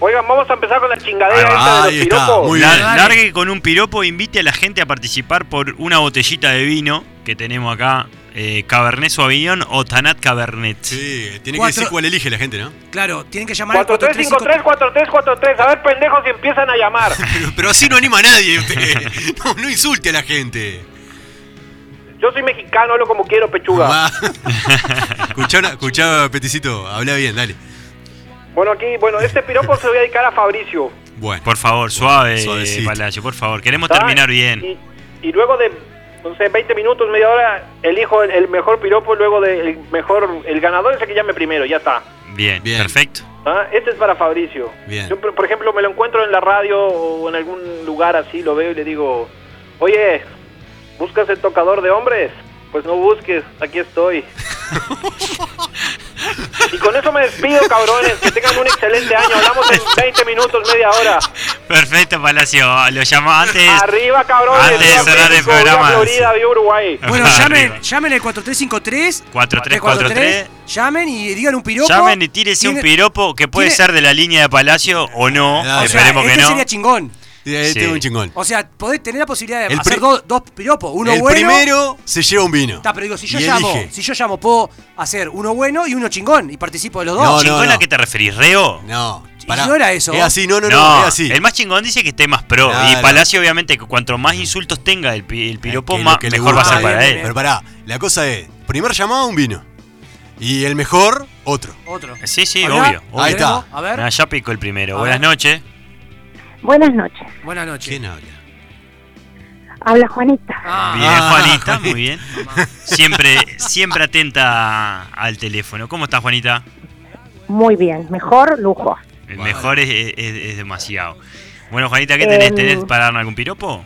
Speaker 7: Oigan, vamos a empezar con la chingadera
Speaker 3: Ahí va,
Speaker 7: esta de
Speaker 3: ahí
Speaker 7: los
Speaker 3: está,
Speaker 7: piropos.
Speaker 3: muy
Speaker 4: La-
Speaker 3: bien.
Speaker 4: largue con un piropo, invite a la gente a participar por una botellita de vino que tenemos acá, eh, Cabernet Sauvignon o Tanat Cabernet.
Speaker 3: Sí, tiene que
Speaker 2: Cuatro-
Speaker 3: decir cuál elige la gente, ¿no?
Speaker 2: Claro, tienen que llamar al
Speaker 7: 4353, 4343. A ver, pendejos, si empiezan a llamar.
Speaker 3: Pero, pero así no anima a nadie usted. No, no insulte a la gente.
Speaker 7: Yo soy mexicano, hablo como quiero, pechuga.
Speaker 3: Va. escuchá, una- escuchá, Peticito, habla bien, dale.
Speaker 7: Bueno, aquí, bueno, este piropo se lo voy a dedicar a Fabricio.
Speaker 3: Bueno,
Speaker 4: Por favor, suave,
Speaker 3: Suavecito.
Speaker 4: Palacio, por favor. Queremos
Speaker 7: ¿Está?
Speaker 4: terminar bien.
Speaker 7: Y, y luego de, no sé, 20 minutos, media hora, elijo el, el mejor piropo, luego del mejor, el ganador es el que llame primero, ya está.
Speaker 4: Bien,
Speaker 3: Bien.
Speaker 4: perfecto.
Speaker 7: Ah, Este es para Fabricio.
Speaker 3: Bien.
Speaker 7: Yo, por por ejemplo, me lo encuentro en la radio o en algún lugar así, lo veo y le digo, oye, ¿buscas el tocador de hombres? Pues no busques, aquí estoy. y con eso me despido, cabrones. Que tengan un excelente año. Hablamos en 20 minutos, media hora.
Speaker 4: Perfecto, Palacio. Ah, Lo llamamos antes.
Speaker 7: Arriba, cabrones.
Speaker 4: Antes de
Speaker 7: Viva
Speaker 4: cerrar el
Speaker 7: México, viva
Speaker 4: programa.
Speaker 7: Florida, viva Uruguay.
Speaker 2: Bueno,
Speaker 4: Arriba.
Speaker 2: llamen, llamen al 4353.
Speaker 4: 4343.
Speaker 2: Llamen y digan un piropo.
Speaker 4: Llamen y tírese un
Speaker 2: Tiene-
Speaker 4: piropo que puede
Speaker 2: tiene-
Speaker 4: ser de la línea de Palacio o no.
Speaker 3: Ah,
Speaker 2: O sea,
Speaker 4: Esperemos
Speaker 2: este
Speaker 4: que no.
Speaker 2: sería chingón.
Speaker 3: eh,
Speaker 4: Sí.
Speaker 3: tengo un chingón.
Speaker 2: O sea, podés tener la posibilidad de
Speaker 3: El
Speaker 2: hacer
Speaker 3: pri-
Speaker 2: dos, dos piropos. Uno
Speaker 3: el
Speaker 2: bueno.
Speaker 3: primero se lleva un vino.
Speaker 2: Está, pero digo, si yo
Speaker 3: Y
Speaker 2: llamo,
Speaker 3: elige.
Speaker 2: si yo llamo, puedo hacer uno bueno y uno chingón y participo de los dos.
Speaker 3: No, no,
Speaker 4: ¿Chingón a qué te referís, Reo?
Speaker 3: No,
Speaker 2: Sí,
Speaker 3: pará.
Speaker 2: no era eso.
Speaker 3: Es así, no, no, no,
Speaker 4: No,
Speaker 3: es así.
Speaker 4: el más chingón dice que esté más pro. Y
Speaker 3: Claro.
Speaker 4: Palacio, obviamente, que cuanto más insultos tenga el, pi- el piropo,
Speaker 3: Que lo
Speaker 4: más,
Speaker 3: que le
Speaker 4: mejor va a
Speaker 3: gusta.
Speaker 4: ser para
Speaker 2: bien,
Speaker 4: él.
Speaker 2: bien.
Speaker 3: Pero pará, la cosa es, primer llamado un vino. Y el mejor, otro.
Speaker 2: Otro.
Speaker 4: Sí, sí,
Speaker 2: Hola,
Speaker 4: obvio. obvio.
Speaker 3: Ahí está.
Speaker 2: A ver.
Speaker 4: Nah, ya picó el primero.
Speaker 2: A
Speaker 4: Buenas
Speaker 2: ver.
Speaker 4: noches.
Speaker 10: Buenas noches.
Speaker 2: Buenas noches.
Speaker 3: ¿Quién habla?
Speaker 10: Habla Juanita.
Speaker 2: Ah,
Speaker 4: Bien,
Speaker 3: Ah,
Speaker 4: Juanita,
Speaker 3: Juanita.
Speaker 4: muy bien. Siempre, siempre atenta al teléfono. ¿Cómo estás, Juanita?
Speaker 10: Muy bien. Mejor lujo.
Speaker 4: El
Speaker 3: Bueno.
Speaker 4: mejor es, es- es demasiado. Bueno, Juanita, ¿qué tenés?
Speaker 10: Em,
Speaker 4: ¿Tenés para darme algún piropo?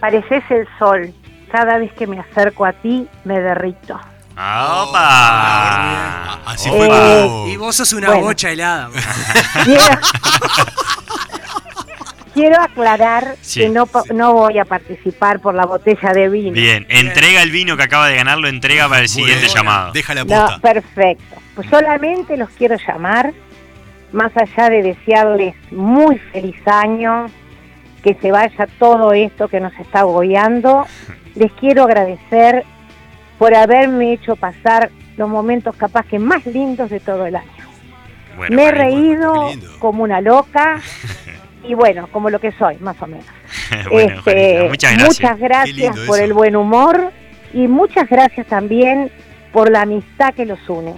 Speaker 10: Pareces el sol. Cada vez que me acerco a ti, me derrito.
Speaker 4: Ah,
Speaker 3: Oh,
Speaker 4: ¡Opa!
Speaker 3: bien. Así
Speaker 4: Opa.
Speaker 3: fue como-
Speaker 2: Y vos sos una
Speaker 10: Bueno.
Speaker 2: bocha helada. bro.
Speaker 10: Quiero, Quiero aclarar
Speaker 4: Sí,
Speaker 10: que no, pa- no voy a participar por la botella de vino.
Speaker 4: Bien, entrega el vino que acaba de ganar, lo entrega para el siguiente
Speaker 3: Bueno,
Speaker 4: llamado.
Speaker 3: Deja la
Speaker 10: No,
Speaker 3: posta.
Speaker 10: perfecto. Pues solamente los quiero llamar, más allá de desearles muy feliz año, que se vaya todo esto que nos está agobiando, les quiero agradecer por haberme hecho pasar los momentos capaz que más lindos de todo el año.
Speaker 4: Bueno,
Speaker 10: Me he
Speaker 4: Juanita,
Speaker 10: reído
Speaker 3: qué lindo.
Speaker 10: como una loca y bueno, como lo que soy, más o menos.
Speaker 4: bueno,
Speaker 10: Este,
Speaker 4: Juanita, muchas gracias.
Speaker 10: muchas gracias
Speaker 3: Qué lindo
Speaker 10: por
Speaker 3: eso.
Speaker 10: el buen humor y muchas gracias también por la amistad que los une.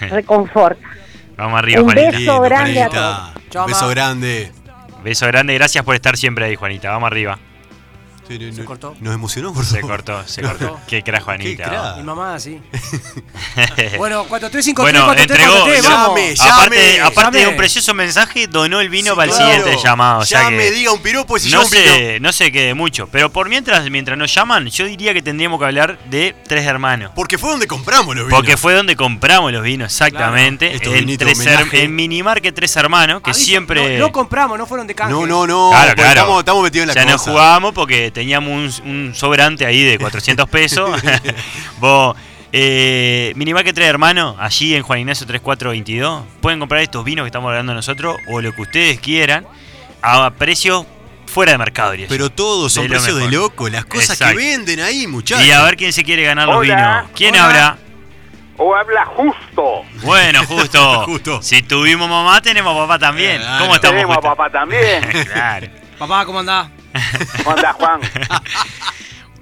Speaker 10: Reconforta.
Speaker 4: Vamos arriba,
Speaker 10: Un
Speaker 4: Juanita.
Speaker 10: beso grande a todos.
Speaker 3: Un beso grande.
Speaker 4: Beso grande, gracias por estar siempre ahí, Juanita. Vamos arriba.
Speaker 3: ¿Se
Speaker 2: cortó?
Speaker 3: Nos emocionó, por
Speaker 4: Se
Speaker 3: favor.
Speaker 4: cortó, se
Speaker 3: No.
Speaker 4: cortó. Qué cra, Juanita.
Speaker 2: Mi mamá, sí. Bueno, 4353,
Speaker 4: Bueno,
Speaker 2: 43,
Speaker 4: entregó.
Speaker 2: 43, vamos.
Speaker 3: Llame, llame.
Speaker 4: aparte aparte de
Speaker 2: Llame.
Speaker 4: un precioso mensaje, donó el vino
Speaker 3: Sí,
Speaker 4: para el
Speaker 3: claro.
Speaker 4: siguiente llamado. o sea
Speaker 3: Ya
Speaker 4: que
Speaker 3: me diga un piropo si
Speaker 4: no
Speaker 3: yo un piropo.
Speaker 4: sé, no sé qué de mucho. Pero por mientras, mientras nos llaman, yo diría que tendríamos que hablar de Tres Hermanos.
Speaker 3: Porque fue donde compramos los vinos.
Speaker 4: Porque fue donde compramos los vinos, exactamente.
Speaker 3: Claro. Estos
Speaker 4: en,
Speaker 3: vinitos
Speaker 4: tres
Speaker 3: homenaje.
Speaker 4: her- en Minimarket Tres Hermanos, que
Speaker 2: Aviso,
Speaker 4: siempre.
Speaker 2: No, no compramos, no fueron de canje.
Speaker 3: No, no, no.
Speaker 4: Claro,
Speaker 3: porque
Speaker 4: claro.
Speaker 3: Estamos, estamos metidos en
Speaker 4: O
Speaker 3: la
Speaker 4: sea,
Speaker 3: cosa.
Speaker 4: nos jugábamos porque teníamos un, un sobrante ahí de 400 pesos. Vos, eh, Minimarket 3 Hermanos, allí en Juan Ignacio 3422, pueden comprar estos vinos que estamos hablando nosotros o lo que ustedes quieran a precios fuera de mercado. diría yo.
Speaker 3: Pero todos son
Speaker 4: De lo
Speaker 3: precios de
Speaker 4: mejor.
Speaker 3: loco. Las cosas
Speaker 4: Exacto.
Speaker 3: que venden ahí, muchachos.
Speaker 4: y a ver quién se quiere ganar los
Speaker 7: Hola,
Speaker 4: vinos. ¿Quién
Speaker 7: hola.
Speaker 4: habrá?
Speaker 7: O habla justo.
Speaker 4: Bueno, justo.
Speaker 3: Justo.
Speaker 4: Si tuvimos mamá, tenemos papá también.
Speaker 3: Claro.
Speaker 4: ¿Cómo estamos?
Speaker 7: Tenemos a
Speaker 4: Justo?
Speaker 7: papá también.
Speaker 4: Claro.
Speaker 2: Papá, ¿cómo andás?
Speaker 7: ¿Cómo andás, Juan?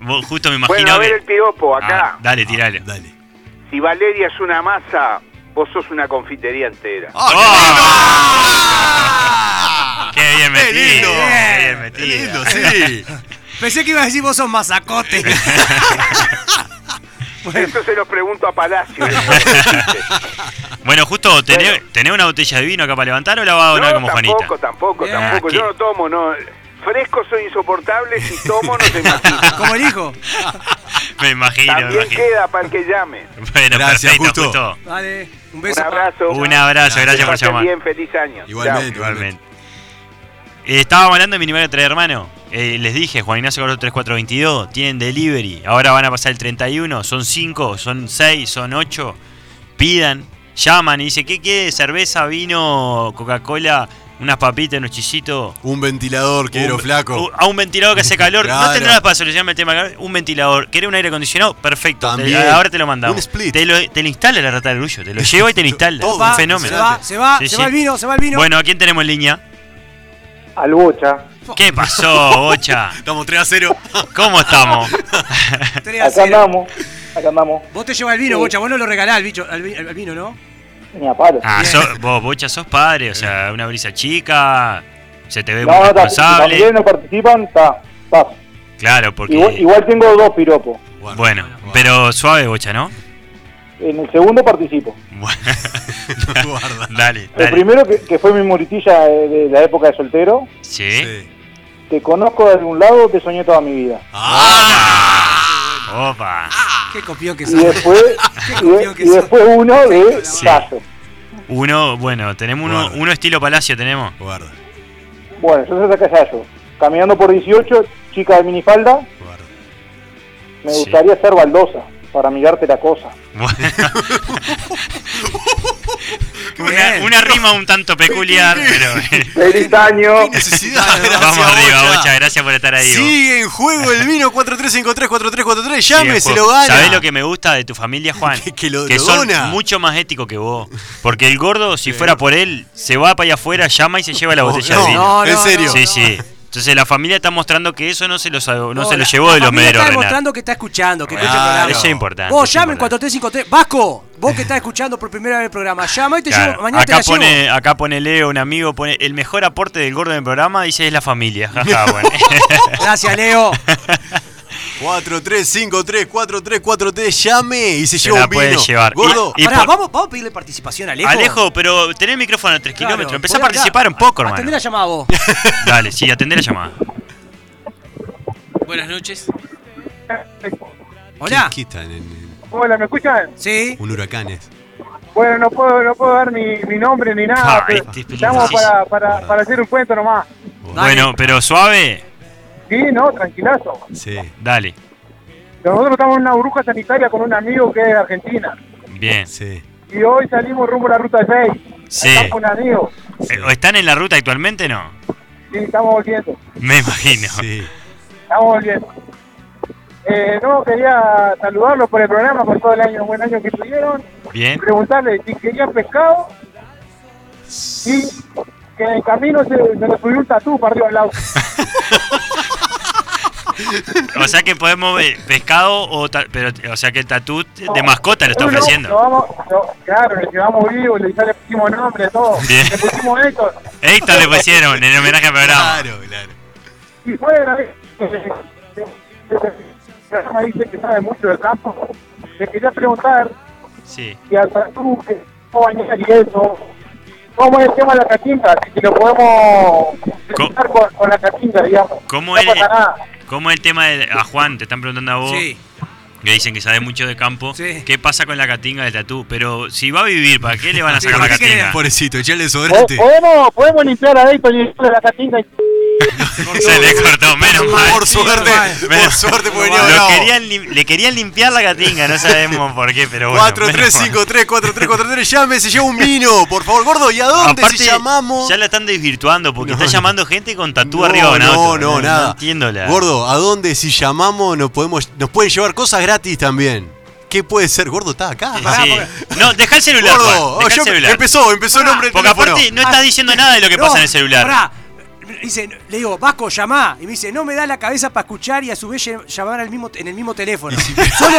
Speaker 4: Vos justo me imagino
Speaker 7: Bueno, a ver
Speaker 4: que.
Speaker 7: el piropo
Speaker 4: Ah,
Speaker 7: acá.
Speaker 4: dale, tirale.
Speaker 3: Dale.
Speaker 7: Si Valeria es una masa, vos sos una confitería entera.
Speaker 3: ¡Ah,
Speaker 4: ¡Ah!
Speaker 3: qué lindo!
Speaker 4: Qué bien
Speaker 3: ¡Qué
Speaker 4: metido.
Speaker 3: lindo!
Speaker 7: Eh,
Speaker 4: Qué bien
Speaker 3: ¡Qué
Speaker 4: metido.
Speaker 3: lindo, sí!
Speaker 2: Pensé que ibas a decir vos sos mazacote.
Speaker 7: Eso se los pregunto a Palacio.
Speaker 4: Bueno, justo, ¿tenés,
Speaker 7: Bueno.
Speaker 4: tenés una botella de vino acá para levantar o la va a donar como Juanita?
Speaker 7: tampoco, tampoco,
Speaker 4: Ah,
Speaker 7: tampoco.
Speaker 4: ¿qué?
Speaker 7: Yo no tomo, no. Fresco soy insoportable, si tomo no se imagina.
Speaker 2: Como el hijo.
Speaker 4: Me imagino, me
Speaker 7: También
Speaker 4: imagino.
Speaker 7: queda para el que llame.
Speaker 4: Bueno,
Speaker 3: Gracias,
Speaker 4: perfecto,
Speaker 3: Justo.
Speaker 4: justo.
Speaker 2: Vale, un
Speaker 7: Un
Speaker 2: beso.
Speaker 7: abrazo.
Speaker 4: Un abrazo, gracias por
Speaker 7: Pasen
Speaker 4: llamar.
Speaker 7: bien, feliz año.
Speaker 3: Igualmente.
Speaker 4: Igualmente. Eh, estábamos hablando de Minimario Tres Hermanos. Eh, les dije, Juan Ignacio Corro 3422, tienen delivery. Ahora van a pasar el 31, son 5, son 6, son 8. Pidan, llaman y dicen, ¿qué quiere? Cerveza, vino, Coca-Cola, unas papitas, unos chisitos.
Speaker 3: Un ventilador, quiero,
Speaker 4: Un-
Speaker 3: flaco.
Speaker 4: u- A un ventilador que hace calor. No
Speaker 3: Claro.
Speaker 4: tendrás para solucionarme el tema. de calor. Un ventilador. ¿Querés un aire acondicionado? Perfecto. Te-
Speaker 3: También.
Speaker 4: ahora te lo mandamos.
Speaker 3: Un split.
Speaker 4: Te lo, te lo instala la rata del orgullo. Te lo lleva y te lo instala.
Speaker 3: Todo.
Speaker 4: Un
Speaker 2: Va,
Speaker 4: fenómeno.
Speaker 2: Se va, se va,
Speaker 4: Sí,
Speaker 2: se
Speaker 4: sí.
Speaker 2: va el vino, se va el vino.
Speaker 4: Bueno, ¿a quién tenemos en línea?
Speaker 7: Al Bocha.
Speaker 4: ¿Qué pasó, Bocha?
Speaker 3: Estamos 3 a 0.
Speaker 4: ¿Cómo estamos?
Speaker 2: 3 a 0.
Speaker 8: acá andamos.
Speaker 2: Vos te llevas el vino, bocha, vos no lo regalás al, bicho, al, vi- al vino, ¿no?
Speaker 8: Ni a palo.
Speaker 4: Ah, sos- vos, Bocha, sos padre. O sea, una brisa chica. Se te ve muy responsable.
Speaker 8: no participan, está, paso.
Speaker 4: Claro, porque.
Speaker 8: tengo dos piropos.
Speaker 4: Bueno, pero suave, Bocha, ¿no?
Speaker 8: En el segundo participo.
Speaker 4: Bueno.
Speaker 3: Guarda.
Speaker 4: dale,
Speaker 8: El
Speaker 4: dale.
Speaker 8: primero que, que fue mi muritilla eh, de la época de soltero,
Speaker 4: Sí.
Speaker 3: Sí.
Speaker 8: te conozco de algún lado, te soñé toda mi vida.
Speaker 3: ¡Ah!
Speaker 4: Opa.
Speaker 2: Qué copión que
Speaker 8: Y
Speaker 2: sos.
Speaker 8: después, y, de- y después uno de
Speaker 4: Sí.
Speaker 8: caso.
Speaker 4: Uno, bueno, tenemos uno,
Speaker 3: Guarda.
Speaker 4: uno estilo palacio, tenemos.
Speaker 3: Guarda,
Speaker 8: Bueno, yo soy de Casallo. Caminando por 18, chica de minifalda,
Speaker 3: guarda.
Speaker 8: me
Speaker 4: Sí.
Speaker 8: gustaría ser baldosa para mirarte la cosa.
Speaker 4: Bueno. una,
Speaker 2: Bien.
Speaker 4: una rima un tanto peculiar, pero
Speaker 7: Feliz año.
Speaker 3: Necesidad, gracias,
Speaker 4: vamos arriba,
Speaker 3: Bocha.
Speaker 4: Bocha, gracias por estar ahí. vos.
Speaker 3: Sigue en juego el vino 4353-4343. Llame,
Speaker 4: Bien,
Speaker 3: se
Speaker 4: Juan.
Speaker 3: lo gana.
Speaker 4: ¿Sabés lo que me gusta de tu familia, Juan?
Speaker 3: Que- que lo- lo
Speaker 4: son
Speaker 3: dona.
Speaker 4: mucho más éticos que vos. Porque el gordo, si fuera por él, se va para allá afuera, llama y se lleva la
Speaker 3: No,
Speaker 4: botella
Speaker 3: Oh, no,
Speaker 4: de vino.
Speaker 2: No,
Speaker 3: en
Speaker 2: no,
Speaker 3: serio.
Speaker 4: sí, sí. Entonces la familia está mostrando que eso no se lo, sa- no se lo
Speaker 2: la-
Speaker 4: llevó
Speaker 2: la
Speaker 4: de los
Speaker 2: familia
Speaker 4: mederos,
Speaker 2: Está
Speaker 4: Renato.
Speaker 2: demostrando que está escuchando, que escucha el
Speaker 3: Claro.
Speaker 2: programa.
Speaker 4: Eso es importante.
Speaker 2: Vos
Speaker 4: eso es
Speaker 2: llamen
Speaker 4: importante.
Speaker 2: 4353. Vasco, vos que estás escuchando por primera vez el programa, llama y te
Speaker 4: Claro,
Speaker 2: llevo. Mañana
Speaker 4: acá,
Speaker 2: te la llevo.
Speaker 4: pone, acá pone Leo, un amigo, pone el mejor aporte del gordo en el programa, dice es la familia. Jaja, Ah, bueno.
Speaker 2: Gracias, Leo.
Speaker 3: 4353-4343. Llame y se,
Speaker 4: Se
Speaker 3: lleva
Speaker 4: la
Speaker 3: un vino.
Speaker 4: puede llevar.
Speaker 3: Gordo,
Speaker 4: Y
Speaker 2: Pará,
Speaker 4: por-
Speaker 2: vamos, vamos a pedirle participación a Alejo.
Speaker 4: Alejo, pero tenés el micrófono a 3
Speaker 2: Claro,
Speaker 4: kilómetros. Empezá a
Speaker 2: podés-
Speaker 4: participar un
Speaker 2: a-
Speaker 4: poco,
Speaker 2: Atendé la
Speaker 4: hermano.
Speaker 2: llamada vos.
Speaker 4: Dale, sí, atendé la llamada.
Speaker 6: Buenas noches.
Speaker 2: Hola.
Speaker 3: ¿Qué, qué tal en-
Speaker 8: Hola, ¿me escuchan?
Speaker 2: Sí.
Speaker 3: un huracán es?
Speaker 8: Bueno, no puedo, no puedo dar mi, nombre ni
Speaker 4: Ah, pero este es llamo peligrosísimo. para-
Speaker 8: hacer un cuento nomás.
Speaker 4: Bueno, pero suave.
Speaker 8: Sí, no, tranquilazo.
Speaker 3: Sí.
Speaker 4: Dale.
Speaker 8: Nosotros estamos en una burbuja sanitaria con un amigo que es de Argentina.
Speaker 4: Bien.
Speaker 3: Sí.
Speaker 8: Y hoy salimos rumbo a la ruta 6.
Speaker 4: Sí.
Speaker 8: Estamos con un amigo.
Speaker 4: Eh, ¿o ¿Están en la ruta actualmente no?
Speaker 8: Sí, estamos volviendo.
Speaker 4: Me imagino.
Speaker 3: Sí.
Speaker 8: Estamos volviendo. Eh, no, quería saludarlos por el programa, por todo el año, buen año que tuvieron.
Speaker 4: Bien.
Speaker 8: Preguntarles si querían pescado. Y que en el camino se, se le subió un tatú para arriba del auto.
Speaker 4: O sea que podemos ver pescado, o ta- pero, o sea que el tatú de mascota lo está
Speaker 11: Uno, lo
Speaker 4: ofreciendo.
Speaker 11: vamos- lo- claro, le llevamos vivo, le, ya le pusimos nombre, todo.
Speaker 4: Bien.
Speaker 11: Le pusimos Héctor.
Speaker 4: Héctor le pusieron en homenaje al programa.
Speaker 3: Claro, claro.
Speaker 11: Y fuera, eh, me dice que sabe mucho del campo. Le quería preguntar
Speaker 4: Sí.
Speaker 11: y al Tatú, que no bañar y eso. ¿Cómo es el tema de la cachinga? Si lo podemos explicar con, con la cachinga, digamos.
Speaker 4: ¿Cómo
Speaker 11: no
Speaker 4: es,
Speaker 11: pasa nada.
Speaker 4: ¿Cómo el tema de a Juan? Te están preguntando a vos.
Speaker 2: Sí,
Speaker 4: Que dicen que sabe mucho de campo.
Speaker 2: Sí.
Speaker 4: ¿Qué pasa con la catinga del tatú? Pero si va a vivir, ¿para qué le van a sacar
Speaker 2: ¿por
Speaker 4: la
Speaker 2: qué querés?
Speaker 4: catinga?
Speaker 3: Pobrecito, echarle
Speaker 11: Po-
Speaker 3: sobrante.
Speaker 11: Podemos, podemos limpiar a Dayton y echarle la cachinga y
Speaker 4: Se le cortó, menos mal.
Speaker 3: Por suerte,
Speaker 4: Menos-
Speaker 3: por suerte, porque venía
Speaker 4: Lo
Speaker 3: bravo.
Speaker 4: querían lim- le querían limpiar la catinga, no sabemos por qué, pero bueno. menos mal.
Speaker 3: 4353 4343 llame, se lleva un vino, por favor, gordo, ¿y a dónde se llamamos?
Speaker 4: ya la están desvirtuando porque
Speaker 3: No,
Speaker 4: está
Speaker 3: no.
Speaker 4: llamando gente con tatú
Speaker 3: No,
Speaker 4: arriba de un
Speaker 3: no,
Speaker 4: auto.
Speaker 3: no, nada.
Speaker 4: No entiendo la.
Speaker 3: Gordo, ¿a dónde si llamamos nos podemos nos pueden llevar cosas gratis también? ¿Qué puede ser? Gordo está acá.
Speaker 4: Sí.
Speaker 3: Pará,
Speaker 4: No, deja el celular.
Speaker 3: Gordo,
Speaker 4: Juan,
Speaker 3: oh,
Speaker 4: dejá
Speaker 3: yo-
Speaker 4: el celular.
Speaker 3: empezó, empezó el nombre del
Speaker 4: Porque
Speaker 3: teléfono. Ah,
Speaker 4: aparte no está diciendo nada de lo que
Speaker 2: No,
Speaker 4: pasa en el celular.
Speaker 2: pará. Dice, le digo, Vasco, llamá. Y me dice, no me da la cabeza para escuchar y a su vez lle- llamar al mismo, en el mismo teléfono. Solo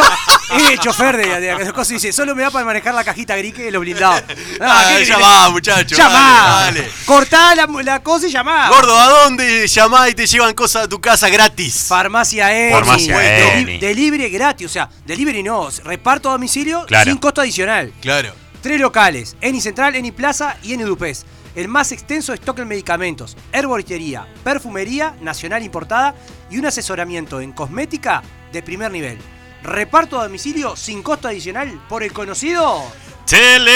Speaker 2: es el chofer de, de las cosas. Dice, solo me da para manejar la cajita grique de los blindados.
Speaker 3: Ah,
Speaker 2: ¿qué
Speaker 3: ya
Speaker 2: querés?
Speaker 3: va, muchacho.
Speaker 2: Llamá.
Speaker 3: Dale, dale.
Speaker 2: Cortá la, la cosa y llamá.
Speaker 3: Gordo, ¿a dónde llamás y te llevan cosas a tu casa gratis?
Speaker 2: Farmacia Eni.
Speaker 4: Farmacia
Speaker 2: Deli-
Speaker 4: Eni.
Speaker 2: Delivery gratis. O sea, delivery no. Reparto a domicilio
Speaker 4: Claro.
Speaker 2: sin costo adicional.
Speaker 3: Claro.
Speaker 2: Tres locales, Eni Central, Eni Plaza y Eni Dupés. El más extenso stock en medicamentos, herboristería, perfumería nacional importada y un asesoramiento en cosmética de primer nivel. Reparto a domicilio sin costo adicional por el conocido
Speaker 4: Tele,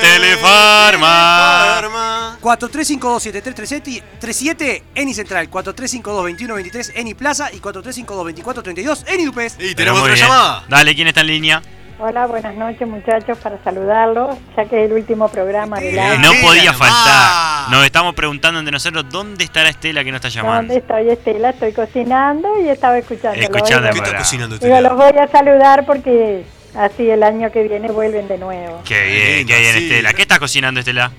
Speaker 4: Telefarma.
Speaker 3: Farma.
Speaker 2: 43527337 Eni Central, 43522123 Eni Plaza y 43522432 Eni Dupés.
Speaker 3: Y
Speaker 4: Pero
Speaker 3: tenemos
Speaker 4: muy
Speaker 3: otra
Speaker 4: bien.
Speaker 3: llamada.
Speaker 4: Dale, ¿quién está en línea?
Speaker 10: Hola, buenas noches muchachos, para saludarlos, ya que es el último programa del
Speaker 3: Eh,
Speaker 10: año.
Speaker 4: No
Speaker 3: Estela
Speaker 4: podía
Speaker 3: nomás. Ah.
Speaker 4: faltar. Nos estamos preguntando entre nosotros dónde estará Estela que no está
Speaker 10: ¿Dónde
Speaker 4: llamando.
Speaker 10: estoy, Estela? Estoy cocinando y estaba escuchando.
Speaker 4: Escuchando,
Speaker 3: ¿Qué está
Speaker 4: Pará.
Speaker 3: cocinando
Speaker 10: Digo,
Speaker 3: Estela?
Speaker 10: los voy a saludar porque así el año que viene vuelven de nuevo.
Speaker 4: Qué bien,
Speaker 3: lindo,
Speaker 4: qué bien,
Speaker 3: sí.
Speaker 4: Estela. ¿Qué estás cocinando, Estela?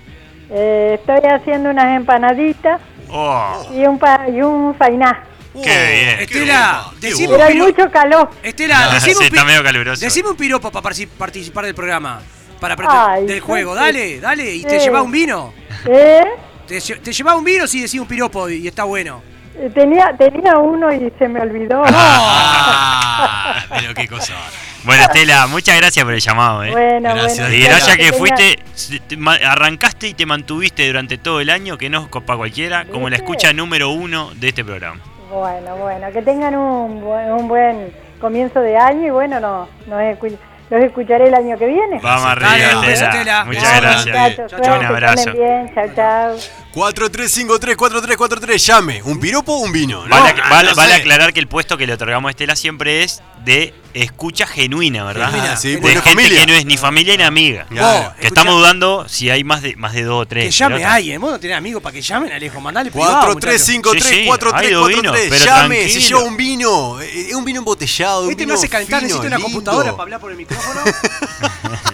Speaker 10: Eh, estoy haciendo unas empanaditas
Speaker 4: Oh,
Speaker 10: y un, pa- y un fainá.
Speaker 3: Oh,
Speaker 4: Qué bien.
Speaker 2: Estela,
Speaker 3: bomba, qué
Speaker 2: decime-
Speaker 3: bomba.
Speaker 10: Pero hay
Speaker 2: Pero-
Speaker 10: mucho calor.
Speaker 2: Estela,
Speaker 4: No,
Speaker 2: decime,
Speaker 4: sí,
Speaker 2: un
Speaker 4: está
Speaker 2: pi-
Speaker 4: medio caluroso.
Speaker 2: decime un piropo para partic- participar del programa, para parte-
Speaker 10: Ay,
Speaker 2: del
Speaker 10: yo
Speaker 2: juego.
Speaker 10: sí.
Speaker 2: Dale, dale, y te
Speaker 10: Sí.
Speaker 2: llevas un vino.
Speaker 10: ¿eh?
Speaker 2: Te, lle- te llevás un vino si decís un piropo y y está bueno.
Speaker 10: Eh, Tenía, tenía uno y se me olvidó.
Speaker 3: Ah, pero qué cosa.
Speaker 4: Bueno, Estela, muchas gracias por el llamado, eh.
Speaker 10: Bueno,
Speaker 3: Gracias.
Speaker 10: bueno.
Speaker 4: Y
Speaker 3: Estela,
Speaker 4: gracias que
Speaker 10: tenga-
Speaker 4: fuiste, s- te ma- arrancaste y te mantuviste durante todo el año, que no es copa cualquiera, como la
Speaker 10: ¿Viste?
Speaker 4: escucha número uno de este programa.
Speaker 10: Bueno, bueno, que tengan un, buen- un buen comienzo de año y bueno, no, no escu- los escucharé el año que viene.
Speaker 4: Vamos
Speaker 2: Dale,
Speaker 4: arriba,
Speaker 2: un beso, Estela.
Speaker 4: Estela. Muchas
Speaker 10: Dale,
Speaker 3: Gracias.
Speaker 4: gracias.
Speaker 10: muchachos,
Speaker 2: Chao, chao.
Speaker 10: suerte,
Speaker 4: Un abrazo.
Speaker 10: salen bien, chao, chao.
Speaker 3: 4353 4343 llame. ¿Un piropo o un vino? ¿no?
Speaker 4: Vale,
Speaker 3: Ah,
Speaker 4: vale-
Speaker 3: no
Speaker 4: vale
Speaker 3: sé.
Speaker 4: aclarar que el puesto que le otorgamos a Estela siempre es de escucha genuina, ¿verdad?
Speaker 3: Genuina, Ah, sí,
Speaker 4: de
Speaker 3: porque no es
Speaker 4: gente
Speaker 3: familia.
Speaker 4: que no es ni familia ni amiga.
Speaker 3: Claro.
Speaker 2: Vos,
Speaker 3: Que
Speaker 4: Que
Speaker 2: escuchá,
Speaker 4: estamos dudando si hay más de más de dos o tres.
Speaker 2: Que llame
Speaker 4: pero-
Speaker 2: a alguien. Vos no tenés amigos para que llamen, Alejo. Mandale privado, muchacho.
Speaker 3: 4353 4343
Speaker 4: Sí, sí, ha ido vino,
Speaker 3: llame,
Speaker 4: pero
Speaker 3: se
Speaker 4: tranquilo.
Speaker 3: lleva un vino, eh, eh, un vino embotellado, un
Speaker 2: Este me
Speaker 3: vino
Speaker 2: hace calentar,
Speaker 3: fino,
Speaker 2: necesito una
Speaker 3: lindo.
Speaker 2: computadora para hablar por el micrófono.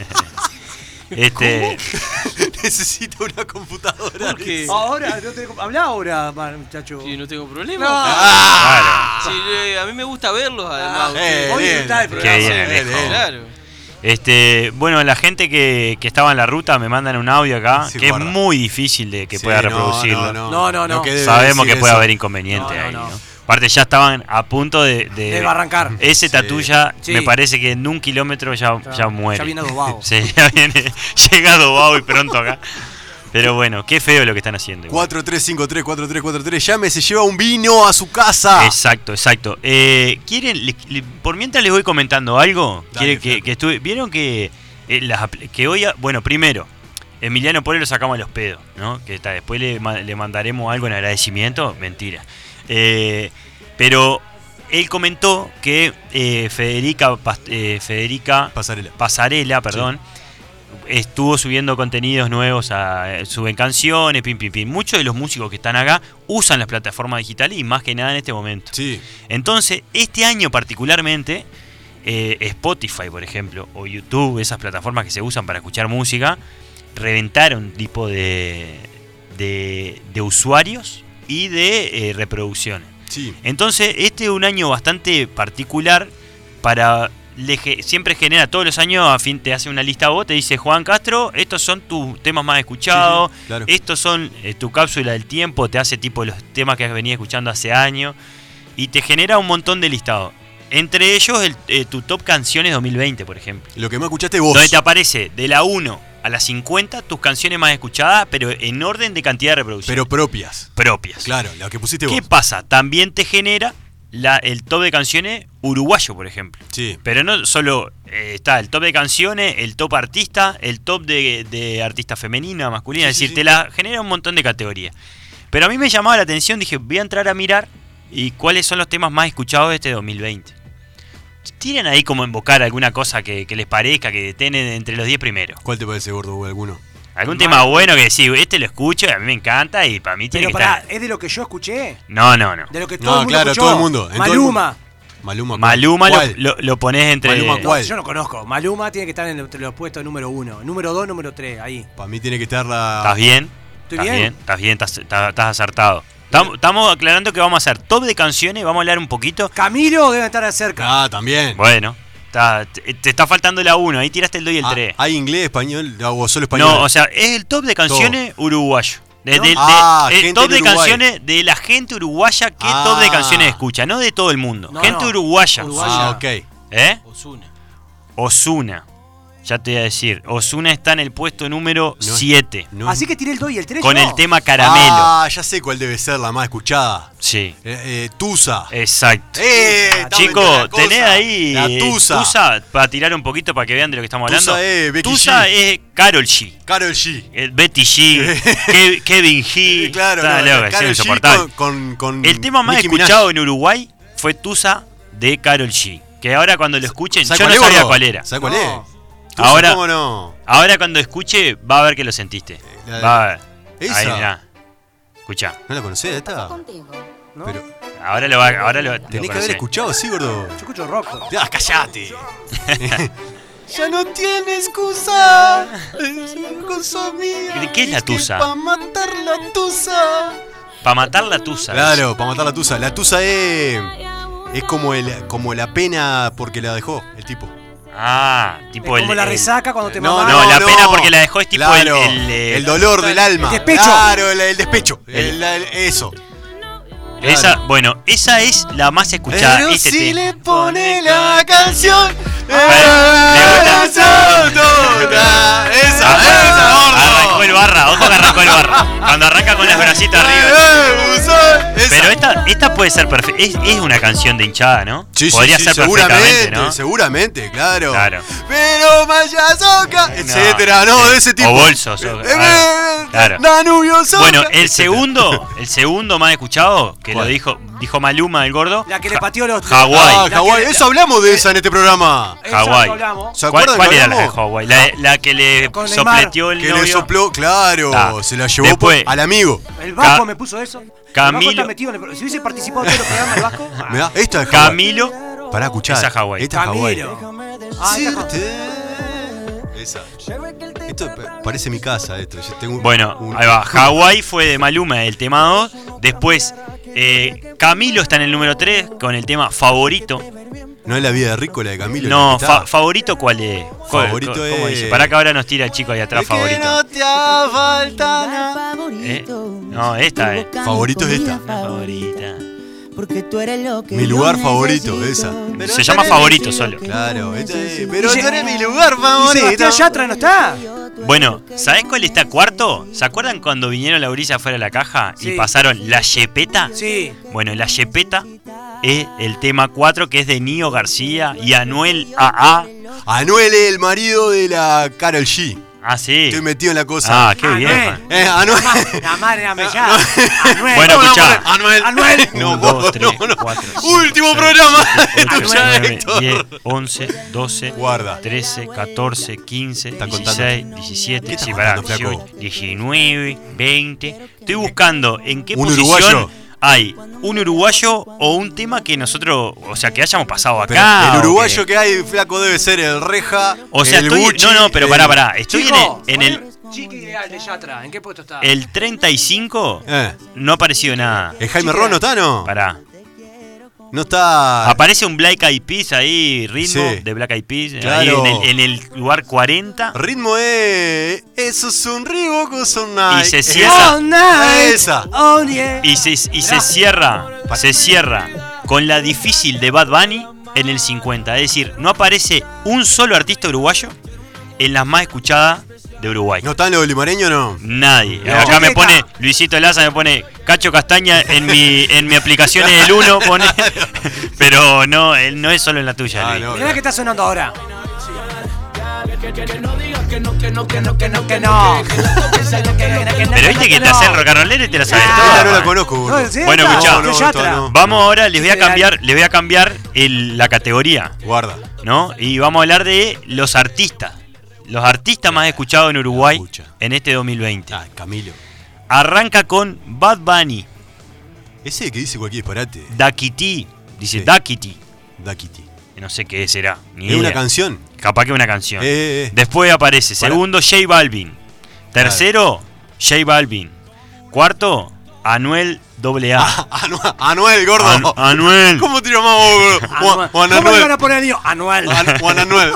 Speaker 4: Este,
Speaker 3: Necesito una computadora.
Speaker 6: ¿Por qué?
Speaker 2: ahora, no tengo- hablá ahora, man, muchacho.
Speaker 6: Sí, no tengo problema.
Speaker 3: Ah,
Speaker 6: Sí, eh, a mí me gusta verlos además.
Speaker 3: eh,
Speaker 2: Hoy
Speaker 3: bien,
Speaker 2: está el
Speaker 3: bien,
Speaker 2: programa.
Speaker 4: bien,
Speaker 3: bien,
Speaker 4: Alejo.
Speaker 3: bien.
Speaker 6: Claro.
Speaker 4: este, bueno, la gente que, que estaba en la ruta me mandan un audio acá,
Speaker 3: Sí,
Speaker 4: que
Speaker 3: guarda.
Speaker 4: es muy difícil de que
Speaker 3: Sí,
Speaker 4: pueda
Speaker 3: no,
Speaker 4: reproducirlo.
Speaker 2: No, no, no.
Speaker 3: debe
Speaker 4: Sabemos
Speaker 3: decir
Speaker 4: que puede
Speaker 3: eso.
Speaker 4: haber inconveniente
Speaker 2: No, no,
Speaker 4: ahí,
Speaker 2: no.
Speaker 4: ¿no? Aparte ya estaban a punto de... De,
Speaker 2: De barrancar.
Speaker 4: Ese tatu ya,
Speaker 2: Sí.
Speaker 4: me parece que en un kilómetro ya,
Speaker 2: Ya-
Speaker 4: ya muere.
Speaker 2: ya viene adobado.
Speaker 4: Sí, ya viene, llega adobado y pronto acá. Pero bueno, qué feo lo que están haciendo. igual.
Speaker 3: 4353 4343 llame, se lleva un vino a su casa.
Speaker 4: Exacto, exacto. Eh, ¿Quieren? le- le- por mientras les voy comentando algo,
Speaker 3: Dale,
Speaker 4: ¿quieren que,
Speaker 3: Flaco.
Speaker 4: que estuve- ¿vieron que, eh, las apl- que hoy... a- bueno, primero, Emiliano Polo lo sacamos a los pedos, ¿no? Que está, después le, ma- le mandaremos algo en agradecimiento, mentira. Eh, pero él comentó que eh, Federica, Pas- eh, Federica
Speaker 3: Pasarela.
Speaker 4: Pasarela, perdón, estuvo subiendo contenidos nuevos, a, suben canciones, pim, pim, pim. Muchos de los músicos que están acá usan las plataformas digitales y más que nada en este momento.
Speaker 3: Sí,
Speaker 4: Entonces, este año particularmente, eh, Spotify, por ejemplo, o YouTube, esas plataformas que se usan para escuchar música, reventaron tipo de, de, de usuarios y de eh, reproducciones. Entonces, este es un año bastante particular para... le ge- siempre genera, todos los años a fin te hace una lista a vos, te dice Juan Castro, estos son tus temas más escuchados,
Speaker 3: claro.
Speaker 4: estos son eh, tu cápsula del tiempo, te hace tipo los temas que has venido escuchando hace años y te genera un montón de listados. Entre ellos el- eh, tu top canciones 2020, por ejemplo.
Speaker 3: Lo que más escuchaste vos.
Speaker 4: Donde te aparece de la 1 a la 50 tus canciones más escuchadas, pero en orden de cantidad de reproducción.
Speaker 3: Pero propias.
Speaker 4: Propias.
Speaker 3: Claro, lo que pusiste
Speaker 4: ¿Qué
Speaker 3: vos.
Speaker 4: pasa? También te genera la- el top de canciones uruguayo, por ejemplo.
Speaker 3: Sí.
Speaker 4: Pero no solo eh, está el top de canciones, el top artista, el top de, de artista femenina, masculina. es decir, te la genera un montón de categorías. Pero a mí me llamaba la atención, dije, voy a entrar a mirar y cuáles son los temas más escuchados de este 2020. Tienen ahí como invocar alguna cosa que, que les parezca, que tienen entre los 10 primeros.
Speaker 3: ¿Cuál te parece, gordo, o alguno?
Speaker 4: Algún tema bueno que decís, este lo escucho y a mí me encanta y para mí tiene
Speaker 2: Pero
Speaker 4: que
Speaker 2: pará,
Speaker 4: estar.
Speaker 2: ¿es de lo que yo escuché?
Speaker 4: No, no, no.
Speaker 2: De lo que
Speaker 3: No,
Speaker 2: todo el mundo
Speaker 3: claro,
Speaker 2: escuchó.
Speaker 3: todo el mundo, en todo el
Speaker 2: Maluma.
Speaker 3: Maluma. ¿cuál?
Speaker 4: Maluma lo,
Speaker 3: ¿Cuál?
Speaker 4: lo, lo pones entre.
Speaker 3: Maluma,
Speaker 2: No,
Speaker 3: ¿cuál?
Speaker 2: yo no conozco. Maluma tiene que estar en el- entre los puestos número uno. Número dos, número tres, ahí.
Speaker 3: Para mí tiene que estar la.
Speaker 4: ¿Estás bien?
Speaker 2: ¿Estoy
Speaker 4: ¿Estás
Speaker 2: bien?
Speaker 4: bien? ¿Estás bien? ¿Estás, estás- estás acertado? Estamos- Estamos aclarando que vamos a hacer top de canciones, vamos a hablar un poquito.
Speaker 2: Camilo debe estar cerca.
Speaker 3: Ah, también.
Speaker 4: Bueno, está- te, te está faltando la 1, ahí tiraste el 2 y el
Speaker 3: Ah,
Speaker 4: 3.
Speaker 3: ¿Hay inglés, español ah, o solo español?
Speaker 4: no, o sea, es el top de canciones uruguayo. De- de- de-
Speaker 3: Ah,
Speaker 4: el
Speaker 3: gente
Speaker 4: top de
Speaker 3: en Uruguay.
Speaker 4: canciones de la gente uruguaya, ¿qué top de
Speaker 3: Ah.
Speaker 4: canciones escucha? No de todo el mundo.
Speaker 2: No,
Speaker 4: gente
Speaker 2: no.
Speaker 4: uruguaya.
Speaker 3: Ah,
Speaker 2: Uruguaya.
Speaker 3: ok.
Speaker 4: ¿Eh?
Speaker 6: Osuna.
Speaker 4: Osuna. Ya te voy a decir. Osuna está en el puesto número 7.
Speaker 3: No es-
Speaker 2: Así que tiré el 2 y el 3.
Speaker 4: con el tema caramelo.
Speaker 3: Ah, ya sé cuál debe ser la más escuchada.
Speaker 4: Sí.
Speaker 3: Ah, Eh, eh, Tusa.
Speaker 4: Exacto.
Speaker 3: Eh, estamos en
Speaker 4: Chicos,
Speaker 3: otra cosa.
Speaker 4: tenés ahí
Speaker 3: La
Speaker 4: eh,
Speaker 3: Tusa.
Speaker 4: para tirar un poquito para que vean de lo que estamos
Speaker 3: Tusa
Speaker 4: hablando.
Speaker 3: es Becky
Speaker 4: Tusa
Speaker 3: G.
Speaker 4: es Carol G,
Speaker 3: Carol G.
Speaker 4: eh, Betty G, Ke- Kevin G.
Speaker 3: Eh, claro,
Speaker 4: Está
Speaker 3: no,
Speaker 4: loco,
Speaker 3: la
Speaker 4: es
Speaker 3: Karol G
Speaker 4: insoportable.
Speaker 3: con, con- con
Speaker 4: El tema más
Speaker 3: Nicki Minaj.
Speaker 4: escuchado en Uruguay fue Tusa de Carol G. Que ahora cuando lo escuchen,
Speaker 3: ¿Sabes
Speaker 4: yo no
Speaker 3: cuál es,
Speaker 4: sabía
Speaker 3: gordo?
Speaker 4: cuál era.
Speaker 3: ¿Sabes cuál
Speaker 2: No.
Speaker 3: es? Tusa,
Speaker 4: Ahora-
Speaker 3: ¿Cómo no? Eh,
Speaker 4: Ahora cuando escuche, va a ver que lo sentiste.
Speaker 3: la-
Speaker 4: Va a ver.
Speaker 3: esa.
Speaker 4: Ahí, mirá. Escuchá.
Speaker 3: ¿No la conocés esta? Pero
Speaker 4: Ahora lo va ahora lo, lo
Speaker 3: tenés que haber
Speaker 4: conocés.
Speaker 3: escuchado, sí, gordo.
Speaker 2: Yo escucho rock.
Speaker 3: Ah, callate. ya no tiene excusa. Excusa mía.
Speaker 4: ¿De qué es la Tusa?
Speaker 3: Para matar la tusa.
Speaker 4: Para matar la Tusa.
Speaker 3: Claro, para matar la tusa. La tusa es. Es como, el, como la pena porque la dejó el tipo.
Speaker 4: Ah,
Speaker 2: Es
Speaker 4: tipo el.
Speaker 2: como la
Speaker 4: el-
Speaker 2: resaca cuando te
Speaker 4: no,
Speaker 2: mamás.
Speaker 4: no, la pena porque la dejó es tipo el-
Speaker 3: Claro,
Speaker 4: el, eh,
Speaker 3: el dolor del alma.
Speaker 2: el despecho.
Speaker 3: Claro, el, el despecho.
Speaker 4: El-
Speaker 3: El- el- eso.
Speaker 4: Esa, bueno, esa es la más escuchada.
Speaker 3: Pero
Speaker 4: este
Speaker 3: si
Speaker 4: tema.
Speaker 3: le pone la canción.
Speaker 4: gusta?
Speaker 3: eh, esa, toda,
Speaker 4: Ah,
Speaker 3: Esa, esa,
Speaker 4: Arrancó el
Speaker 3: gordo.
Speaker 4: barra, ojo que arrancó el barra. Cuando arranca con las bracitas arriba.
Speaker 3: Eh, buzón, esa.
Speaker 4: Pero esta, esta puede ser perfecta. Es, es una canción de hinchada, ¿no?
Speaker 3: Sí, sí,
Speaker 4: Podría
Speaker 3: sí,
Speaker 4: ser perfectamente,
Speaker 3: seguramente,
Speaker 4: ¿no?
Speaker 3: seguramente, claro.
Speaker 4: Claro.
Speaker 3: Pero vaya soca, etcétera, no, de ese tipo.
Speaker 4: O bolsos, o-
Speaker 3: Eh,
Speaker 4: ah,
Speaker 3: eh,
Speaker 4: claro.
Speaker 3: Danubio soca.
Speaker 4: Bueno, el
Speaker 3: etcétera.
Speaker 4: segundo, el segundo más escuchado, que
Speaker 3: ¿Cuál?
Speaker 4: lo dijo, dijo Maluma el gordo.
Speaker 2: La que le pateó los.
Speaker 4: Hawái.
Speaker 3: Ah,
Speaker 2: La
Speaker 3: Hawái,
Speaker 2: que-
Speaker 3: eso hablamos de esa en este programa.
Speaker 2: Esa que
Speaker 4: Hawái.
Speaker 2: hablamos.
Speaker 3: ¿Se
Speaker 4: ¿Cuál,
Speaker 3: acuerdan
Speaker 4: cuál
Speaker 3: que
Speaker 4: era la de
Speaker 3: hablamos?
Speaker 4: Hawái? La, la que le
Speaker 2: Con Neymar.
Speaker 4: sopleteó el
Speaker 3: Que
Speaker 4: novio.
Speaker 3: le sopló, claro,
Speaker 4: Ta.
Speaker 3: se la llevó
Speaker 4: Ah, Después-
Speaker 3: por- al amigo.
Speaker 2: El Vasco
Speaker 4: Ca-
Speaker 2: me puso eso. El Vasco
Speaker 4: Camilo-
Speaker 2: está metido en el pro- Si hubiese participado en todo el programa el Vasco. ah,
Speaker 3: Mirá, esta es Hawái.
Speaker 4: Camilo.
Speaker 3: Pará, escuchá.
Speaker 4: Esa es Hawái.
Speaker 3: Esta es Hawái.
Speaker 2: Camilo. Ah, esta es Hawái.
Speaker 3: Esa. Esto pa- parece mi casa, esto. Yo tengo un-
Speaker 4: Bueno,
Speaker 3: un-
Speaker 4: ahí va. Hawái fue de Maluma el tema 2. Después, eh, Camilo está en el número 3 con el tema favorito.
Speaker 3: No es la vida de rico la de Camilo.
Speaker 4: No,
Speaker 3: la que está.
Speaker 4: fa- favorito cuál es? ¿Cuál-
Speaker 3: Favorito
Speaker 4: co- ¿Cómo
Speaker 3: es-
Speaker 4: dice? Pará que ahora nos tira el chico ahí atrás
Speaker 3: Es que
Speaker 4: favorito.
Speaker 3: no te falta nada.
Speaker 4: ¿Eh? No, esta es.
Speaker 3: Favorito es esta.
Speaker 4: Favorita.
Speaker 3: Mi lugar favorito, esa.
Speaker 4: Se llama favorito solo.
Speaker 3: Claro, esta es. Pero
Speaker 2: Y
Speaker 3: tú
Speaker 2: se-
Speaker 3: eres mi lugar
Speaker 2: ¿Y
Speaker 3: favorito.
Speaker 2: Sebastián Este Yatra no está?
Speaker 4: Bueno, ¿sabés cuál está cuarto? ¿Se acuerdan cuando vinieron la orilla afuera de la caja y
Speaker 2: Sí.
Speaker 4: pasaron la yepeta?
Speaker 2: Sí.
Speaker 4: Bueno, la yepeta es el tema 4 que es de Nio García y Anuel AA.
Speaker 3: Anuel es el marido de la Carol G.
Speaker 4: Ah, sí.
Speaker 3: Estoy metido en la cosa.
Speaker 4: Ah, qué bien.
Speaker 2: Anuel.
Speaker 4: Juan.
Speaker 3: Eh, Anuel.
Speaker 2: La madre amellada. Anuel.
Speaker 4: Bueno, escuchá.
Speaker 3: Anuel.
Speaker 2: Anuel.
Speaker 3: No,
Speaker 4: Uno, dos,
Speaker 3: no,
Speaker 4: tres,
Speaker 3: no, no.
Speaker 4: cuatro, cinco,
Speaker 3: Último
Speaker 4: seis,
Speaker 3: programa.
Speaker 4: siete,
Speaker 3: Esto
Speaker 4: ocho,
Speaker 3: ya es
Speaker 4: nueve,
Speaker 3: todo.
Speaker 4: 10, 11, 12,
Speaker 3: Guarda.
Speaker 4: 13, 14, 15,
Speaker 3: contando.
Speaker 4: 16, 17,
Speaker 3: ¿Qué está
Speaker 4: sí, pará,
Speaker 3: contando, flaco?
Speaker 4: 18, 19, 20. Estoy buscando en qué
Speaker 3: Un
Speaker 4: posición
Speaker 3: uruguayo.
Speaker 4: hay un uruguayo o un tema que nosotros, o sea, que hayamos pasado
Speaker 3: Pero
Speaker 4: acá.
Speaker 3: el
Speaker 4: o
Speaker 3: uruguayo
Speaker 4: que-
Speaker 3: que hay, flaco, debe ser el Reja.
Speaker 4: O sea,
Speaker 3: el
Speaker 4: estoy,
Speaker 3: Gucci,
Speaker 4: no, no, pero
Speaker 3: el-
Speaker 4: pará, pará. Estoy en el-
Speaker 2: Chico,
Speaker 4: en el,
Speaker 2: Chiqui ideal de Yatra. ¿En qué puesto está?
Speaker 4: el 35,
Speaker 3: Eh,
Speaker 4: no ha aparecido nada.
Speaker 3: ¿El Jaime Rono está, no?
Speaker 4: Pará.
Speaker 3: No está.
Speaker 4: Aparece un Black Eyed Peas ahí, ritmo
Speaker 3: Sí.
Speaker 4: de Black Eyed Peas, ahí en
Speaker 3: Claro.
Speaker 4: el, en el lugar 40.
Speaker 3: Ritmo es. Eso es un Reebok, es un Nike.
Speaker 4: Y se cierra.
Speaker 3: Esa. Esa.
Speaker 2: Oh, yeah.
Speaker 4: Y se, y se cierra, se cierra con la difícil de Bad Bunny en el 50. Es decir, no aparece un solo artista uruguayo en las más escuchadas de Uruguay.
Speaker 3: ¿No están los limareños no?
Speaker 4: Nadie.
Speaker 3: No.
Speaker 4: Acá me pone Luisito Laza, me pone Cacho Castaña en mi, en mi aplicación es el 1, pone. Pero no, él no es solo en la tuya.
Speaker 3: Ah,
Speaker 4: Luis.
Speaker 2: Mirá que está sonando ahora.
Speaker 4: Pero viste que te hace el rock and rollero y te la sabes toda.
Speaker 3: Ah, no la conozco, boludo.
Speaker 2: No, sí,
Speaker 4: Bueno,
Speaker 2: esta,
Speaker 4: escuchá. No,
Speaker 2: esta
Speaker 4: no,
Speaker 2: yatra.
Speaker 3: esta no.
Speaker 4: Vamos ahora, les voy a cambiar, les voy a cambiar el- la categoría.
Speaker 3: Guarda.
Speaker 4: ¿no? Y vamos a hablar de los artistas. Los artistas más escuchados en Uruguay en este 2020.
Speaker 3: Ah, Camilo.
Speaker 4: Arranca con Bad Bunny,
Speaker 3: Ese que dice cualquier disparate.
Speaker 4: Daquiti, dice
Speaker 3: Sí.
Speaker 4: Daquiti,
Speaker 3: Daquiti.
Speaker 4: no sé qué será, ni
Speaker 3: Es una
Speaker 4: idea.
Speaker 3: canción.
Speaker 4: Capaz que una canción.
Speaker 3: Eh, eh, eh.
Speaker 4: Después aparece,
Speaker 3: Pará.
Speaker 4: segundo, J Balvin. Tercero, J Balvin. Cuarto, Anuel AA.
Speaker 3: Ah, Anu- Anuel, gordo.
Speaker 4: Anu- Anuel,
Speaker 3: ¿Cómo te llamamos, gordo? Juan- Juan
Speaker 2: Anual. ¿Cómo le van a
Speaker 3: Anuel.
Speaker 2: poner el niño? Anual.
Speaker 3: An- Juan Anuel.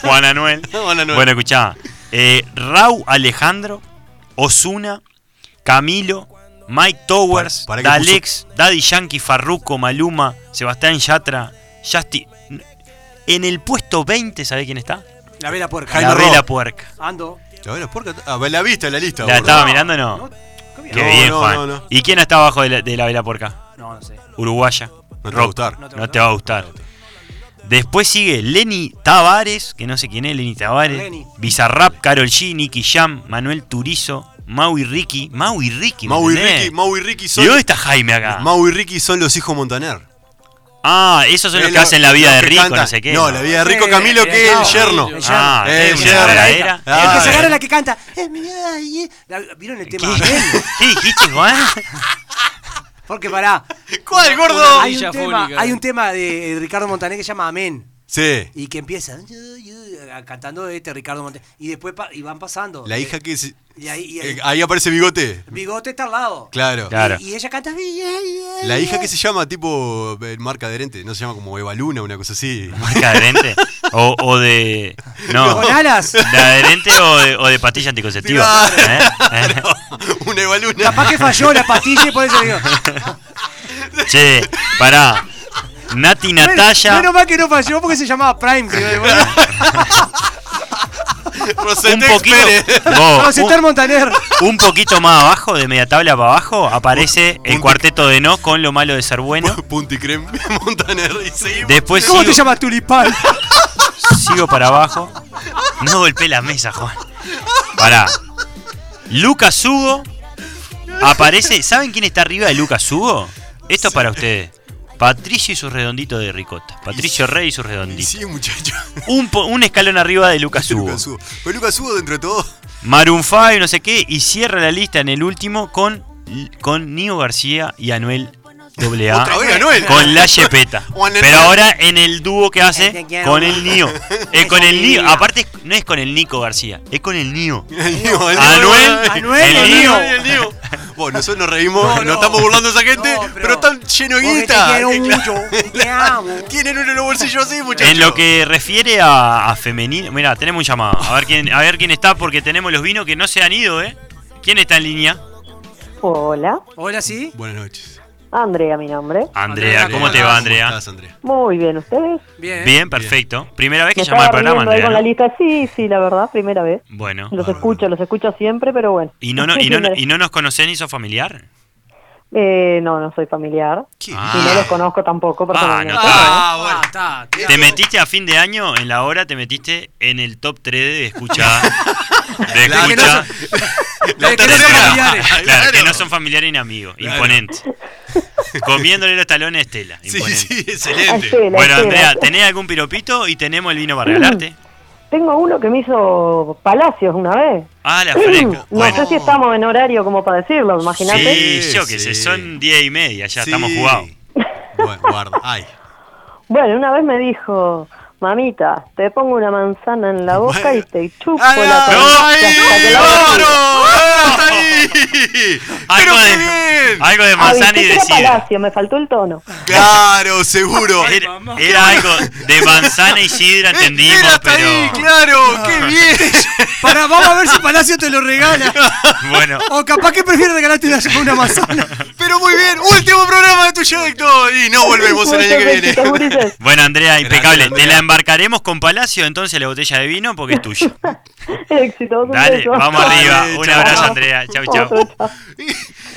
Speaker 4: Juan Anuel.
Speaker 3: Juan Anuel.
Speaker 4: Bueno, escuchá. Eh, Rau Alejandro, Osuna, Camilo, Mike Towers,
Speaker 3: Para- para que
Speaker 4: Dalex, Daddy Yankee, Farruko, Maluma, Sebastián Yatra, Justin. En el puesto 20, ¿sabés quién está?
Speaker 2: La vela puerca.
Speaker 3: Jaime
Speaker 4: la
Speaker 3: Ross.
Speaker 4: Vela Puerca.
Speaker 2: Ando.
Speaker 3: La verdad, porca. Ah, la viste la lista,
Speaker 4: ¿La
Speaker 3: gordo.
Speaker 4: estaba mirando o no?
Speaker 2: qué bien.
Speaker 4: Qué
Speaker 3: No,
Speaker 4: bien,
Speaker 3: no,
Speaker 4: Juan.
Speaker 3: no, no.
Speaker 4: ¿Y quién está abajo de la, de la Vela Puerca?
Speaker 2: No, no sé.
Speaker 4: Uruguaya.
Speaker 3: No te va a
Speaker 4: Rock.
Speaker 3: gustar.
Speaker 2: No te va a
Speaker 4: No te va a gustar. Después sigue Lenny Tavares, que no sé quién es Lenny Tavares,
Speaker 2: Lenny.
Speaker 4: Bizarrap, Carol G, Nicky Jam, Manuel Turizo, Mau y Ricky, Mau y Ricky, ¿me
Speaker 3: Mau y
Speaker 4: entendés?
Speaker 3: Ricky, Mau y Ricky
Speaker 4: ¿Y
Speaker 3: son.
Speaker 4: dónde está Jaime acá?
Speaker 3: Mau y Ricky son los hijos Montaner.
Speaker 4: ah, esos son los
Speaker 3: Eh,
Speaker 4: que hacen la vida
Speaker 3: los
Speaker 4: de
Speaker 3: que
Speaker 4: Rico,
Speaker 3: cantan.
Speaker 4: no sé qué.
Speaker 3: No, la vida de Rico
Speaker 2: Eh,
Speaker 3: Camilo,
Speaker 2: eh,
Speaker 3: que es
Speaker 2: no,
Speaker 3: el yerno.
Speaker 2: Camilo.
Speaker 4: Ah,
Speaker 3: Eh,
Speaker 4: es
Speaker 3: ya.
Speaker 4: una verdadera.
Speaker 3: Ah,
Speaker 2: el que se
Speaker 3: eh.
Speaker 2: agarra la que canta. "Eh, mira, eh". La- ¿Vieron el
Speaker 4: ¿Qué,
Speaker 2: tema? Abel?
Speaker 4: ¿Qué dijiste, Juan?
Speaker 2: Porque pará.
Speaker 3: ¿Cuál, gordo?
Speaker 2: Hay un,
Speaker 6: Villa
Speaker 2: tema,
Speaker 6: Fónica.
Speaker 2: hay un tema de Ricardo Montaner que se llama Amén.
Speaker 3: Sí.
Speaker 2: Y que empieza "Yo, yo", cantando este Ricardo Montaner. Y después pa- y van pasando.
Speaker 3: La
Speaker 2: Eh,
Speaker 3: hija que. se-
Speaker 2: Y ahí, y ahí-
Speaker 3: eh, Ahí aparece Bigote.
Speaker 2: Bigote está al lado.
Speaker 3: Claro.
Speaker 4: Claro.
Speaker 2: Y, y ella canta.
Speaker 3: La hija que se llama tipo eh, marca adherente, no se llama como Eva Luna, una cosa así.
Speaker 4: ¿Marca adherente? O, o de. No.
Speaker 2: ¿Con alas?
Speaker 4: ¿De adherente o de, o de pastilla anticonceptiva? ¿Eh? ¿Eh?
Speaker 3: una Eva Luna.
Speaker 2: Capaz que falló la pastilla y por eso digo.
Speaker 4: Che, pará. Nati
Speaker 2: Bueno,
Speaker 4: Natalia.
Speaker 2: Menos mal que no falló porque se llamaba Prime. creo, boludo.
Speaker 4: un poquito,
Speaker 2: No,
Speaker 4: vos,
Speaker 2: se
Speaker 3: Uh.
Speaker 2: está el Montaner.
Speaker 4: un, un poquito más abajo, de media tabla para abajo, aparece el cuarteto de No con lo malo de ser bueno.
Speaker 3: Punti Creme Montaner y seguimos.
Speaker 4: Después
Speaker 2: ¿Cómo
Speaker 4: sigo,
Speaker 2: te llamas Tulipán?
Speaker 4: sigo para abajo. No golpeé la mesa, Juan. Pará. Lucas Hugo aparece. ¿Saben quién está arriba de Lucas Hugo? Esto es para ustedes. Patricio y sus redonditos de ricota. Patricio Rey y sus
Speaker 3: Y
Speaker 4: redonditos.
Speaker 3: sí, muchacho.
Speaker 4: Un, po- un escalón arriba de Lucas Hugo.
Speaker 3: Lucas Hugo. Pues Lucas Hugo, dentro de todo.
Speaker 4: Maroon 5, no sé qué, y cierra la lista en el último con, con Nio García y Anuel AA.
Speaker 3: Otra vez Anuel.
Speaker 4: Con la Yepeta.
Speaker 3: O Anuel.
Speaker 4: Pero ahora en el dúo que
Speaker 2: Te
Speaker 4: hace
Speaker 2: quiero.
Speaker 4: con el Nio. Es con el
Speaker 2: mi
Speaker 4: Nio.
Speaker 2: vida.
Speaker 4: Aparte, no es con el Nico García, es con el Nio.
Speaker 3: Anuel.
Speaker 4: Anuel,
Speaker 2: Anuel,
Speaker 4: el
Speaker 2: el
Speaker 4: Nio.
Speaker 2: Nio.
Speaker 3: Bueno, nosotros nos reímos,
Speaker 2: No,
Speaker 3: no,
Speaker 2: no.
Speaker 3: estamos burlando a esa gente,
Speaker 2: No,
Speaker 3: pero,
Speaker 2: pero
Speaker 3: están llenos de
Speaker 2: Porque
Speaker 3: guita.
Speaker 2: Te quiero
Speaker 3: Eh, claro.
Speaker 2: mucho. Te amo.
Speaker 3: Tienen uno en los bolsillos así, muchachos.
Speaker 4: En lo que refiere a, a femenino. Mira, tenemos un llamado. A ver, quién, a ver quién está, porque tenemos los vinos que no se han ido, ¿eh? ¿Quién está en línea?
Speaker 10: Hola,
Speaker 2: Hola, sí.
Speaker 3: Buenas noches.
Speaker 10: Andrea mi nombre.
Speaker 4: Andrea,
Speaker 2: Andrea,
Speaker 4: ¿cómo te
Speaker 2: ¿cómo
Speaker 4: va,
Speaker 3: ¿Cómo
Speaker 4: Andrea?
Speaker 3: estás, Andrea?
Speaker 10: Muy bien, ¿ustedes?
Speaker 2: Bien.
Speaker 4: Bien, perfecto. Primera vez
Speaker 10: Me
Speaker 4: que llama al
Speaker 10: estaba
Speaker 4: programa,
Speaker 10: riendo ahí
Speaker 4: Andrea.
Speaker 10: con la
Speaker 4: ¿no?
Speaker 10: lista. Sí, sí, la verdad, primera vez.
Speaker 4: Bueno.
Speaker 10: Los
Speaker 3: bárbaro.
Speaker 10: escucho, los escucho siempre, pero bueno.
Speaker 4: ¿Y no, no- y, no,
Speaker 10: Primera
Speaker 4: y no nos conocés ni sos familiar?
Speaker 10: Eh, no, no soy familiar. Y no los conozco tampoco personalmente.
Speaker 4: Ah,
Speaker 2: bueno. Está, está.
Speaker 4: Te metiste a fin de año, en la hora te metiste en el top 3 de escuchar. De
Speaker 3: La que no
Speaker 4: escucha.
Speaker 2: La de que
Speaker 4: del
Speaker 2: no son
Speaker 4: programa.
Speaker 2: familiares.
Speaker 4: Claro,
Speaker 3: Claro.
Speaker 4: que no son familiares ni amigos.
Speaker 3: Claro.
Speaker 4: Imponente. Comiéndole los talones a Estela.
Speaker 3: Sí,
Speaker 4: Imponente.
Speaker 3: sí,
Speaker 10: Ah,
Speaker 3: excelente.
Speaker 10: Estela, Mm.
Speaker 4: Bueno,
Speaker 10: Estela.
Speaker 4: Andrea, ¿tenés algún piropito y tenemos el vino para regalarte?
Speaker 10: Tengo uno que me hizo Palacios una vez.
Speaker 4: Ah, la fresca.
Speaker 10: No sé
Speaker 4: Bueno.
Speaker 10: si estamos en horario como para decirlo, imagínate.
Speaker 4: Sí,
Speaker 3: Sí,
Speaker 4: yo que sé,
Speaker 3: sí.
Speaker 4: son 10 y media, ya
Speaker 3: Sí.
Speaker 4: estamos jugados.
Speaker 3: Bueno, guarda. Ah, Ay.
Speaker 10: Bueno, una vez me dijo, mamita, te pongo una manzana en la boca y te chupo
Speaker 4: Ah,
Speaker 3: Ay,
Speaker 10: la
Speaker 3: ay,
Speaker 10: cabeza hasta que la
Speaker 3: ¡Bárbaro! ¡Ah, está ahí!
Speaker 4: Algo
Speaker 3: qué
Speaker 4: de- Algo de manzana y de sidra.
Speaker 12: Palacio, me faltó el tono.
Speaker 3: Claro, seguro.
Speaker 4: Era, era algo de manzana y sidra, entendimos, pero. Ah.
Speaker 3: claro, qué bien.
Speaker 2: Para, vamos a ver si Palacio te lo regala.
Speaker 4: Bueno,
Speaker 2: O capaz que prefiere regalarte una, una manzana.
Speaker 3: Pero muy bien, último programa de tu Héctor. Y no volvemos el año que viene.
Speaker 4: bueno, Andrea, impecable. Te la embarcaremos con Palacio, entonces la botella de vino, porque es tuya.
Speaker 12: Exitoso.
Speaker 4: Dale,
Speaker 12: beso.
Speaker 4: vamos arriba.
Speaker 3: Dale,
Speaker 4: Un
Speaker 3: chao.
Speaker 4: abrazo, Andrea. Chau, chau.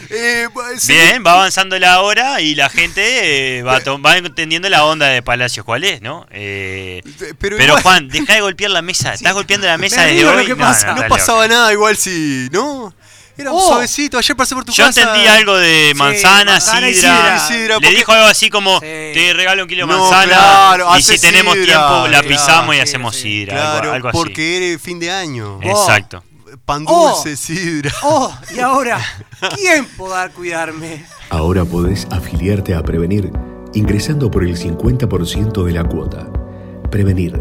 Speaker 3: Eh, sí.
Speaker 4: Bien, va avanzando la hora y la gente eh, va, to- va entendiendo la onda de Palacios cuál es, ¿no? Eh, pero
Speaker 3: igual-
Speaker 4: Juan, deja de golpear la mesa. Estás golpeando la mesa desde
Speaker 2: río lo
Speaker 4: hoy.
Speaker 2: que
Speaker 4: No,
Speaker 2: pasa.
Speaker 4: no,
Speaker 3: No
Speaker 4: dale,
Speaker 3: pasaba nada igual si. ¿No? Era
Speaker 2: Oh.
Speaker 3: suavecito. Ayer pasé por tu
Speaker 4: Yo
Speaker 3: casa.
Speaker 4: entendí algo de manzana,
Speaker 2: manzana y
Speaker 4: sidra.
Speaker 3: sidra.
Speaker 4: Le
Speaker 3: Sidra, porque-
Speaker 4: dijo algo así como,
Speaker 2: Sí.
Speaker 4: te regalo un kilo de
Speaker 3: No,
Speaker 4: manzana
Speaker 3: claro,
Speaker 4: y
Speaker 3: hace
Speaker 4: si tenemos
Speaker 3: sidra,
Speaker 4: tiempo la
Speaker 3: claro,
Speaker 4: pisamos y
Speaker 2: sí,
Speaker 4: hacemos
Speaker 2: sí.
Speaker 4: sidra, algo-
Speaker 3: Claro,
Speaker 4: algo, así. Oh.
Speaker 3: porque era fin de año.
Speaker 4: Exacto.
Speaker 3: Pan
Speaker 2: Oh.
Speaker 3: dulce, sidra.
Speaker 2: Oh, y ahora, ¿quién podrá cuidarme?
Speaker 13: Ahora podés afiliarte a Prevenir ingresando por el 50% de la cuota. Prevenir,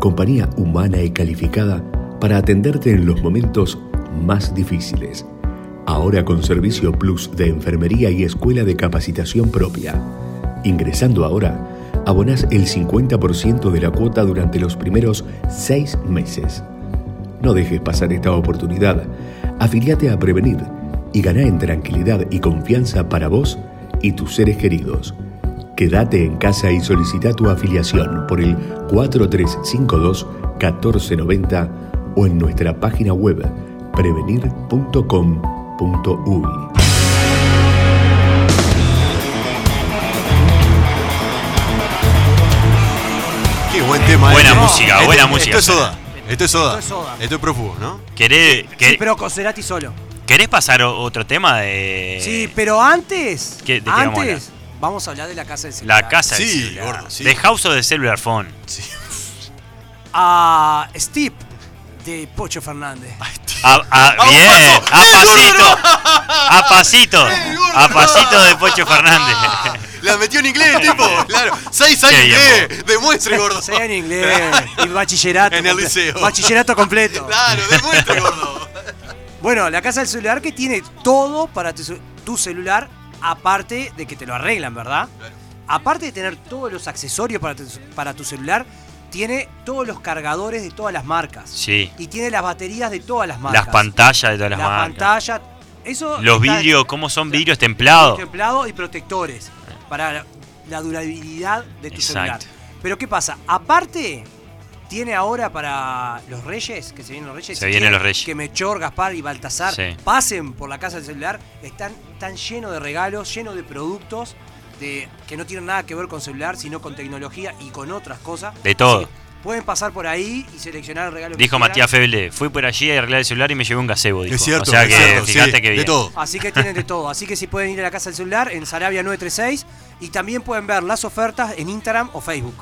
Speaker 13: compañía humana y calificada para atenderte en los momentos más difíciles. Ahora con servicio plus de enfermería y escuela de capacitación propia. Ingresando ahora, abonás el 50% de la cuota durante los primeros seis meses. No dejes pasar esta oportunidad. Afiliate a Prevenir y gana en tranquilidad y confianza para vos y tus seres queridos. Quédate en casa y solicita tu afiliación por el 4352-1490 o en nuestra página web prevenir.com.uy.
Speaker 3: Qué buen tema.
Speaker 4: Buena
Speaker 3: este.
Speaker 4: música,
Speaker 3: Este-
Speaker 4: buena música.
Speaker 3: Esto es soda. Esto es soda.
Speaker 2: Esto es soda.
Speaker 3: Esto es prófugo, ¿no?
Speaker 4: ¿Querés, quer-
Speaker 2: Sí, pero con Cerati solo.
Speaker 4: querés pasar o- otro tema de
Speaker 2: Sí, pero antes.
Speaker 4: ¿Qué- de qué vamos a
Speaker 2: antes. Vamos a hablar de la casa del celular.
Speaker 4: la casa de
Speaker 3: Sí,
Speaker 4: celular?
Speaker 3: gordo, sí.
Speaker 4: The House of the Cellular Phone.
Speaker 2: A Steve de Pocho Fernández.
Speaker 4: A, a- Ah, bien, a pasito, a pasito,
Speaker 3: ¡El ¡Eh, gordo!
Speaker 4: a pasito de Pocho Fernández.
Speaker 3: La metió en inglés, tipo. Claro. Seis años
Speaker 4: Qué bien,
Speaker 3: inglés. Demuestre, gordo.
Speaker 2: Sea en inglés. Y bachillerato.
Speaker 3: En el
Speaker 2: comple-
Speaker 3: liceo.
Speaker 2: Bachillerato completo.
Speaker 3: Claro, demuestre, gordo.
Speaker 2: Bueno, la casa del celular que tiene todo para tu, ce- tu celular, aparte de que te lo arreglan, ¿verdad? Aparte de tener todos los accesorios para tu, para tu celular, tiene todos los cargadores de todas las marcas.
Speaker 4: Sí,
Speaker 2: Y tiene las baterías de todas las marcas.
Speaker 4: las pantallas de todas las
Speaker 2: La
Speaker 4: marcas.
Speaker 2: pantalla. Eso
Speaker 4: Los
Speaker 2: está
Speaker 4: vidrios, ¿cómo son vidrios templados?
Speaker 2: contemplado y protectores para la- la durabilidad de tu celular.
Speaker 4: Exacto.
Speaker 2: Pero ¿qué pasa? Aparte, tiene ahora para los reyes, que se vienen los reyes.
Speaker 4: Se
Speaker 2: si
Speaker 4: vienen
Speaker 2: quieren
Speaker 4: los Reyes.
Speaker 2: Que Mechor, Gaspar y Baltasar
Speaker 4: Sí.
Speaker 2: pasen por la casa del celular. Están, están llenos de regalos, llenos de productos de, que no tienen nada que ver con celular, sino con tecnología y con otras cosas.
Speaker 4: De todo.
Speaker 2: Así que Pueden pasar por ahí y seleccionar el regalo. que
Speaker 4: Dijo
Speaker 2: quieran.
Speaker 4: Matías Feble, fui por allí a arreglar el celular y me llevé un gazebo, dijo.
Speaker 3: Es cierto.
Speaker 4: o sea
Speaker 3: es
Speaker 4: que
Speaker 3: cierto,
Speaker 4: fíjate
Speaker 3: sí,
Speaker 4: que bien.
Speaker 3: De todo.
Speaker 2: Así que tienen de todo. Así que si pueden ir a la casa del celular en Sarabia 936 y también pueden ver las ofertas en Instagram o Facebook.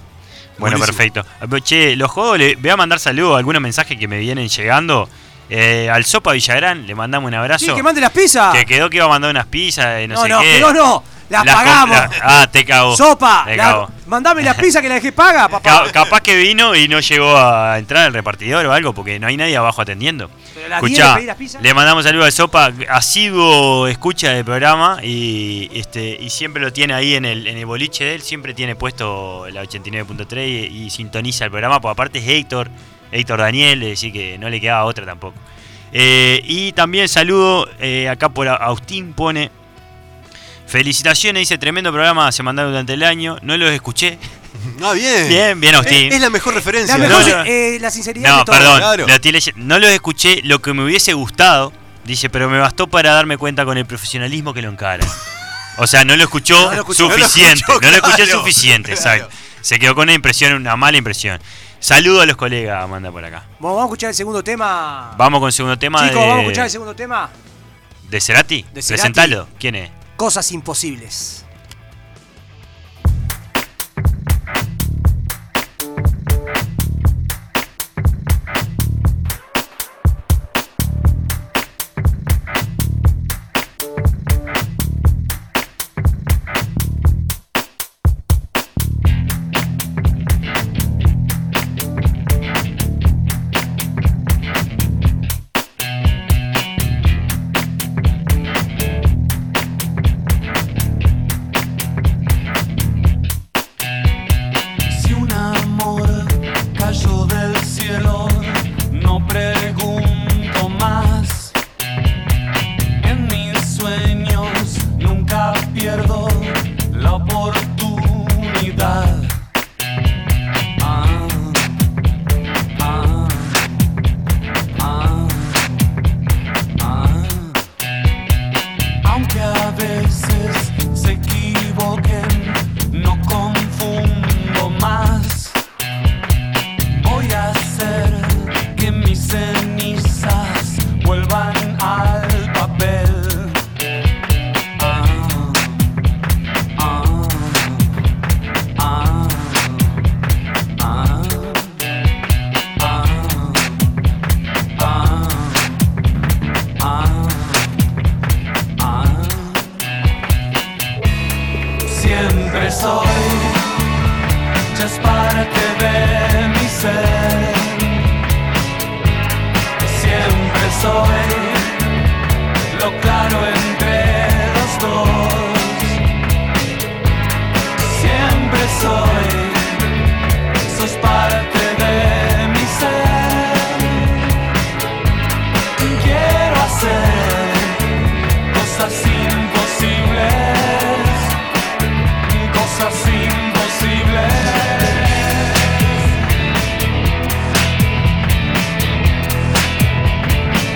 Speaker 4: Bueno,
Speaker 3: Buenísimo.
Speaker 4: perfecto. Pero, Che, los juegos, le voy a mandar saludos, algunos mensajes que me vienen llegando. Eh, al Sopa Villagrán le mandamos un abrazo.
Speaker 2: Sí, que mande las pizzas.
Speaker 4: Que quedó que iba a mandar unas pizzas, eh, no,
Speaker 2: no,
Speaker 4: sé
Speaker 2: no,
Speaker 4: qué.
Speaker 2: pero no. Las,
Speaker 4: Las
Speaker 2: pagamos.
Speaker 4: compra- Ah, te cago.
Speaker 2: Sopa.
Speaker 4: Te
Speaker 2: la-
Speaker 4: cago.
Speaker 2: mandame la pizza que la dejé paga, papá.
Speaker 4: Ca- capaz que vino y no llegó a entrar el repartidor o algo, porque no hay nadie abajo atendiendo.
Speaker 2: Pero la tiene,
Speaker 4: Escuchá,
Speaker 2: pedí las pizzas.
Speaker 4: le mandamos saludos al Sopa, asiduo escucha del programa y este y siempre lo tiene ahí en el, en el boliche de él, siempre tiene puesto la 89.3 y, y sintoniza el programa, porque aparte es Héctor, Héctor Daniel, es decir, que no le quedaba otra tampoco. Eh, y también saludo eh, acá por A- Agustín pone... Felicitaciones, dice tremendo programa, se mandaron durante el año, no los escuché.
Speaker 3: Ah, bien.
Speaker 4: Bien, bien, Agustín.
Speaker 3: Es, es la mejor referencia.
Speaker 2: la, mejor-
Speaker 4: no, no.
Speaker 2: eh, la sinceridad
Speaker 4: No,
Speaker 2: de todo.
Speaker 4: perdón,
Speaker 3: Claro.
Speaker 4: lo estoy leyendo. no los escuché, lo que me hubiese gustado, dice, pero me bastó para darme cuenta con el profesionalismo que lo encara. O sea, no lo escuchó
Speaker 2: No lo escuchó.
Speaker 4: suficiente,
Speaker 3: No lo escuchó,
Speaker 4: no lo escuché
Speaker 3: claro.
Speaker 4: suficiente,
Speaker 3: Claro.
Speaker 4: exacto. Se quedó con una impresión, una mala impresión. Saludo a los colegas, manda por acá.
Speaker 2: Bueno, vamos a escuchar el segundo tema.
Speaker 4: Vamos con el segundo tema
Speaker 2: Chicos,
Speaker 4: de,
Speaker 2: vamos a escuchar el segundo tema.
Speaker 4: de Cerati.
Speaker 2: de Cerati.
Speaker 4: Presentalo. ¿Quién es?
Speaker 2: Cosas imposibles.
Speaker 1: Ah, ah, Ah, ah, ah, tienes para que ve mi ser. Siempre soy lo claro entre los dos. Siempre soy, sos parte de mi ser. Quiero hacer cosas imposibles cosas imposibles.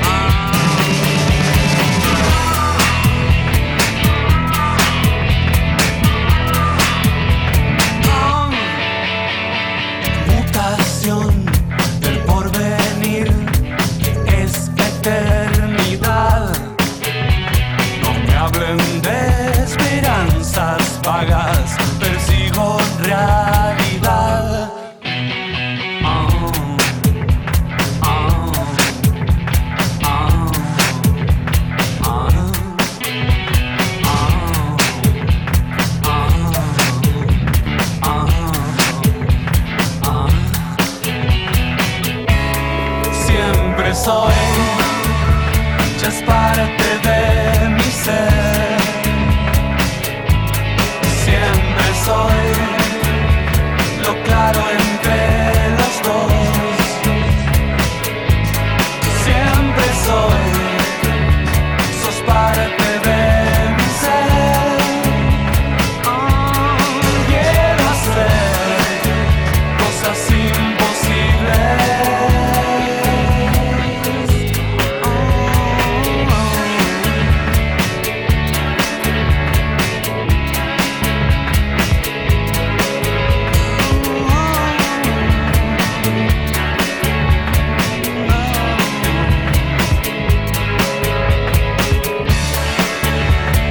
Speaker 1: Ah. Ah. Mutación del porvenir es eternidad. No me hablen de esperanzas vagas, persigo realidad. Ah, ah, ah, ah, ah, ah, ah. Siempre soy ya es parte de mi ser. Siempre soy lo claro entre los dos. Siempre soy, sos parte de mi ser. Ah, Quiero hacer cosas imposibles.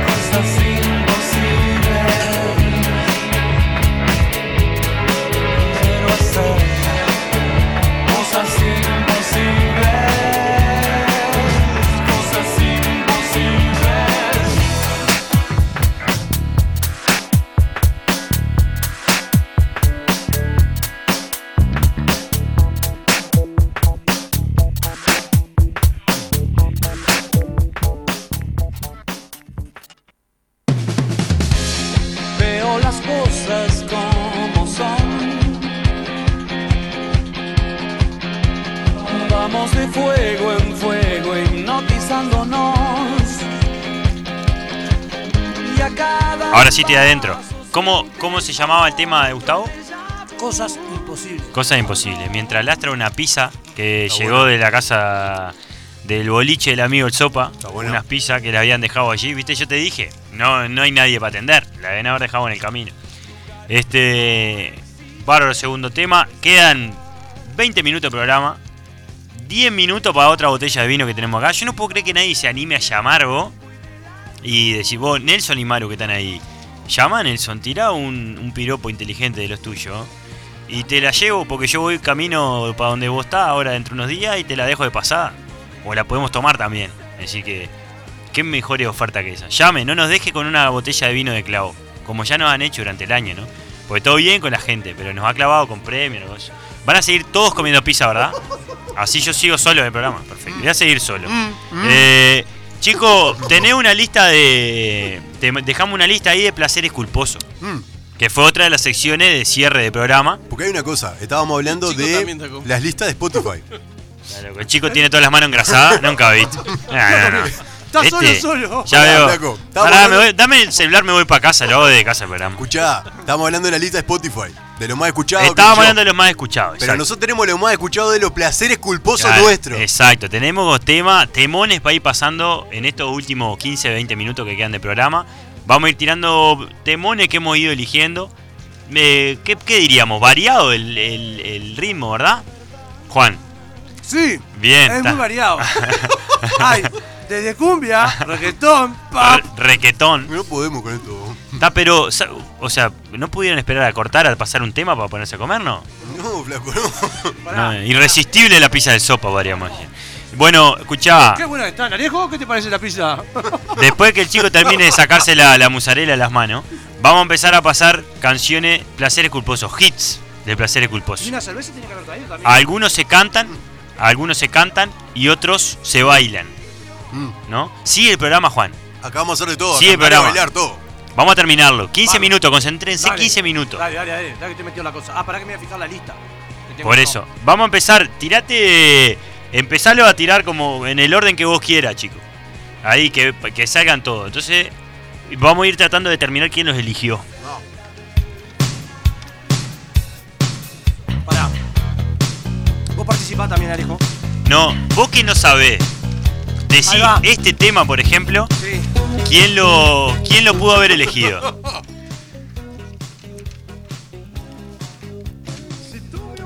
Speaker 1: Cosas imposibles Quiero hacer cosas imposibles Cosas imposibles
Speaker 14: Veo las cosas como son. Vamos de fuego en fuego, hipnotizándonos. Y a cada
Speaker 4: Ahora sí te adentro. ¿Cómo, ¿Cómo se llamaba el tema de Gustavo?
Speaker 2: Cosas imposibles.
Speaker 4: Cosa imposible. Mientras lastra una pizza que llegó de la casa del boliche del amigo El Sopa, unas pizzas que le habían dejado allí, viste, yo te dije, no, no hay nadie para atender, la deben haber dejado en el camino. Este, bárbaro segundo tema, quedan 20 minutos de programa, 10 minutos para otra botella de vino que tenemos acá. Yo no puedo creer que nadie se anime a llamar vos y decir, vos, Nelson y Maru que están ahí, llama Nelson, tirá un, un piropo inteligente de los tuyos y te la llevo porque yo voy camino para donde vos estás ahora dentro de unos días y te la dejo de pasada. O la podemos tomar también. Así que, qué mejor oferta que esa. Llame, no nos deje con una botella de vino de clavo. Como ya nos han hecho durante el año, ¿no? Porque todo bien con la gente, pero nos ha clavado con premios. ¿no? Van a seguir todos comiendo pizza, ¿verdad? Así yo sigo solo en el programa. Perfecto. Voy a seguir solo.
Speaker 1: Mm.
Speaker 3: Mm.
Speaker 4: Eh, chico, tenés una lista de. te- dejamos una lista ahí de placeres culposos. Que fue otra de las secciones de cierre de programa.
Speaker 3: Porque hay una cosa, estábamos hablando
Speaker 4: chico también
Speaker 3: de
Speaker 4: está con-
Speaker 3: las listas de Spotify.
Speaker 4: Loco, El chico tiene todas las manos engrasadas, nunca he visto. No, no, no.
Speaker 3: Está solo, solo.
Speaker 4: Ya
Speaker 3: Pará,
Speaker 4: veo. Ah.
Speaker 3: flaco,
Speaker 4: Pará,
Speaker 3: estamos
Speaker 4: me
Speaker 3: hablando-
Speaker 4: voy- dame el celular, me voy para casa, lo hago de casa el programa.
Speaker 3: Escuchá, estamos hablando de la lista de Spotify, de lo más escuchado. que
Speaker 4: Estábamos
Speaker 3: yo.
Speaker 4: hablando de los más escuchados.
Speaker 3: Pero
Speaker 4: exacto.
Speaker 3: nosotros tenemos lo más escuchado de los placeres culposos
Speaker 4: Claro,
Speaker 3: nuestros.
Speaker 4: Exacto, tenemos temas, temones para ir pasando en estos últimos 15, 20 minutos que quedan de programa. Vamos a ir tirando temones que hemos ido eligiendo. Eh, ¿qué, qué diríamos? Variado el, el- el ritmo, ¿verdad? Juan.
Speaker 2: Sí.
Speaker 4: Bien.
Speaker 2: Es
Speaker 4: está.
Speaker 2: muy variado. Hay desde cumbia, reggaetón, pap.
Speaker 4: Re- requetón.
Speaker 3: No podemos con esto.
Speaker 4: Está, pero, sa- o sea, ¿no pudieron esperar a cortar, a pasar un tema para ponerse a comer, no?
Speaker 3: No, flaco, no.
Speaker 4: No, irresistible la pizza de sopa, podríamos decir. Bueno, escuchá,
Speaker 2: Qué buena que está, Narejo. ¿Qué te parece la pizza?
Speaker 4: después que el chico termine de sacarse la, la musarela de las manos, vamos a empezar a pasar canciones, placeres culposos, hits. de placeres
Speaker 3: Pues
Speaker 4: culposos.
Speaker 2: Y una cerveza tiene que haber traído también.
Speaker 4: Algunos se cantan, algunos se cantan y otros se bailan.
Speaker 2: Mm.
Speaker 4: ¿No? Sigue el programa, Juan.
Speaker 3: Acá vamos a hacer de todo.
Speaker 4: Sigue el
Speaker 3: cantar y
Speaker 4: programa.
Speaker 3: bailar todo.
Speaker 4: Vamos a terminarlo. 15
Speaker 2: Vamos.
Speaker 4: minutos, concéntrense
Speaker 2: Dale.
Speaker 4: 15 minutos.
Speaker 2: Dale, dale, dale, dale que te metió la cosa. Ah, pará que me voy a fijar la lista. Que tengo
Speaker 4: Por
Speaker 2: acá.
Speaker 4: eso, vamos a empezar, tirate, empezalo a tirar como en el orden que vos quieras, chicos. Ahí, que, que salgan todos. Entonces, vamos a ir tratando de determinar quién los eligió.
Speaker 2: Pará. Vos participás también, Alejo.
Speaker 4: No, vos que no sabés,
Speaker 2: Ahí
Speaker 4: decís
Speaker 2: va.
Speaker 4: este tema, por ejemplo, ¿quién, lo, ¿quién lo pudo haber elegido?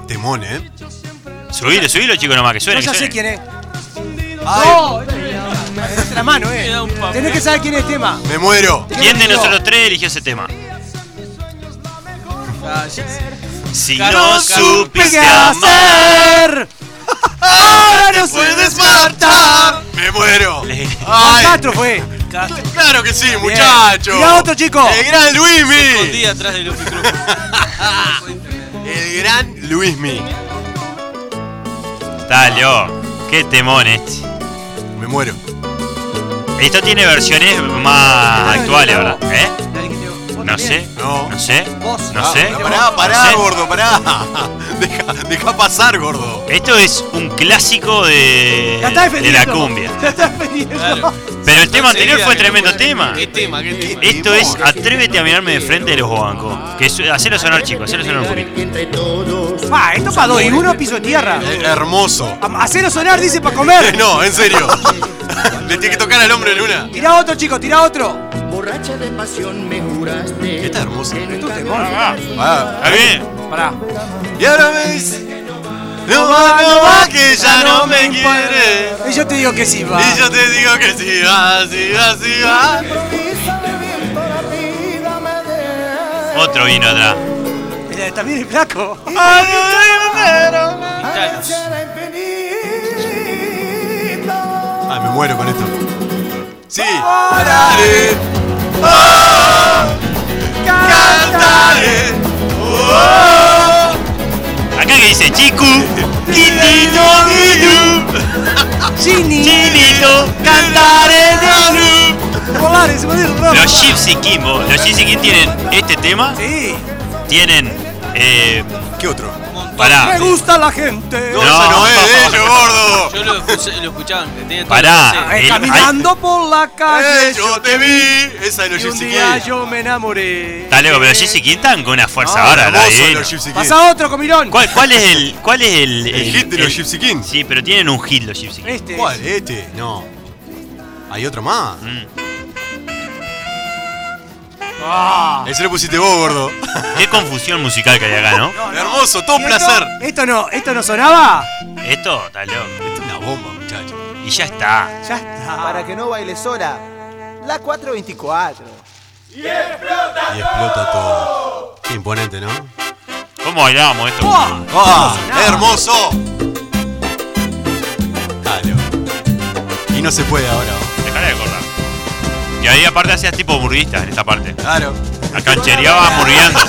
Speaker 3: Temón, ¿eh?
Speaker 4: Subilo, subilo, chicos, nomás, que suene.
Speaker 2: Yo ya
Speaker 4: que suene.
Speaker 2: sé quién es. ¡No! Es la mano, eh. Tenés que saber quién es el tema.
Speaker 3: Me muero.
Speaker 4: ¿Quién de nosotros tres eligió ese tema? Si no supiste amar,
Speaker 2: ¡Ahora no
Speaker 3: puedes
Speaker 2: puedes matar!
Speaker 3: Me muero.
Speaker 2: Al Castro fue.
Speaker 3: Claro que sí, muchacho.
Speaker 2: muchacho. Mirá otro, chico.
Speaker 3: El gran Luismi.
Speaker 6: Escondí atrás de los micrófonos.
Speaker 3: El gran Luismi.
Speaker 4: Dale, oh, qué temón este.
Speaker 3: Me muero.
Speaker 4: Esto tiene versiones más actuales, ¿verdad? ¿Eh? No sé,
Speaker 3: No.
Speaker 4: no sé,
Speaker 2: Vos.
Speaker 4: no sé.
Speaker 3: Pará,
Speaker 4: no
Speaker 3: pará,
Speaker 4: sé.
Speaker 3: gordo, pará. Deja, deja pasar, gordo.
Speaker 4: Esto es un clásico de,
Speaker 2: La está
Speaker 4: de
Speaker 2: defendiendo.
Speaker 4: la cumbia.
Speaker 2: La está defendiendo.
Speaker 4: Pero el tema anterior fue tremendo tema.
Speaker 6: ¿Qué tema? ¿Qué tema?
Speaker 4: Esto es Atrévete a mirarme de frente de los Bobancos. Que su- hacelo sonar, chicos, hacelo sonar un poquito.
Speaker 2: Pa, esto para dos y uno piso de tierra.
Speaker 3: Eh, hermoso.
Speaker 2: A- Hacelo sonar, dice, para comer.
Speaker 3: No, en serio. Le tiene que tocar al hombre en una.
Speaker 2: Tirá otro, chico, tirá otro.
Speaker 15: Borracha de pasión me juraste.
Speaker 3: Está hermoso.
Speaker 2: Esto es temón.
Speaker 3: Ah,
Speaker 4: ¿Está bien?
Speaker 2: Pará.
Speaker 3: Y ahora me dice, No va, no va, que ya no me quiere.
Speaker 2: Y yo te digo que sí, va.
Speaker 3: Y yo te digo que sí va, sí va, sí va.
Speaker 4: Otro vino atrás.
Speaker 2: Mirá, También es flaco.
Speaker 3: Ay, Ah, me muero con esto. Sí.
Speaker 1: Oh.
Speaker 4: Acá que dice Chiku, Titito, Chinito, Cantaré
Speaker 2: Volar, se me dio el
Speaker 4: Los Gypsy King, vos, los Gypsy King tienen este tema,
Speaker 2: Sí.
Speaker 4: tienen. Eh,
Speaker 3: ¿Qué otro?
Speaker 4: pará,
Speaker 2: Me gusta la gente.
Speaker 3: No, eso no es de ellos, gordo. Ah,
Speaker 6: Yo lo, escuché- lo escuchaba, tenía todo
Speaker 4: Pará.
Speaker 6: el
Speaker 2: Eh,
Speaker 4: el-
Speaker 2: caminando por la
Speaker 3: Eh,
Speaker 2: calle.
Speaker 3: yo te vi. Esa de los
Speaker 2: Y un
Speaker 3: Gypsy
Speaker 2: día
Speaker 3: Kings.
Speaker 2: yo me enamoré.
Speaker 4: está loco, pero los Gypsy King están con una fuerza ahora, la
Speaker 3: Hermoso de
Speaker 4: divina.
Speaker 3: los Gypsy Kings.
Speaker 2: Pasa otro, comilón.
Speaker 4: ¿Cuál, ¿Cuál es el. ¿Cuál es el.
Speaker 3: El hit de los Gypsy Kings.
Speaker 4: Sí, pero tienen un hit los Gypsy King.
Speaker 2: Este.
Speaker 3: ¿Cuál? Este. No. Hay otro más.
Speaker 4: Mm.
Speaker 2: Ah.
Speaker 3: Ese lo pusiste vos, gordo.
Speaker 4: Qué confusión musical que hay acá, ¿no?
Speaker 2: No, no.
Speaker 3: Hermoso, todo un
Speaker 2: ¿Y esto?
Speaker 3: placer.
Speaker 2: Esto no, esto no sonaba.
Speaker 4: Esto, está loco.
Speaker 3: Es una bomba, muchacho.
Speaker 4: Y ya está.
Speaker 2: Ya está.
Speaker 16: Para que no baile sola, la 424.
Speaker 3: Y explota todo. Qué imponente, ¿no?
Speaker 4: ¿Cómo bailábamos esto?
Speaker 2: Buah.
Speaker 3: ¡Ah! ¡Hermoso! Claro. Y no se puede ahora. ¿no?
Speaker 4: Dejala de acordar. Y ahí aparte hacías tipo burguista en esta parte.
Speaker 3: Claro.
Speaker 4: La canchereaba murgueando.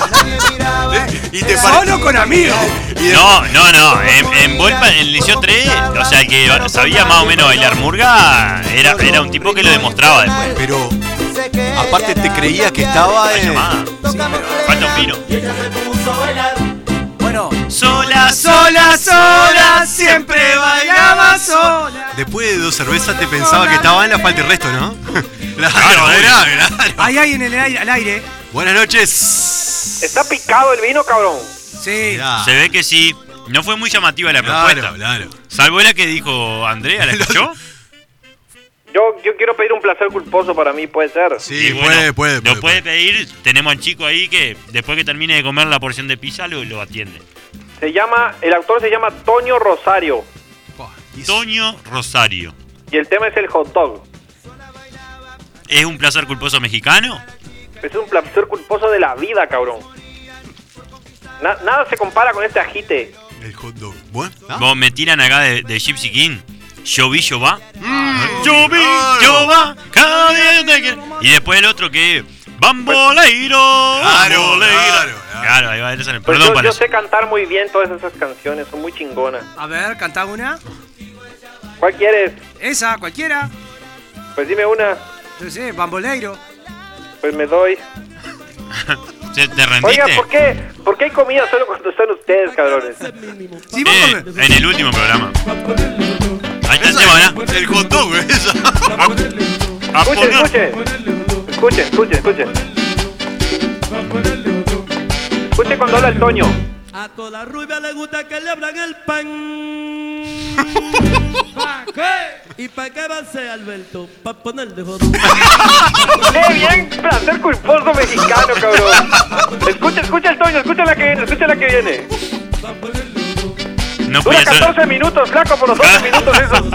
Speaker 3: Y te pare-
Speaker 2: Solo con amigos.
Speaker 3: y de-
Speaker 4: No, no, no. En, en Volpa, en el Liceo 3, o sea, el que sabía más o menos bailar murga, era, era un tipo que lo demostraba después.
Speaker 3: Pero aparte te creías que estaba eh,
Speaker 4: La
Speaker 3: en.
Speaker 4: llamada. Falta un pino.
Speaker 2: Bueno,
Speaker 4: Sola,
Speaker 2: sola, sola, siempre bailaba sola.
Speaker 3: Después de dos cervezas te pensaba que estaba en la falta y resto, ¿no?
Speaker 4: Claro,
Speaker 3: claro, claro.
Speaker 2: Hay alguien en el aire, al aire.
Speaker 3: Buenas noches.
Speaker 7: Está picado el vino, cabrón.
Speaker 2: Sí.
Speaker 3: Mirá.
Speaker 4: Se ve que sí. No fue muy llamativa la propuesta.
Speaker 3: Claro, claro.
Speaker 4: Salvo la que dijo Andrea, ¿la escuchó?
Speaker 7: Yo, yo quiero pedir un placer culposo para mí, puede ser.
Speaker 3: Sí,
Speaker 4: Y bueno,
Speaker 3: puede, puede,
Speaker 4: Lo puede pedir. Tenemos al chico ahí que después que termine de comer la porción de pizza lo, lo atiende.
Speaker 7: Se llama, el autor se llama Toño Rosario
Speaker 4: Toño Rosario.
Speaker 7: y el tema es el hot dog.
Speaker 4: ¿Es un placer culposo mexicano?
Speaker 7: Es un placer culposo de la vida, cabrón. Na- nada se compara con este ajite.
Speaker 3: El hot dog. Bueno, ¿ah?
Speaker 4: Vos me tiran acá de, de Gypsy King. Yo vi, yo va. Yo vi,
Speaker 3: Claro.
Speaker 4: yo va. Cada día yo te quiero. Y después el otro que. Bamboleiro.
Speaker 3: Claro,
Speaker 4: bamboleiro.
Speaker 3: claro, claro.
Speaker 4: Claro, ahí va Anderson.
Speaker 7: Pues
Speaker 4: Perdón,
Speaker 7: yo,
Speaker 4: para
Speaker 7: yo sé cantar muy bien todas esas canciones, son muy chingonas.
Speaker 2: A ver, cantá una.
Speaker 7: ¿Cuál quieres?
Speaker 2: Esa, cualquiera.
Speaker 7: Pues dime una.
Speaker 2: Yo sé, bamboleiro.
Speaker 7: Pues me doy.
Speaker 4: ¿Te, te rendiste?
Speaker 7: Oiga, ¿por qué, ¿por qué hay comida solo cuando están ustedes, cabrones?
Speaker 4: Eh, en el último programa. Ahí está el tema, ¿eh? ¿verdad? El hot dog, Ah, esa.
Speaker 7: Escuchen, escuchen. Escuchen, escuchen, escuchen. Escuchen cuando habla el Toño.
Speaker 1: A toda rubia le gusta que le abran el pan. ¿Pa qué? ¿Y pa' qué va a ser Alberto? Pa' ponerle jodón.
Speaker 7: ¡Qué bien! Placer culposo mexicano, cabrón. Escucha, escucha el Toño, escucha la que viene, escucha la que viene.
Speaker 4: No
Speaker 7: Dura
Speaker 4: podía ser.
Speaker 7: 14 minutos, flaco, por los 12 minutos eso.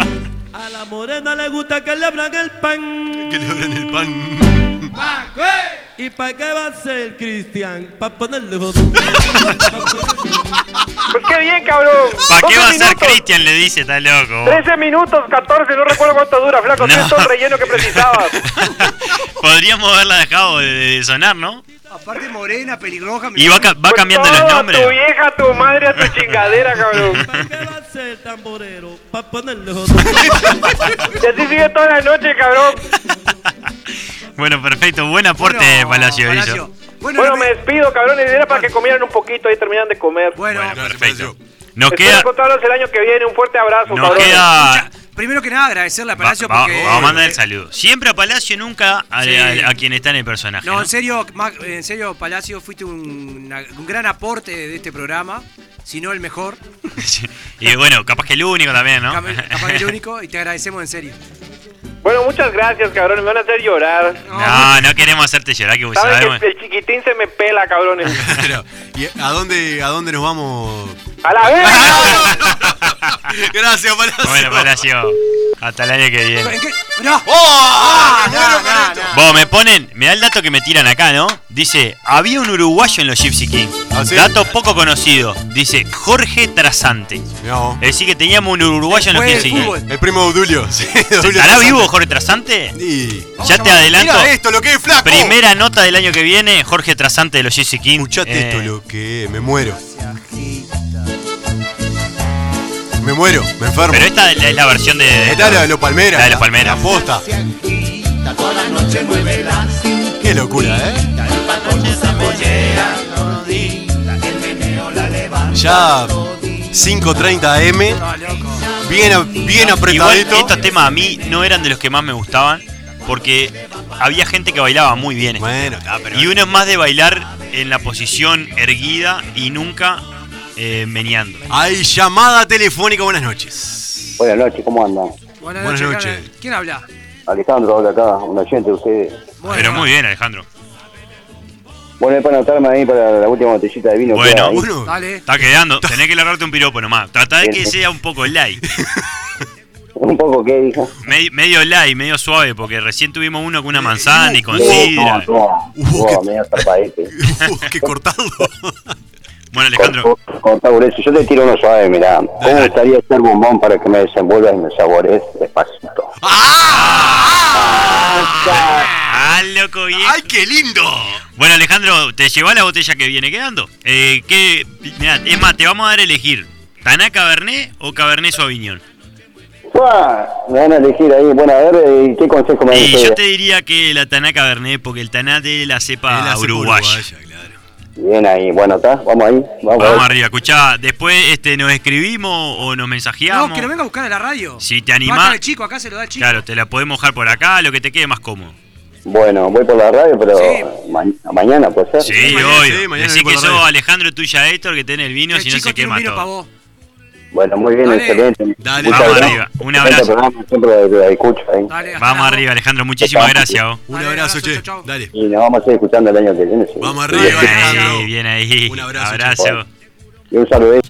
Speaker 1: A la morena le gusta que le abran el pan.
Speaker 3: Que le abran el pan.
Speaker 1: ¿Pa qué? ¿Y pa' qué va a ser Cristian? Pa' ponerle jodón.
Speaker 7: Pues qué bien, cabrón.
Speaker 4: ¿Para qué
Speaker 7: 12
Speaker 4: va a ser
Speaker 7: minutos,
Speaker 4: Cristian? Le dice, está loco.
Speaker 7: 13 minutos, 14, no recuerdo cuánto dura, flaco.
Speaker 4: No.
Speaker 7: Tienes todo el relleno que precisabas.
Speaker 4: Podríamos haberla dejado de, de sonar, ¿no?
Speaker 2: Aparte morena, pelirroja.
Speaker 4: Y va, ca- va
Speaker 2: Pues
Speaker 4: cambiando los
Speaker 2: todo
Speaker 4: nombres.
Speaker 2: tu vieja,
Speaker 7: a tu madre, a tu chingadera, cabrón.
Speaker 1: Ser tamborero. Pa' ponerle jodón.
Speaker 7: Y así sigue toda la noche, cabrón.
Speaker 4: Bueno, perfecto. Buen aporte, Palacio. hizo.
Speaker 7: Bueno, me despido, cabrones. Era para que comieran un poquito, ahí terminan de comer.
Speaker 2: Bueno,
Speaker 4: Perfecto. Nos
Speaker 7: espero
Speaker 4: queda.
Speaker 7: encontrarlos el año que viene. Un fuerte abrazo,
Speaker 4: Nos
Speaker 7: cabrones.
Speaker 4: queda.
Speaker 2: Primero que nada, agradecerle a
Speaker 4: va-
Speaker 2: Palacio
Speaker 4: va-
Speaker 2: porque.
Speaker 4: vamos a mandar el saludo. Siempre a Palacio, nunca a,
Speaker 2: Sí.
Speaker 4: a- a quien está en el personaje.
Speaker 2: No,
Speaker 4: ¿no?
Speaker 2: en serio, Ma- en serio, Palacio, fuiste un, una- un gran aporte de este programa, si no el mejor,
Speaker 4: Y bueno, capaz que el único también, ¿no?
Speaker 2: capaz que el único, y te agradecemos en serio.
Speaker 7: Bueno, muchas gracias, cabrones. Me van a hacer llorar.
Speaker 4: No, no queremos hacerte llorar, que vos
Speaker 7: Saben
Speaker 4: sabemos.
Speaker 7: que el chiquitín se me pela, cabrones.
Speaker 3: Claro. ¿Y a dónde, a dónde nos vamos?
Speaker 7: ¡A la vez!
Speaker 3: Gracias, Palacio.
Speaker 4: Bueno, Palacio. Hasta el año que viene.
Speaker 2: ¡No!
Speaker 4: ¡Oh!
Speaker 2: Ah,
Speaker 4: Vos me ponen, me da el dato que me tiran acá, ¿no? Dice, había un uruguayo en los Gypsy Kings.
Speaker 3: Ah,
Speaker 4: Dato poco conocido. Dice, Jorge Trasante. Es decir, que teníamos un uruguayo en los Gypsy Kings.
Speaker 3: El primo de Obdulio. sí, Obdulio
Speaker 4: ¿Estará
Speaker 3: Trasante.
Speaker 4: vivo Jorge Trasante?
Speaker 3: Sí.
Speaker 4: Ya te adelanto.
Speaker 3: Mira esto, lo que es flaco.
Speaker 4: Primera nota del año que viene, Jorge Trasante de los Gypsy Kings.
Speaker 3: Escuchate esto,
Speaker 4: Eh,
Speaker 3: lo que es, me muero. Me muero, me enfermo.
Speaker 4: Pero esta es la- es la versión de.
Speaker 3: Esta es la de los Palmeras.
Speaker 4: La de los Palmeras.
Speaker 3: Posta. Qué locura, ¿eh? Ya 5.30 M. Bien, a- bien
Speaker 4: Igual
Speaker 3: apretadito.
Speaker 4: estos temas a mí no eran de los que más me gustaban porque había gente que bailaba muy bien. estos
Speaker 3: temas.
Speaker 4: y uno es más de bailar en la posición erguida y nunca eh, meneando.
Speaker 3: Hay llamada telefónica, buenas noches.
Speaker 8: Buenas noches, ¿cómo andan?
Speaker 2: Buenas,
Speaker 3: Buenas
Speaker 2: noches.
Speaker 3: noches.
Speaker 2: Carla. ¿Quién habla?
Speaker 8: Alejandro habla acá, un oyente de ustedes.
Speaker 4: Pero muy bien, Alejandro.
Speaker 8: Bueno, es para anotarme ahí para la última botellita de vino. que
Speaker 4: Bueno,
Speaker 8: hay ahí.
Speaker 4: está quedando. Tenés que largarte un piropo nomás. Tratá de que
Speaker 8: Bien.
Speaker 4: sea un poco light.
Speaker 8: Un poco, ¿qué dijo?
Speaker 4: Me- medio light, medio suave, porque recién tuvimos uno
Speaker 3: Eh,
Speaker 4: con una manzana y con sidra.
Speaker 8: No, no, medio zarpadete.
Speaker 3: Qué cortado.
Speaker 4: Bueno, Alejandro,
Speaker 8: Corta grueso. Yo te tiro uno suave, mirá. ¿Cómo me gustaría ser bombón para que me desenvuelvas y me este saborees despacito?
Speaker 4: ¡Ah, loco bien! ¡Ay,
Speaker 3: qué lindo!
Speaker 4: Bueno, Alejandro, te llevas la botella que viene quedando. Eh, ¿qué? Mirá, es más, te vamos a dar a elegir: ¿Taná Cabernet o Cabernet Sauvignon?
Speaker 8: ¡Fua! Me van a elegir ahí. Bueno, a ver, eh, ¿qué consejo me
Speaker 4: Y
Speaker 8: dice?
Speaker 4: yo te diría que la Taná Cabernet, porque el Taná de la cepa, uruguaya.
Speaker 8: Bien ahí. Bueno, ¿está? Vamos ahí. Vamos,
Speaker 4: Vamos
Speaker 8: a ver.
Speaker 4: arriba, escuchá, después este, nos escribimos o nos mensajeamos.
Speaker 2: No, que lo venga a buscar a la radio.
Speaker 4: Si te
Speaker 2: Va a estar
Speaker 4: animás,
Speaker 2: el chico, acá se lo da el chico.
Speaker 4: claro, te la podemos dejar por acá, lo que te quede más cómodo.
Speaker 8: Bueno, voy por la radio, pero ma- mañana puede ser.
Speaker 4: Sí, obvio.
Speaker 8: mañana
Speaker 4: Decí que
Speaker 8: voy por la
Speaker 4: sos
Speaker 8: radio.
Speaker 4: Alejandro tuya Héctor, que tenés el vino, si no se quema todo.
Speaker 8: Bueno, muy bien, excelente.
Speaker 4: Dale,
Speaker 8: Muchas
Speaker 4: vamos
Speaker 8: gracias.
Speaker 4: arriba. Un
Speaker 8: Excelente
Speaker 4: abrazo.
Speaker 8: programa, siempre la escucho ahí.
Speaker 4: Vamos arriba, Alejandro, muchísimas gracias. vos.
Speaker 3: Un abrazo, che. Dale.
Speaker 8: Y nos vamos a ir escuchando el año que viene. sí.
Speaker 3: Vamos
Speaker 4: Bien ahí, bien ahí. Un abrazo.
Speaker 8: Y un saludo.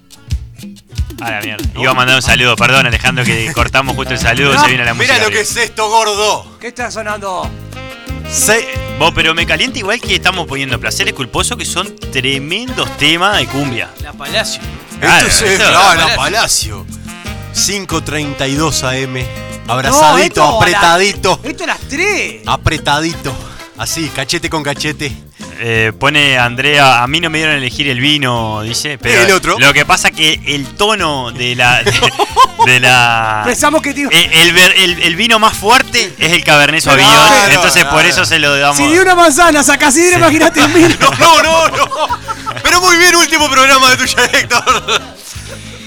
Speaker 4: A la mierda. Iba a mandar un saludo, perdón Alejandro, que cortamos justo el saludo, se viene la música.
Speaker 3: Mira lo que
Speaker 4: arriba.
Speaker 3: es esto, gordo.
Speaker 2: ¿Qué está sonando?
Speaker 4: Vos, pero me calienta igual que estamos poniendo placeres culposos que son tremendos temas de cumbia.
Speaker 17: La Palacio.
Speaker 4: Claro,
Speaker 3: esto es
Speaker 4: esto-
Speaker 3: ah, la Palacio. 5.32 AM. Abrazadito,
Speaker 2: No, esto a la-
Speaker 3: apretadito.
Speaker 2: Esto a las 3.
Speaker 3: Apretadito. Así, cachete con cachete.
Speaker 4: eh, pone Andrea, a mí no me dieron a elegir el vino, dice. Pero
Speaker 3: El otro.
Speaker 4: Lo que pasa que el tono de la. De, de la
Speaker 2: Pensamos que tío.
Speaker 4: eh, el, ver- el- el vino más fuerte es el Cabernet Sauvignon.
Speaker 2: Claro,
Speaker 4: entonces por
Speaker 3: claro.
Speaker 4: eso se lo damos.
Speaker 2: Si de una manzana sacas sidra, imagínate un vino.
Speaker 3: No, no, no. Pero muy bien, último programa de tuya, Héctor.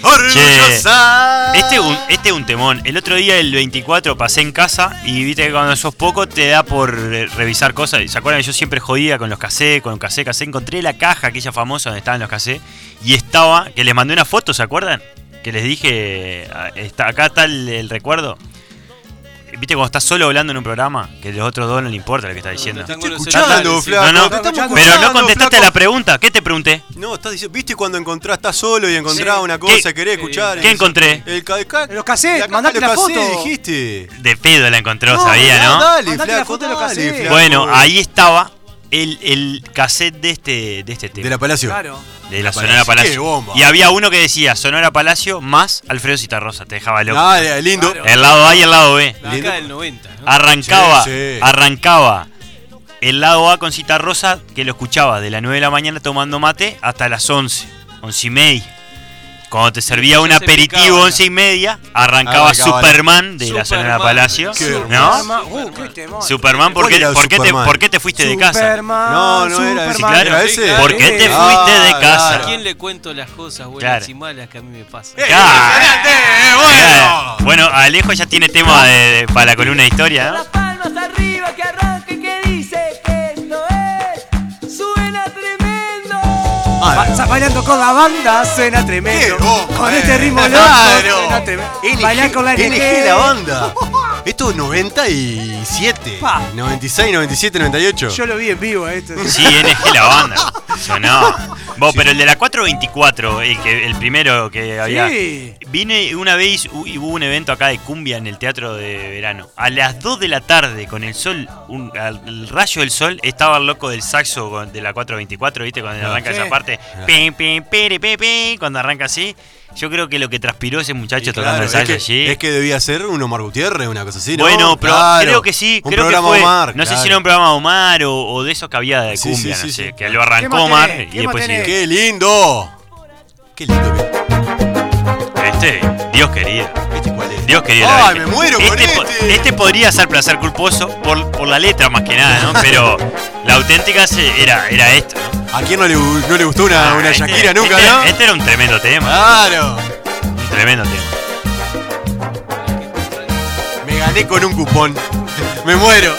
Speaker 4: Che,
Speaker 3: Orgullosa.
Speaker 4: este un- este es un temón. El otro día, el 24, pasé en casa y viste que cuando sos poco te da por eh, revisar cosas. ¿Se acuerdan? que Yo siempre jodía con los casés, con casés, casés. Encontré la caja, aquella famosa donde estaban los casés, y estaba, que les mandé una foto, ¿se acuerdan? Que les dije, ah, está, acá está el, el recuerdo. ¿Viste cuando estás solo hablando en un programa? Que los otros dos no le importa lo que estás diciendo.
Speaker 6: están con los
Speaker 3: Escuchando,
Speaker 6: celulares, sí.
Speaker 3: flaco.
Speaker 4: No, no,
Speaker 3: te estamos
Speaker 4: pero no
Speaker 3: escuchando,
Speaker 4: contestaste a
Speaker 3: flaco.
Speaker 4: la pregunta. ¿Qué te pregunté?
Speaker 3: No, estás diciendo, ¿viste cuando encontrás, estás solo y encontrás
Speaker 4: Sí.
Speaker 3: una cosa,
Speaker 4: ¿Qué-
Speaker 3: querés escuchar?
Speaker 4: ¿Qué encontré?
Speaker 3: El ca- el ca-
Speaker 2: Los cassettes,
Speaker 3: la caja
Speaker 2: mandate
Speaker 3: de
Speaker 2: la
Speaker 3: los
Speaker 2: foto.
Speaker 3: cassettes, Ah, dijiste.
Speaker 4: De pedo la encontró, sabía,
Speaker 3: ya,
Speaker 4: ¿no?
Speaker 3: Dale,
Speaker 2: Mandate la
Speaker 3: flaco,
Speaker 2: foto de los
Speaker 3: dale,
Speaker 2: cassettes.
Speaker 3: flaco.
Speaker 4: Bueno, ahí estaba el, el cassette de este, de este tema.
Speaker 3: De la Palacio.
Speaker 2: Claro.
Speaker 4: De la
Speaker 3: La
Speaker 4: Sonora
Speaker 3: Palacio.
Speaker 4: Palacio.
Speaker 3: Qué bomba.
Speaker 4: Y había uno que decía Sonora Palacio más Alfredo Citarrosa. Te dejaba loco.
Speaker 3: Dale, lindo.
Speaker 6: Claro.
Speaker 4: El lado A y el lado B.
Speaker 6: La década del 90. ¿no?
Speaker 4: Arrancaba,
Speaker 3: Sí, sí.
Speaker 4: arrancaba el lado A con Citarrosa que lo escuchaba de las 9 de la mañana tomando mate hasta las 11, 11 y media. Cuando te servía
Speaker 6: Ya
Speaker 4: un
Speaker 6: se
Speaker 4: aperitivo
Speaker 6: picaba,
Speaker 4: 11 y media, arrancaba
Speaker 3: Arrancaba la-
Speaker 4: Superman de la Sonora
Speaker 6: Superman.
Speaker 4: Palacio.
Speaker 3: Qué
Speaker 4: ¿No?
Speaker 2: Superman. Uh, qué temón.
Speaker 4: Superman, ¿por
Speaker 3: ¿Cuál
Speaker 4: qué,
Speaker 3: era el
Speaker 4: por qué te,
Speaker 3: Superman?
Speaker 4: por qué te fuiste de casa?
Speaker 2: Superman,
Speaker 3: No, eh, no
Speaker 2: Ah,
Speaker 3: era ese,
Speaker 4: Sí,
Speaker 2: Superman.
Speaker 4: claro.
Speaker 3: ¿Era ese?
Speaker 4: ¿Por qué te
Speaker 3: Sí.
Speaker 4: fuiste de
Speaker 3: Ah,
Speaker 4: casa?
Speaker 6: ¿A quién le cuento las cosas buenas
Speaker 4: Claro.
Speaker 6: y malas que a mí me pasan?
Speaker 4: Claro.
Speaker 3: Impresionante, eh, bueno.
Speaker 4: Claro. Bueno, Alejo ya tiene tema de- de- para la columna de historia, ¿no?
Speaker 15: Las palmas arriba que arranca y que dice que esto es. Suena tremendo.
Speaker 2: Ba- Ah, sa- bailando con la banda suena tremendo.
Speaker 3: Qué bomba,
Speaker 2: con
Speaker 3: eh.
Speaker 2: este ritmo loco
Speaker 3: Claro.
Speaker 2: suena tremendo.
Speaker 3: LG,
Speaker 2: Bailar con la
Speaker 3: LG
Speaker 2: NG.
Speaker 3: la banda. Esto es 97.
Speaker 2: Pa.
Speaker 3: 96, 97, 98.
Speaker 2: Yo lo vi en vivo eh, esto.
Speaker 4: Sí, NG la banda. Sonó. Vos, pero el de la 424, el, que, el primero que había.
Speaker 2: Sí.
Speaker 4: Vine una vez hu- y hubo un evento acá de cumbia en el teatro de verano. A las 2 de la tarde, con el sol, un- al- el rayo del sol, estaba el loco del saxo con- de la 424, ¿viste? Cuando
Speaker 3: Ah.
Speaker 4: arranca
Speaker 2: Sí.
Speaker 4: esa parte.
Speaker 3: Ah.
Speaker 4: Pim, pim, pere, pe, pe, cuando arranca así. Yo creo que lo que transpiró ese muchacho tocando
Speaker 3: Claro,
Speaker 4: el saxo
Speaker 3: es,
Speaker 4: allí.
Speaker 3: que, es que debía ser un Omar Gutiérrez, una cosa así, ¿no?
Speaker 4: Bueno, pero
Speaker 3: Claro.
Speaker 4: creo que sí,
Speaker 3: Un
Speaker 4: creo que
Speaker 3: programa
Speaker 4: fue.
Speaker 3: Omar,
Speaker 4: no sé si
Speaker 3: claro.
Speaker 4: era un programa Omar o, o de esos que había de
Speaker 3: Sí,
Speaker 4: cumbia,
Speaker 3: sí,
Speaker 4: no
Speaker 3: sí,
Speaker 4: sé,
Speaker 3: sí.
Speaker 4: que lo
Speaker 2: ¿Qué
Speaker 4: arrancó
Speaker 2: más
Speaker 4: Omar
Speaker 2: tenés?
Speaker 4: y
Speaker 2: ¿Qué más
Speaker 4: después
Speaker 2: tenés?
Speaker 4: siguió.
Speaker 3: ¡Qué lindo! ¡Qué lindo que
Speaker 4: Este, Dios querido.
Speaker 3: ¿Viste cuál es?
Speaker 4: Dios querido.
Speaker 3: ¡Ay,
Speaker 4: la-
Speaker 3: me muero con
Speaker 4: po-
Speaker 3: este!
Speaker 4: este podría ser placer culposo por, por la letra más que nada, ¿no? Pero la auténtica se- era, era esta, ¿no?
Speaker 3: ¿A quién no le, gu- no le gustó una, una
Speaker 4: Ah, este-
Speaker 3: Shakira nunca,
Speaker 4: este-
Speaker 3: no?
Speaker 4: Este era un tremendo tema,
Speaker 3: ¡Claro!
Speaker 4: un tremendo tema.
Speaker 3: Me gané con un cupón. Me muero.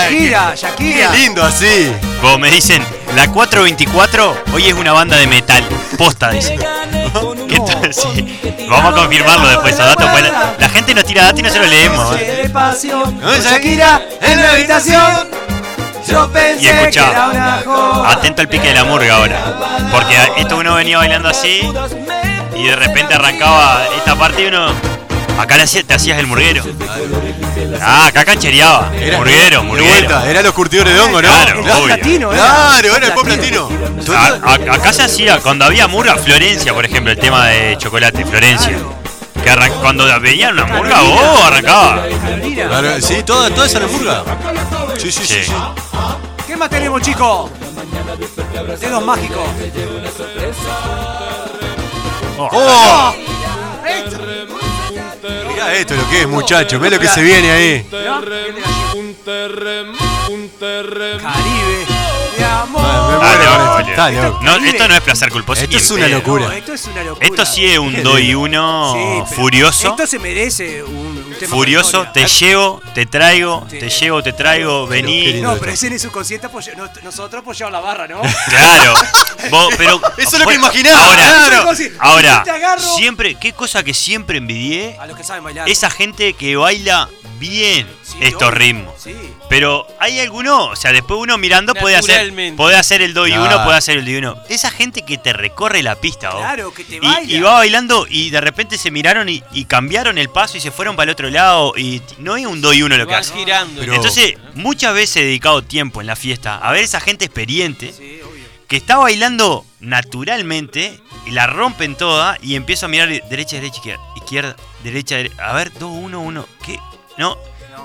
Speaker 3: Ay,
Speaker 2: Shakira,
Speaker 3: ¡Qué
Speaker 2: Shakira.
Speaker 3: lindo así!
Speaker 4: Vos me dicen, la 424 hoy es una banda de metal. Posta, dicen. Que esto- sí. Vamos a confirmarlo después, esos datos. pues, la, la gente nos tira datos y no se los leemos. ¿eh?
Speaker 2: De pasión.
Speaker 3: ¿No
Speaker 2: Con
Speaker 3: es
Speaker 2: Shakira en la habitación. Yo pensé
Speaker 4: Y escuchá.
Speaker 2: que era una joda.
Speaker 4: Atento al pique de la murga ahora. Porque a- esto uno venía bailando así y de repente arrancaba esta parte y uno. Acá le hacía- te hacías el murguero. Ah, acá canchereaba. Murguero,
Speaker 3: de
Speaker 4: murguero.
Speaker 3: vuelta, eran los curtidores de hongo, ¿no?
Speaker 4: Claro, obvio.
Speaker 2: Platino, era.
Speaker 3: Claro, era el pop latino.
Speaker 4: A- a- acá se hacía, cuando había murga, Florencia, por ejemplo, el tema de chocolate, Florencia. Que arran- cuando venía una murga, oh, arrancaba.
Speaker 3: Claro, sí, toda, toda esa murga. Sí, sí, sí.
Speaker 4: Sí.
Speaker 3: sí.
Speaker 2: ¿Qué más tenemos, chicos? Dedos mágicos.
Speaker 3: ¡Oh! Mirá esto lo que es, muchacho. Ve lo que se viene ahí.
Speaker 2: Caribe. De
Speaker 3: Ah, me
Speaker 2: amor.
Speaker 4: Dale,
Speaker 3: muero con
Speaker 4: vale,
Speaker 3: esto.
Speaker 4: vale.
Speaker 3: Está loco.
Speaker 4: No, esto no es placer culposo.
Speaker 3: Esto
Speaker 4: ni
Speaker 3: es
Speaker 4: en
Speaker 3: una
Speaker 4: pedo.
Speaker 3: locura.
Speaker 2: No, esto es una locura.
Speaker 4: Esto sí es un 2 y 1
Speaker 2: Sí, pero
Speaker 4: furioso.
Speaker 2: Esto se merece un, un tema.
Speaker 4: Furioso,
Speaker 2: con
Speaker 4: te
Speaker 2: historia.
Speaker 4: llevo, te traigo,
Speaker 2: Sí.
Speaker 4: te llevo, te traigo, vení.
Speaker 2: No, pero ese en su consciente apoyó- pues, no, nosotros apoyamos la barra, ¿no?
Speaker 4: Claro. Vos, pero,
Speaker 3: Eso es lo que
Speaker 4: bueno,
Speaker 3: imaginaba,
Speaker 4: Ahora,
Speaker 2: claro. Eso es lo que-
Speaker 4: ahora
Speaker 2: Te agarro.
Speaker 4: siempre, qué cosa que siempre envidié,
Speaker 2: A los que saben bailar.
Speaker 4: esa gente que baila bien
Speaker 2: Sí,
Speaker 4: estos
Speaker 2: obvio,
Speaker 4: ritmos.
Speaker 2: Sí.
Speaker 4: Pero hay alguno, o sea, después uno mirando puede hacer,
Speaker 6: Naturalmente.
Speaker 4: puede hacer el 2 y 1,
Speaker 3: Claro.
Speaker 4: puede hacer el 2 y 1. Esa gente que te recorre la pista, vos.
Speaker 2: Claro, que te
Speaker 4: Y-
Speaker 2: baila.
Speaker 4: Y, va bailando y de repente se miraron y, y cambiaron el paso y se fueron para el otro lado. Y t- no es un 2 y 1 lo que
Speaker 6: Vas
Speaker 4: hace.
Speaker 6: girando.
Speaker 3: Pero-
Speaker 4: Entonces, muchas veces he dedicado tiempo en la fiesta a ver esa gente experiente
Speaker 2: Sí, obvio.
Speaker 4: que está bailando naturalmente y la rompen toda y empiezo a mirar derecha, derecha, izquierda, izquierda, derecha, dere- a ver, 2, 1, 1, ¿qué? No,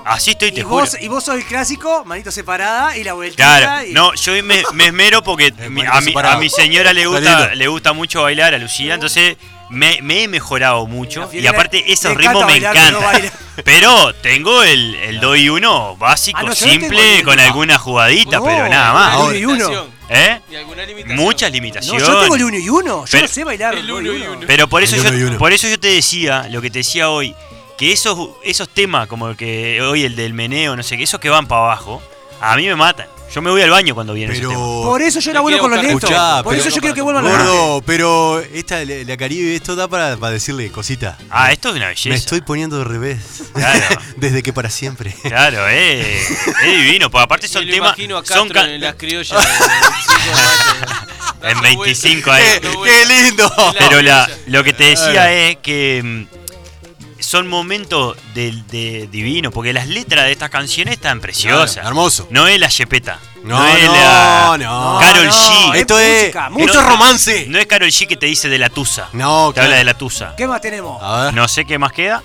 Speaker 4: Así estoy, te
Speaker 2: y
Speaker 4: juro.
Speaker 2: vos, y vos sos el clásico, manito separada y la vueltita.
Speaker 4: Claro,
Speaker 2: y-
Speaker 4: no, yo me, me esmero porque mi- a, mi,
Speaker 2: separado.
Speaker 4: a mi señora le gusta,
Speaker 2: Clarito.
Speaker 4: le gusta mucho bailar a Lucía, entonces me, me he mejorado mucho y
Speaker 2: Fiorella
Speaker 4: aparte
Speaker 2: le
Speaker 4: esos
Speaker 2: encanta
Speaker 4: ritmos me
Speaker 2: bailar, pero no
Speaker 4: encantan.
Speaker 2: baila.
Speaker 4: Pero tengo el, el 2 y 1 básico,
Speaker 2: Ah, no, yo no tengo
Speaker 4: simple,
Speaker 2: el-
Speaker 4: con alguna jugadita,
Speaker 2: No,
Speaker 4: pero nada más.
Speaker 2: el uno y uno.
Speaker 4: ¿Eh? Muchas limitaciones.
Speaker 2: No, yo tengo el 1 y 1. Yo
Speaker 4: Pero-
Speaker 2: no sé bailar. El 1 y 1.
Speaker 4: Pero por eso,
Speaker 2: El uno y
Speaker 4: yo,
Speaker 2: uno.
Speaker 4: por eso yo te decía, lo que te decía hoy, que esos, esos temas, como el que hoy el del meneo, no sé qué, esos que van para abajo, a mí me matan. Yo me voy al baño cuando vienen esos temas.
Speaker 2: Por eso yo la vuelvo con los lentos.
Speaker 3: Escuchá,
Speaker 2: Por
Speaker 3: pero-
Speaker 2: eso yo quiero que vuelvan los lentos.
Speaker 3: Gordo, pero esta, la, la Caribe, esto da para, para decirle cositas.
Speaker 4: Ah, esto es una belleza.
Speaker 3: Me estoy poniendo de revés.
Speaker 4: Claro.
Speaker 3: Desde que para siempre.
Speaker 4: Claro, eh, es divino. Pues aparte son
Speaker 6: Me lo
Speaker 4: temas.
Speaker 6: imagino a
Speaker 4: Son
Speaker 6: Castro
Speaker 4: ca-
Speaker 6: en las criollas. de- de-
Speaker 4: en 25 años.
Speaker 6: vueltas, dando vueltas.
Speaker 3: ¡Qué lindo!
Speaker 4: Pero la, lo que te decía
Speaker 3: Claro.
Speaker 4: es que mm, son momentos del de, divinos, porque las letras de estas canciones están preciosas.
Speaker 3: Claro, hermoso.
Speaker 4: No es la Yepeta.
Speaker 3: No,
Speaker 4: es
Speaker 3: no,
Speaker 4: la
Speaker 3: no.
Speaker 4: Carol
Speaker 3: No,
Speaker 4: G.
Speaker 3: es Esto es- música, esto música. es romance.
Speaker 4: No es Carol G que te dice de la Tusa.
Speaker 3: No,
Speaker 4: Te
Speaker 3: claro.
Speaker 4: habla de la Tusa.
Speaker 2: ¿Qué más tenemos?
Speaker 4: No sé qué más queda.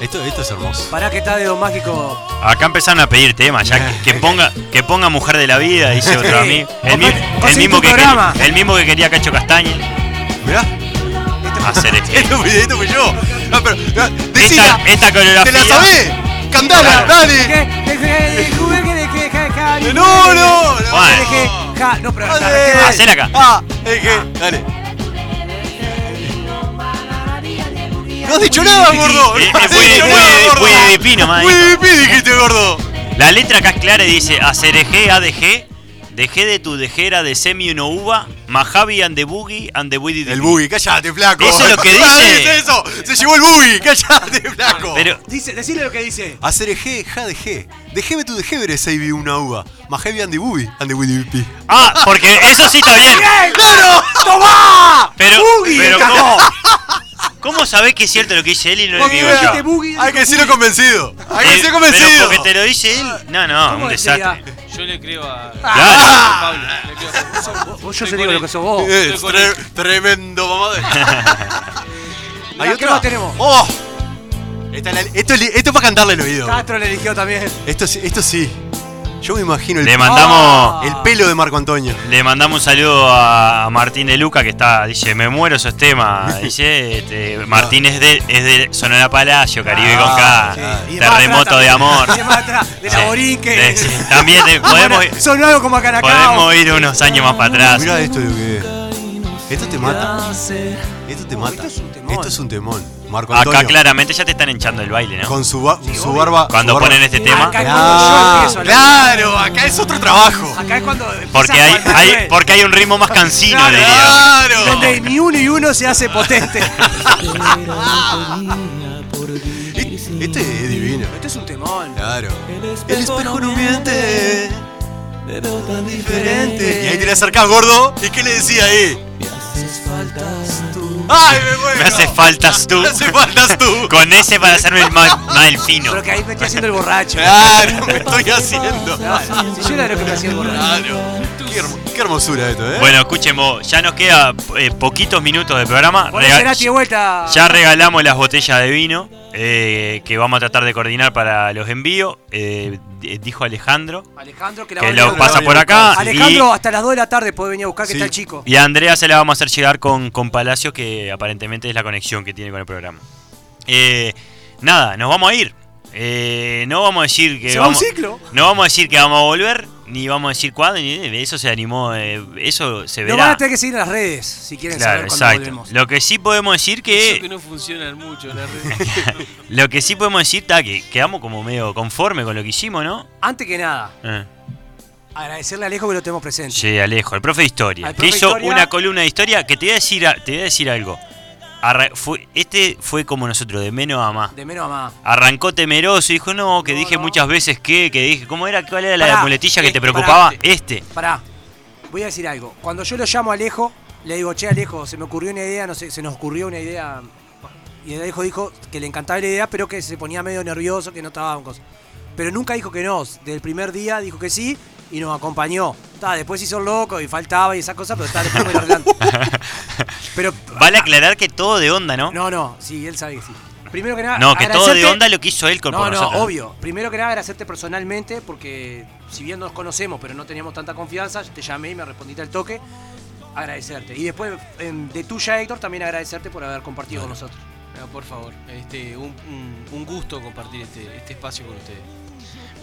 Speaker 3: Esto, esto es hermoso.
Speaker 2: Pará que está dedo mágico.
Speaker 4: Acá empezaron a pedir temas, ya que, que ponga que ponga mujer de la vida, dice otro a mí. El, mi- el
Speaker 2: tu
Speaker 4: mismo que
Speaker 2: programa.
Speaker 4: quería, el mismo que quería Cacho Castaña.
Speaker 3: Mirá.
Speaker 4: Hacer este.
Speaker 3: Esto fui, esto fui yo. No, pero, no,
Speaker 4: Esta,
Speaker 3: decila.
Speaker 4: esta coreografía.
Speaker 3: ¡Te la sabés! ¡Cantala, dale!
Speaker 2: No,
Speaker 3: no,
Speaker 2: no.
Speaker 4: Bueno.
Speaker 2: No, pero.
Speaker 3: Dale.
Speaker 4: Hacer acá.
Speaker 3: Ah, es que, dale. No has dicho nada, gordo.
Speaker 4: Eh, eh,
Speaker 3: No has
Speaker 4: fue-
Speaker 3: dicho
Speaker 4: fue-
Speaker 3: nada, gordo.
Speaker 4: fue de pino, man.
Speaker 3: Fue de pino, dijiste, gordo.
Speaker 4: La letra acá es clara y dice ACRG, ADG, dejé de tu dejera de semi uno uva, Majavi and the boogie and the Woody
Speaker 3: El boogie, callate, flaco.
Speaker 4: Eso es lo que
Speaker 3: Ah,
Speaker 4: dice.
Speaker 3: eso. Se llevó el boogie, callate, flaco.
Speaker 4: Pero-
Speaker 2: Dice, decile lo que dice.
Speaker 3: Hacer G, ja de G. Dejeme tu dejevere, save una uva. Más heavy and the boogie, and the Woody P.
Speaker 4: Ah, porque eso sí está bien.
Speaker 3: ¡Claro! ¡Tomá!
Speaker 4: Pero,
Speaker 3: Boogie,
Speaker 4: pero
Speaker 3: cagó.
Speaker 4: ¿cómo, ¿cómo sabés que es cierto lo que dice él y no lo que digo yo?
Speaker 3: Hay que decirlo convencido. Hay que
Speaker 4: Eh,
Speaker 3: decirlo
Speaker 4: Pero
Speaker 3: convencido.
Speaker 4: porque te lo dice él. No, no, un desastre.
Speaker 6: Yo le creo a.
Speaker 4: Claro.
Speaker 6: Pablo, le creo a Pablo.
Speaker 2: Vos yo te digo lo que sos vos.
Speaker 3: Eh, tre- tremendo mamadero. ¿Hay
Speaker 2: Mirá, ¿Qué
Speaker 3: otra?
Speaker 2: más tenemos?
Speaker 3: ¡Oh! Esta es la- esto, es li- esto es para cantarle el oído.
Speaker 2: Castro le eligió también.
Speaker 3: Esto, sí- esto sí. Yo me imagino el, Ah.
Speaker 4: Le mandamos-
Speaker 3: el pelo de Marco Antonio.
Speaker 4: Le mandamos un saludo a Martín de Luca que está, dice, me muero esos temas. Dice, este, Martín es de, es de Sonora Palacio, Caribe
Speaker 3: Ah,
Speaker 4: con K.
Speaker 2: Y más atrás
Speaker 4: Terremoto
Speaker 2: también.
Speaker 4: de amor.
Speaker 2: Y más atrás, de
Speaker 4: Sí,
Speaker 2: la Borinque.
Speaker 4: de- sí, También te- podemos, ir-
Speaker 2: Sonó algo como a Caracao.
Speaker 4: podemos ir unos años más para atrás.
Speaker 3: Mira esto lo que es. Esto te mata. Esto te mata. Esto es un temón. Marco Antonio.
Speaker 4: Acá claramente ya te están hinchando el baile, ¿no?
Speaker 3: Con su, ba- su barba.
Speaker 4: Cuando
Speaker 3: su barba-
Speaker 4: ponen este tema.
Speaker 2: Acá es
Speaker 3: Ah,
Speaker 2: cuando yo empiezo a hablar.
Speaker 3: claro, acá es otro trabajo.
Speaker 2: Acá es cuando.
Speaker 4: Porque
Speaker 2: empieza
Speaker 4: hay,
Speaker 2: Juan
Speaker 4: hay-
Speaker 2: Manuel.
Speaker 4: porque hay un ritmo más cansino,
Speaker 2: Claro.
Speaker 4: diría.
Speaker 2: Donde ni uno y uno se hace potente.
Speaker 3: Este es divino.
Speaker 2: Este es un temón.
Speaker 3: Claro. El espejo no miente. diferente. Y ahí te le acercás, gordo. ¿Y qué le decía ahí? ¡Ay, me muero!
Speaker 4: Me hace faltas tú.
Speaker 3: Me hace faltas tú.
Speaker 4: Con ese para hacerme el más, más el fino.
Speaker 2: Pero que ahí me estoy haciendo el borracho.
Speaker 3: Claro, me estoy haciendo.
Speaker 2: Claro, Si yo era lo que me hacía el borracho.
Speaker 3: Claro. Qué, hermo- qué hermosura esto, ¿eh?
Speaker 4: Bueno, escuchemos, ya nos queda eh, poquitos minutos de programa.
Speaker 2: Bueno,
Speaker 4: Rega-
Speaker 2: Cerati de vuelta.
Speaker 4: ya regalamos las botellas de vino eh, que vamos a tratar de coordinar para los envíos. Eh, d- dijo Alejandro.
Speaker 2: Alejandro, que la
Speaker 4: Que
Speaker 2: va a
Speaker 4: lo
Speaker 2: venir a
Speaker 4: pasa
Speaker 2: buscar.
Speaker 4: por acá.
Speaker 2: Alejandro, hasta las 2 de la tarde puede venir a buscar que
Speaker 4: Sí.
Speaker 2: está el Ah, chico.
Speaker 4: Y a Andrea se la vamos a hacer llegar con, con Palacios, que aparentemente es la conexión que tiene con el programa. Eh, nada, nos vamos a ir. Eh, no vamos a decir que
Speaker 2: Se va un
Speaker 4: vamos,
Speaker 2: ciclo.
Speaker 4: no vamos a decir que vamos a volver, ni vamos a decir cuándo, ni eso se animó, eh, eso se
Speaker 2: Lo van
Speaker 4: verá.
Speaker 2: a tener que seguir en las redes si quieren
Speaker 4: Claro,
Speaker 2: saber cuándo
Speaker 4: exacto.
Speaker 2: volvemos.
Speaker 4: Lo que sí podemos decir
Speaker 6: Eso
Speaker 4: que
Speaker 6: que no funcionan mucho las redes.
Speaker 4: lo que sí podemos decir ta, que quedamos como medio conforme con lo que hicimos, ¿no?
Speaker 2: Antes que nada,
Speaker 4: Eh.
Speaker 2: agradecerle a Alejo que lo tenemos presente.
Speaker 4: Sí, Alejo, el profe de historia.
Speaker 2: Al
Speaker 4: Que
Speaker 2: profe de
Speaker 4: hizo
Speaker 2: historia.
Speaker 4: una columna de historia que te voy a decir, a- te voy a decir algo. Arra- fue, este fue como nosotros, de menos a más.
Speaker 2: De menos a más.
Speaker 4: Arrancó temeroso y dijo, no, que dije muchas veces que, que dije, ¿cómo era? ¿Cuál era la
Speaker 2: Pará,
Speaker 4: muletilla que
Speaker 2: este,
Speaker 4: te preocupaba?
Speaker 2: pará.
Speaker 4: Este.
Speaker 2: Pará, voy a decir algo. Cuando yo lo llamo a Alejo, le digo, che, Alejo, se me ocurrió una idea, no sé, se nos ocurrió una idea. Y Alejo dijo que le encantaba la idea, pero que se ponía medio nervioso, que no estaba con cosas. Pero nunca dijo que no. Desde el primer día dijo que sí y nos acompañó. Ta, después hizo el loco y faltaba y esas cosas, pero está después me lo arreglan. Pero
Speaker 4: Vale aclarar que todo de onda, ¿no?
Speaker 2: no, no, sí, él sabe que sí. Primero que nada,
Speaker 4: No, que todo
Speaker 2: agradecerte-
Speaker 4: de onda lo que hizo él con
Speaker 2: No,
Speaker 4: por
Speaker 2: no,
Speaker 4: nosotros.
Speaker 2: obvio. Primero que nada, agradecerte personalmente porque si bien nos conocemos, pero no teníamos tanta confianza, te llamé y me respondiste al toque. Agradecerte. Y después, en- de tuya, Héctor, también agradecerte por haber compartido con nosotros.
Speaker 6: No, por favor, este, un, un- un gusto compartir este, este espacio con ustedes.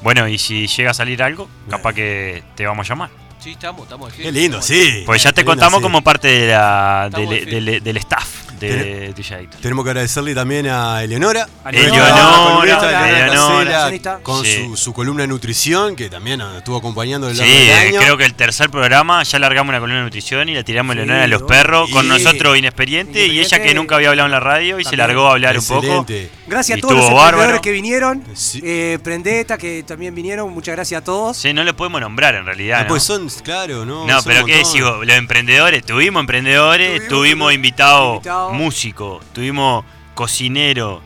Speaker 4: Bueno, y si llega a salir algo, capaz que te vamos a llamar.
Speaker 6: Sí, estamos, estamos aquí.
Speaker 3: Qué lindo, sí.
Speaker 4: Pues ya
Speaker 3: Qué
Speaker 4: te
Speaker 3: lindo,
Speaker 4: contamos
Speaker 3: sí.
Speaker 4: como parte de la, del,
Speaker 3: Estamos al
Speaker 4: del- del staff de DJ Héctor.
Speaker 3: Tenemos que agradecerle también a Eleonora.
Speaker 4: Eleonora,
Speaker 3: Nuestra columnista,
Speaker 4: Eleonora,
Speaker 3: Casela,
Speaker 4: Eleonora.
Speaker 3: Con
Speaker 4: Sí.
Speaker 3: su, su columna de nutrición, que también nos estuvo acompañando el
Speaker 4: Sí,
Speaker 3: largo del
Speaker 4: eh,
Speaker 3: año.
Speaker 4: creo que el tercer programa ya largamos una columna de nutrición y la tiramos a
Speaker 3: Sí,
Speaker 4: Leonora a los
Speaker 3: ¿no?
Speaker 4: perros, con
Speaker 3: Y-
Speaker 4: nosotros inexperiente y ella que nunca había hablado en la radio y se
Speaker 3: También.
Speaker 4: largó a hablar un
Speaker 3: Excelente.
Speaker 4: poco.
Speaker 2: Gracias
Speaker 4: Y
Speaker 2: a todos los
Speaker 4: estuvo
Speaker 2: emprendedores
Speaker 4: bárbaro.
Speaker 2: que vinieron. Eh, Prendeta, que también vinieron. Muchas gracias a todos.
Speaker 4: Sí, no lo podemos nombrar en realidad.
Speaker 3: Ah,
Speaker 4: ¿no?
Speaker 3: pues son, claro, ¿no?
Speaker 4: No,
Speaker 3: son
Speaker 4: pero
Speaker 3: un
Speaker 4: qué
Speaker 3: montón.
Speaker 4: decís vos? los emprendedores, tuvimos emprendedores, tuvimos, invitados,
Speaker 2: invitados.
Speaker 4: músicos, tuvimos cocinero,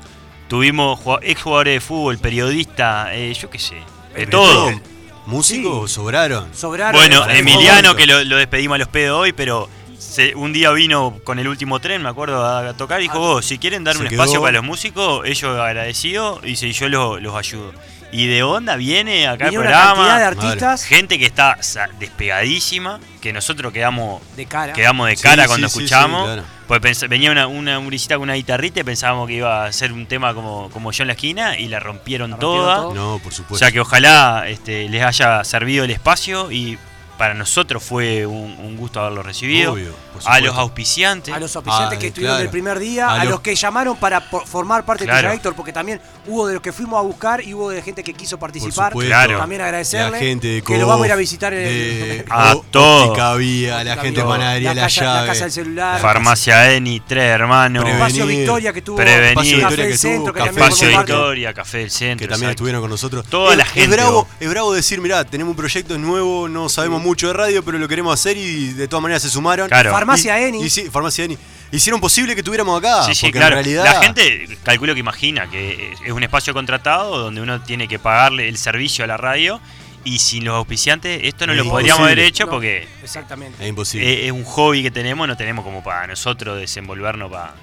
Speaker 4: tuvimos jua- ex jugadores de fútbol, periodistas, eh, yo qué sé, de
Speaker 3: Pero
Speaker 4: todo.
Speaker 3: todo. Músicos sobraron.
Speaker 2: Sobraron.
Speaker 4: Bueno,
Speaker 3: Para el
Speaker 4: Emiliano,
Speaker 3: momento.
Speaker 4: que lo, lo despedimos a los pedos hoy, pero se- un día vino con el último tren, me acuerdo, a, a tocar y
Speaker 2: Ah.
Speaker 4: dijo, vos, si quieren dar
Speaker 3: Se
Speaker 4: un
Speaker 3: quedó.
Speaker 4: espacio para los músicos, ellos agradecidos, y si yo los, los ayudo. Y de onda viene acá el
Speaker 2: Vinieron una
Speaker 4: programa.
Speaker 2: cantidad de artistas.
Speaker 4: Gente que está sa- despegadísima, que nosotros quedamos
Speaker 2: De cara.
Speaker 4: quedamos de
Speaker 2: Sí,
Speaker 4: cara
Speaker 2: sí,
Speaker 4: cuando
Speaker 2: sí,
Speaker 4: escuchamos.
Speaker 2: sí, claro.
Speaker 4: Pues pens- venía una, una murisita con una guitarrita y pensábamos que iba a ser un tema como, como yo en la esquina y la rompieron,
Speaker 3: rompieron
Speaker 4: toda.
Speaker 3: todo. No, por supuesto.
Speaker 4: O sea que ojalá este, les haya servido el espacio y para nosotros fue un, un gusto haberlo recibido.
Speaker 3: Obvio, por
Speaker 4: a
Speaker 3: supuesto.
Speaker 4: los auspiciantes.
Speaker 2: A los auspiciantes que estuvieron el primer día,
Speaker 4: Ah, A
Speaker 2: a,
Speaker 4: los-
Speaker 2: los que llamaron para por- formar parte de
Speaker 4: Claro.
Speaker 2: Tuya Héctor, porque también hubo de los que fuimos a buscar y hubo de gente que quiso participar.
Speaker 3: supuesto. Claro.
Speaker 2: También agradecerle.
Speaker 3: La gente de
Speaker 2: que lo vamos a ir a
Speaker 3: Cof,
Speaker 2: visitar en
Speaker 3: de-
Speaker 2: el.
Speaker 4: A
Speaker 3: O-
Speaker 4: todos.
Speaker 3: óptica vía, la
Speaker 4: Óptica
Speaker 3: gente
Speaker 4: vía.
Speaker 3: panadería, la
Speaker 2: casa- la
Speaker 3: llave.
Speaker 2: casa del celular.
Speaker 4: Farmacia Eni, Tres Hermanos.
Speaker 3: Prevenir. Espacio Victoria
Speaker 2: que tuvo-
Speaker 4: Prevenir.
Speaker 3: Espacio Victoria que tuvo, Café
Speaker 4: Espacio
Speaker 3: del Centro.
Speaker 4: Victoria, Café del Centro.
Speaker 3: que también
Speaker 4: exacto.
Speaker 3: estuvieron con nosotros.
Speaker 4: Toda
Speaker 3: es,
Speaker 4: la
Speaker 3: es
Speaker 4: gente, vos.
Speaker 3: bravo, es bravo decir, mirá, tenemos un proyecto nuevo, no sabemos mucho de radio, pero lo queremos hacer y de todas maneras se sumaron.
Speaker 4: Claro.
Speaker 2: Farmacia
Speaker 3: Y-
Speaker 2: Eni.
Speaker 3: y sí, Farmacia Eni. Hicieron posible que tuviéramos acá.
Speaker 4: Sí, sí,
Speaker 3: porque
Speaker 4: claro.
Speaker 3: en realidad.
Speaker 4: La gente, calculo que imagina que es un espacio contratado donde uno tiene que pagarle el servicio a la radio y sin los auspiciantes esto no
Speaker 3: Es
Speaker 4: lo podríamos
Speaker 3: imposible.
Speaker 4: haber hecho
Speaker 2: No,
Speaker 4: porque Eh,
Speaker 2: Exactamente.
Speaker 3: Es imposible.
Speaker 4: es, es un hobby que tenemos, no tenemos como para nosotros desenvolvernos para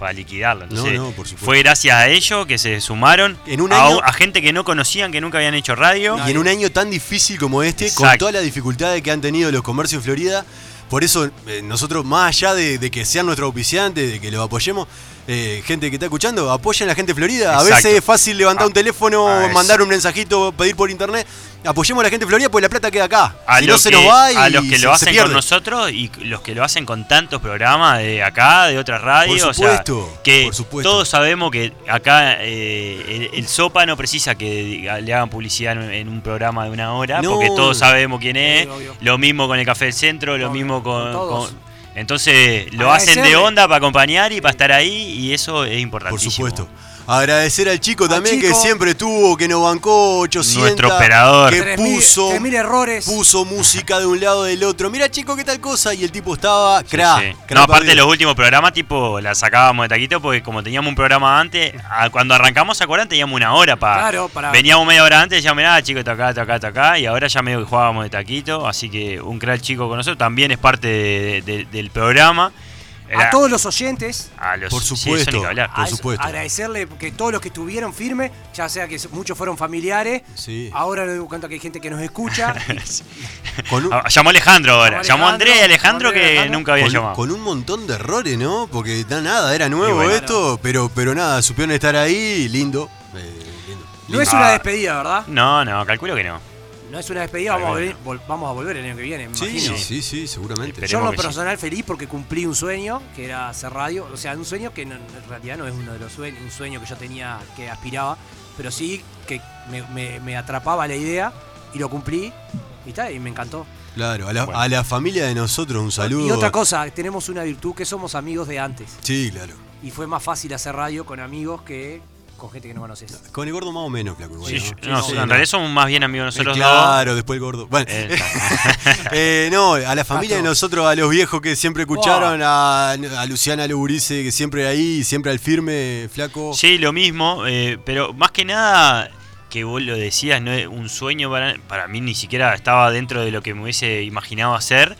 Speaker 4: para liquidarlo. Entonces,
Speaker 3: no, por supuesto.
Speaker 4: fue gracias a ellos que se sumaron
Speaker 3: En un
Speaker 4: a-
Speaker 3: año-
Speaker 4: a, gente que no conocían, que nunca habían hecho radio.
Speaker 3: Y en un año tan difícil como este, con
Speaker 4: Exacto.
Speaker 3: todas las dificultades que han tenido los comercios en Florida, por eso eh, nosotros, más allá de, de que sean nuestros auspiciantes, de que los apoyemos, eh, gente que está escuchando, apoyen a la gente de Florida. A
Speaker 4: Exacto. Ah,
Speaker 3: veces es fácil levantar un teléfono,
Speaker 4: a eso.
Speaker 3: mandar un mensajito, pedir por internet. Apoyemos a la gente de Florida porque la plata queda acá.
Speaker 4: a
Speaker 3: si
Speaker 4: los
Speaker 3: no se
Speaker 4: que-
Speaker 3: nos va y
Speaker 4: a los que
Speaker 3: se-
Speaker 4: lo
Speaker 3: se
Speaker 4: hacen
Speaker 3: pierde.
Speaker 4: con nosotros y los que lo hacen con tantos programas de acá, de otras radios.
Speaker 3: Por
Speaker 4: o
Speaker 3: supuesto,
Speaker 4: sea, que
Speaker 3: por supuesto.
Speaker 4: todos sabemos que acá eh, el, el sopa no precisa que diga- le hagan publicidad en, en un programa de una hora,
Speaker 3: No.
Speaker 4: porque todos sabemos quién es.
Speaker 3: Sí, obvio.
Speaker 4: lo mismo con el Café del Centro, lo mismo con.
Speaker 3: todos.
Speaker 4: con- entonces lo hacen de
Speaker 3: Agradecerle.
Speaker 4: onda para acompañar y para estar ahí y eso es importante.
Speaker 3: Por supuesto. Agradecer al chico también que
Speaker 4: chico.
Speaker 3: siempre estuvo, que nos bancó 800.
Speaker 4: Nuestro operador. 3.000,
Speaker 3: Que puso.
Speaker 2: 3.000 errores.
Speaker 3: Puso música de un lado del otro. Mira, chico, qué tal cosa. Y el tipo estaba cra.
Speaker 4: Sí.
Speaker 3: cra
Speaker 4: No, aparte
Speaker 3: perdido.
Speaker 4: los últimos programas, tipo, la sacábamos de taquito porque como teníamos un programa antes, a- cuando arrancamos, ¿se acuerdan? Teníamos una hora para...
Speaker 2: Claro, para-
Speaker 4: Veníamos media hora antes, ya mirá, chico, tocá, tocá, tocá, y ahora ya medio que jugábamos de taquito, así que un crack chico con nosotros también es parte de- de- del programa.
Speaker 2: A todos los oyentes.
Speaker 4: A los-
Speaker 3: Por
Speaker 4: sí, eso
Speaker 3: supuesto,
Speaker 4: ni que hablar.
Speaker 3: por
Speaker 2: a-
Speaker 3: supuesto.
Speaker 2: Agradecerle que todos los que estuvieron firmes, ya sea que muchos fueron familiares,
Speaker 3: Sí.
Speaker 2: ahora nos dimos cuenta que hay gente que nos escucha.
Speaker 4: Ah, Llamó Alejandro ahora, llamó
Speaker 2: Llamó
Speaker 4: a Andrés y
Speaker 2: Alejandro,
Speaker 4: Alejandro
Speaker 2: llamó a Andrés y
Speaker 4: que
Speaker 2: Alejandro.
Speaker 4: nunca había
Speaker 3: con,
Speaker 4: llamado.
Speaker 3: con un montón de errores, ¿no? Porque na- nada, era nuevo
Speaker 4: bueno.
Speaker 3: esto, pero, pero nada, supieron estar ahí, lindo. eh, lindo.
Speaker 2: no es
Speaker 4: Ah.
Speaker 2: una despedida, ¿verdad?
Speaker 4: No, no, calculo que no.
Speaker 2: No es una despedida, vamos a, volver, vol- vamos a volver el año que viene. me
Speaker 3: Sí,
Speaker 2: imagino.
Speaker 3: sí, sí, sí, seguramente.
Speaker 2: Yo en lo personal feliz porque cumplí un sueño, que era hacer radio, o sea, un sueño que no- en realidad no es uno de los sueños, un sueño que yo tenía, que aspiraba, pero sí que me, me- me atrapaba la idea y lo cumplí y, tal, y me encantó.
Speaker 3: Claro, a la, a la familia de nosotros un saludo.
Speaker 2: Y otra cosa, tenemos una virtud que somos amigos de antes
Speaker 3: Sí, claro.
Speaker 2: y fue más fácil hacer radio con amigos que con gente que no conoces.
Speaker 3: Con el gordo más o menos, flaco. igual,
Speaker 4: Sí,
Speaker 3: ¿no?
Speaker 4: yo-
Speaker 3: Sí,
Speaker 4: no,
Speaker 3: sí,
Speaker 4: en
Speaker 3: no.
Speaker 4: realidad somos más bien amigos
Speaker 3: Eh,
Speaker 4: nosotros dos.
Speaker 3: Claro, después el gordo. Bueno,
Speaker 4: Eh,
Speaker 3: eh, no, a la familia de nosotros, a los viejos que siempre escucharon, a, a Luciana Lugurice, que siempre ahí, siempre al firme, flaco.
Speaker 4: Sí, lo mismo, eh, pero más que nada, que vos lo decías, no es un sueño para, para mí, ni siquiera estaba dentro de lo que me hubiese imaginado hacer.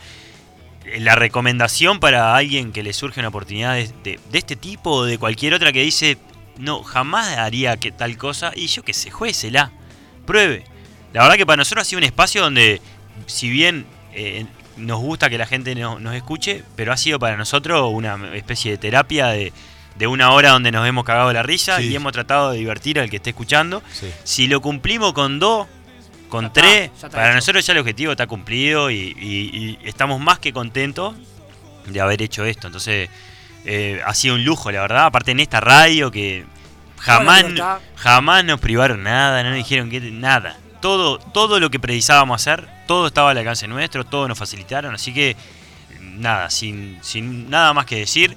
Speaker 4: Eh, La recomendación para alguien que le surge una oportunidad de, de- de este tipo o de cualquier otra que dice, no, jamás haría que tal cosa. Y yo qué sé, juésela. Pruebe. La verdad que para nosotros ha sido un espacio donde, si bien eh, nos gusta que la gente no- nos escuche, pero ha sido para nosotros una especie de terapia de, de una hora donde nos hemos cagado la risa
Speaker 3: Sí.
Speaker 4: y hemos tratado de divertir al que esté escuchando.
Speaker 3: Sí.
Speaker 4: Si lo cumplimos con dos, con
Speaker 2: está,
Speaker 4: tres,
Speaker 2: ya está
Speaker 4: para
Speaker 2: hecho.
Speaker 4: nosotros ya el objetivo está cumplido y, y- y estamos más que contentos de haber hecho esto. Entonces, eh, ha sido un lujo, la verdad. Aparte en esta radio que jamás,
Speaker 2: libertad.
Speaker 4: jamás nos privaron nada, no nos dijeron que nada. Todo, todo lo que precisábamos hacer, todo estaba al alcance nuestro, todo nos facilitaron. Así que, nada, sin, sin nada más que decir.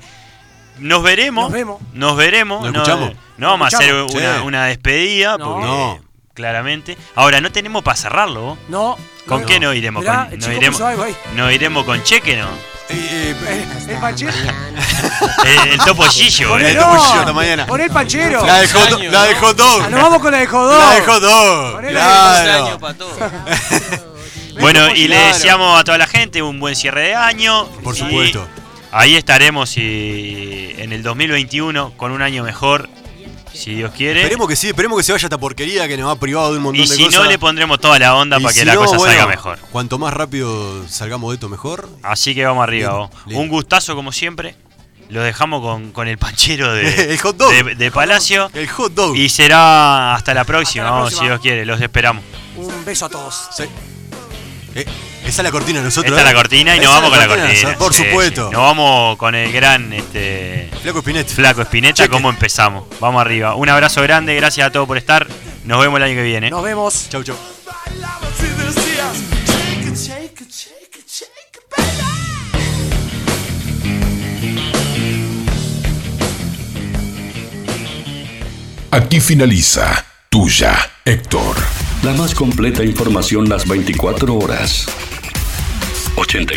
Speaker 4: Nos veremos.
Speaker 2: Nos vemos.
Speaker 4: Nos veremos.
Speaker 3: Nos
Speaker 4: no,
Speaker 3: escuchamos.
Speaker 4: no vamos a hacer
Speaker 2: Escuchamos.
Speaker 4: una,
Speaker 2: Sí.
Speaker 4: una despedida.
Speaker 2: No.
Speaker 4: Porque,
Speaker 2: No.
Speaker 4: Claramente. Ahora, no tenemos para cerrarlo. vos.
Speaker 2: No.
Speaker 4: ¿Con
Speaker 2: no.
Speaker 4: qué no iremos?
Speaker 2: Mirá,
Speaker 4: Con-
Speaker 2: el
Speaker 4: no,
Speaker 2: chico
Speaker 4: iremos
Speaker 2: puso algo ahí.
Speaker 4: no iremos con cheque, ¿no?
Speaker 15: Eh,
Speaker 2: Eh, El panchero.
Speaker 4: El, ¿eh? el topo Gillo,
Speaker 2: Poné,
Speaker 4: boludo.
Speaker 2: no, Pon el panchero.
Speaker 3: La del hot dog. La del hot dog.
Speaker 2: Ah, nos vamos con la de hot dog.
Speaker 3: La del hot dog,
Speaker 2: Poné
Speaker 3: claro.
Speaker 2: la de hot dog.
Speaker 4: Bueno, y le
Speaker 3: Claro.
Speaker 4: deseamos a toda la gente un buen cierre de año.
Speaker 3: Por
Speaker 4: Y
Speaker 3: supuesto.
Speaker 4: Ahí estaremos y en el 2021 con un año mejor, si Dios quiere.
Speaker 3: Esperemos que sí, esperemos que se vaya esta porquería que nos ha privado de un montón
Speaker 4: Y
Speaker 3: de
Speaker 4: si
Speaker 3: cosas.
Speaker 4: no, le pondremos toda la onda
Speaker 3: Y
Speaker 4: para que
Speaker 3: si
Speaker 4: la
Speaker 3: no,
Speaker 4: cosa
Speaker 3: bueno,
Speaker 4: salga mejor.
Speaker 3: Cuanto más rápido salgamos de esto, mejor.
Speaker 4: Así que vamos arriba.
Speaker 3: Bien,
Speaker 4: vos.
Speaker 3: bien.
Speaker 4: Un gustazo como siempre. Lo dejamos con, con el panchero de,
Speaker 3: El hot dog.
Speaker 4: de, de Palacio.
Speaker 3: El hot dog.
Speaker 4: Y será hasta la próxima, vamos,
Speaker 2: próxima.
Speaker 4: si Dios quiere. Los esperamos.
Speaker 2: Un beso a todos.
Speaker 3: Eh, esa es la cortina de nosotros.
Speaker 4: Esta es
Speaker 3: ¿eh?
Speaker 4: la cortina y nos
Speaker 3: Esa es
Speaker 4: vamos con la cortina.
Speaker 3: Por
Speaker 4: Sí,
Speaker 3: supuesto.
Speaker 4: sí. Nos vamos con el gran este,
Speaker 3: Flaco Spinetta.
Speaker 4: Flaco Espineta, cómo empezamos. Vamos arriba. Un abrazo grande, gracias a todos por estar. Nos vemos el año que viene.
Speaker 2: Nos vemos.
Speaker 3: Chau, chau.
Speaker 15: Si decías, shake it, shake it, shake it, shake it,
Speaker 18: Aquí finaliza Tuya, Héctor.
Speaker 19: La más completa información las 24 horas. 80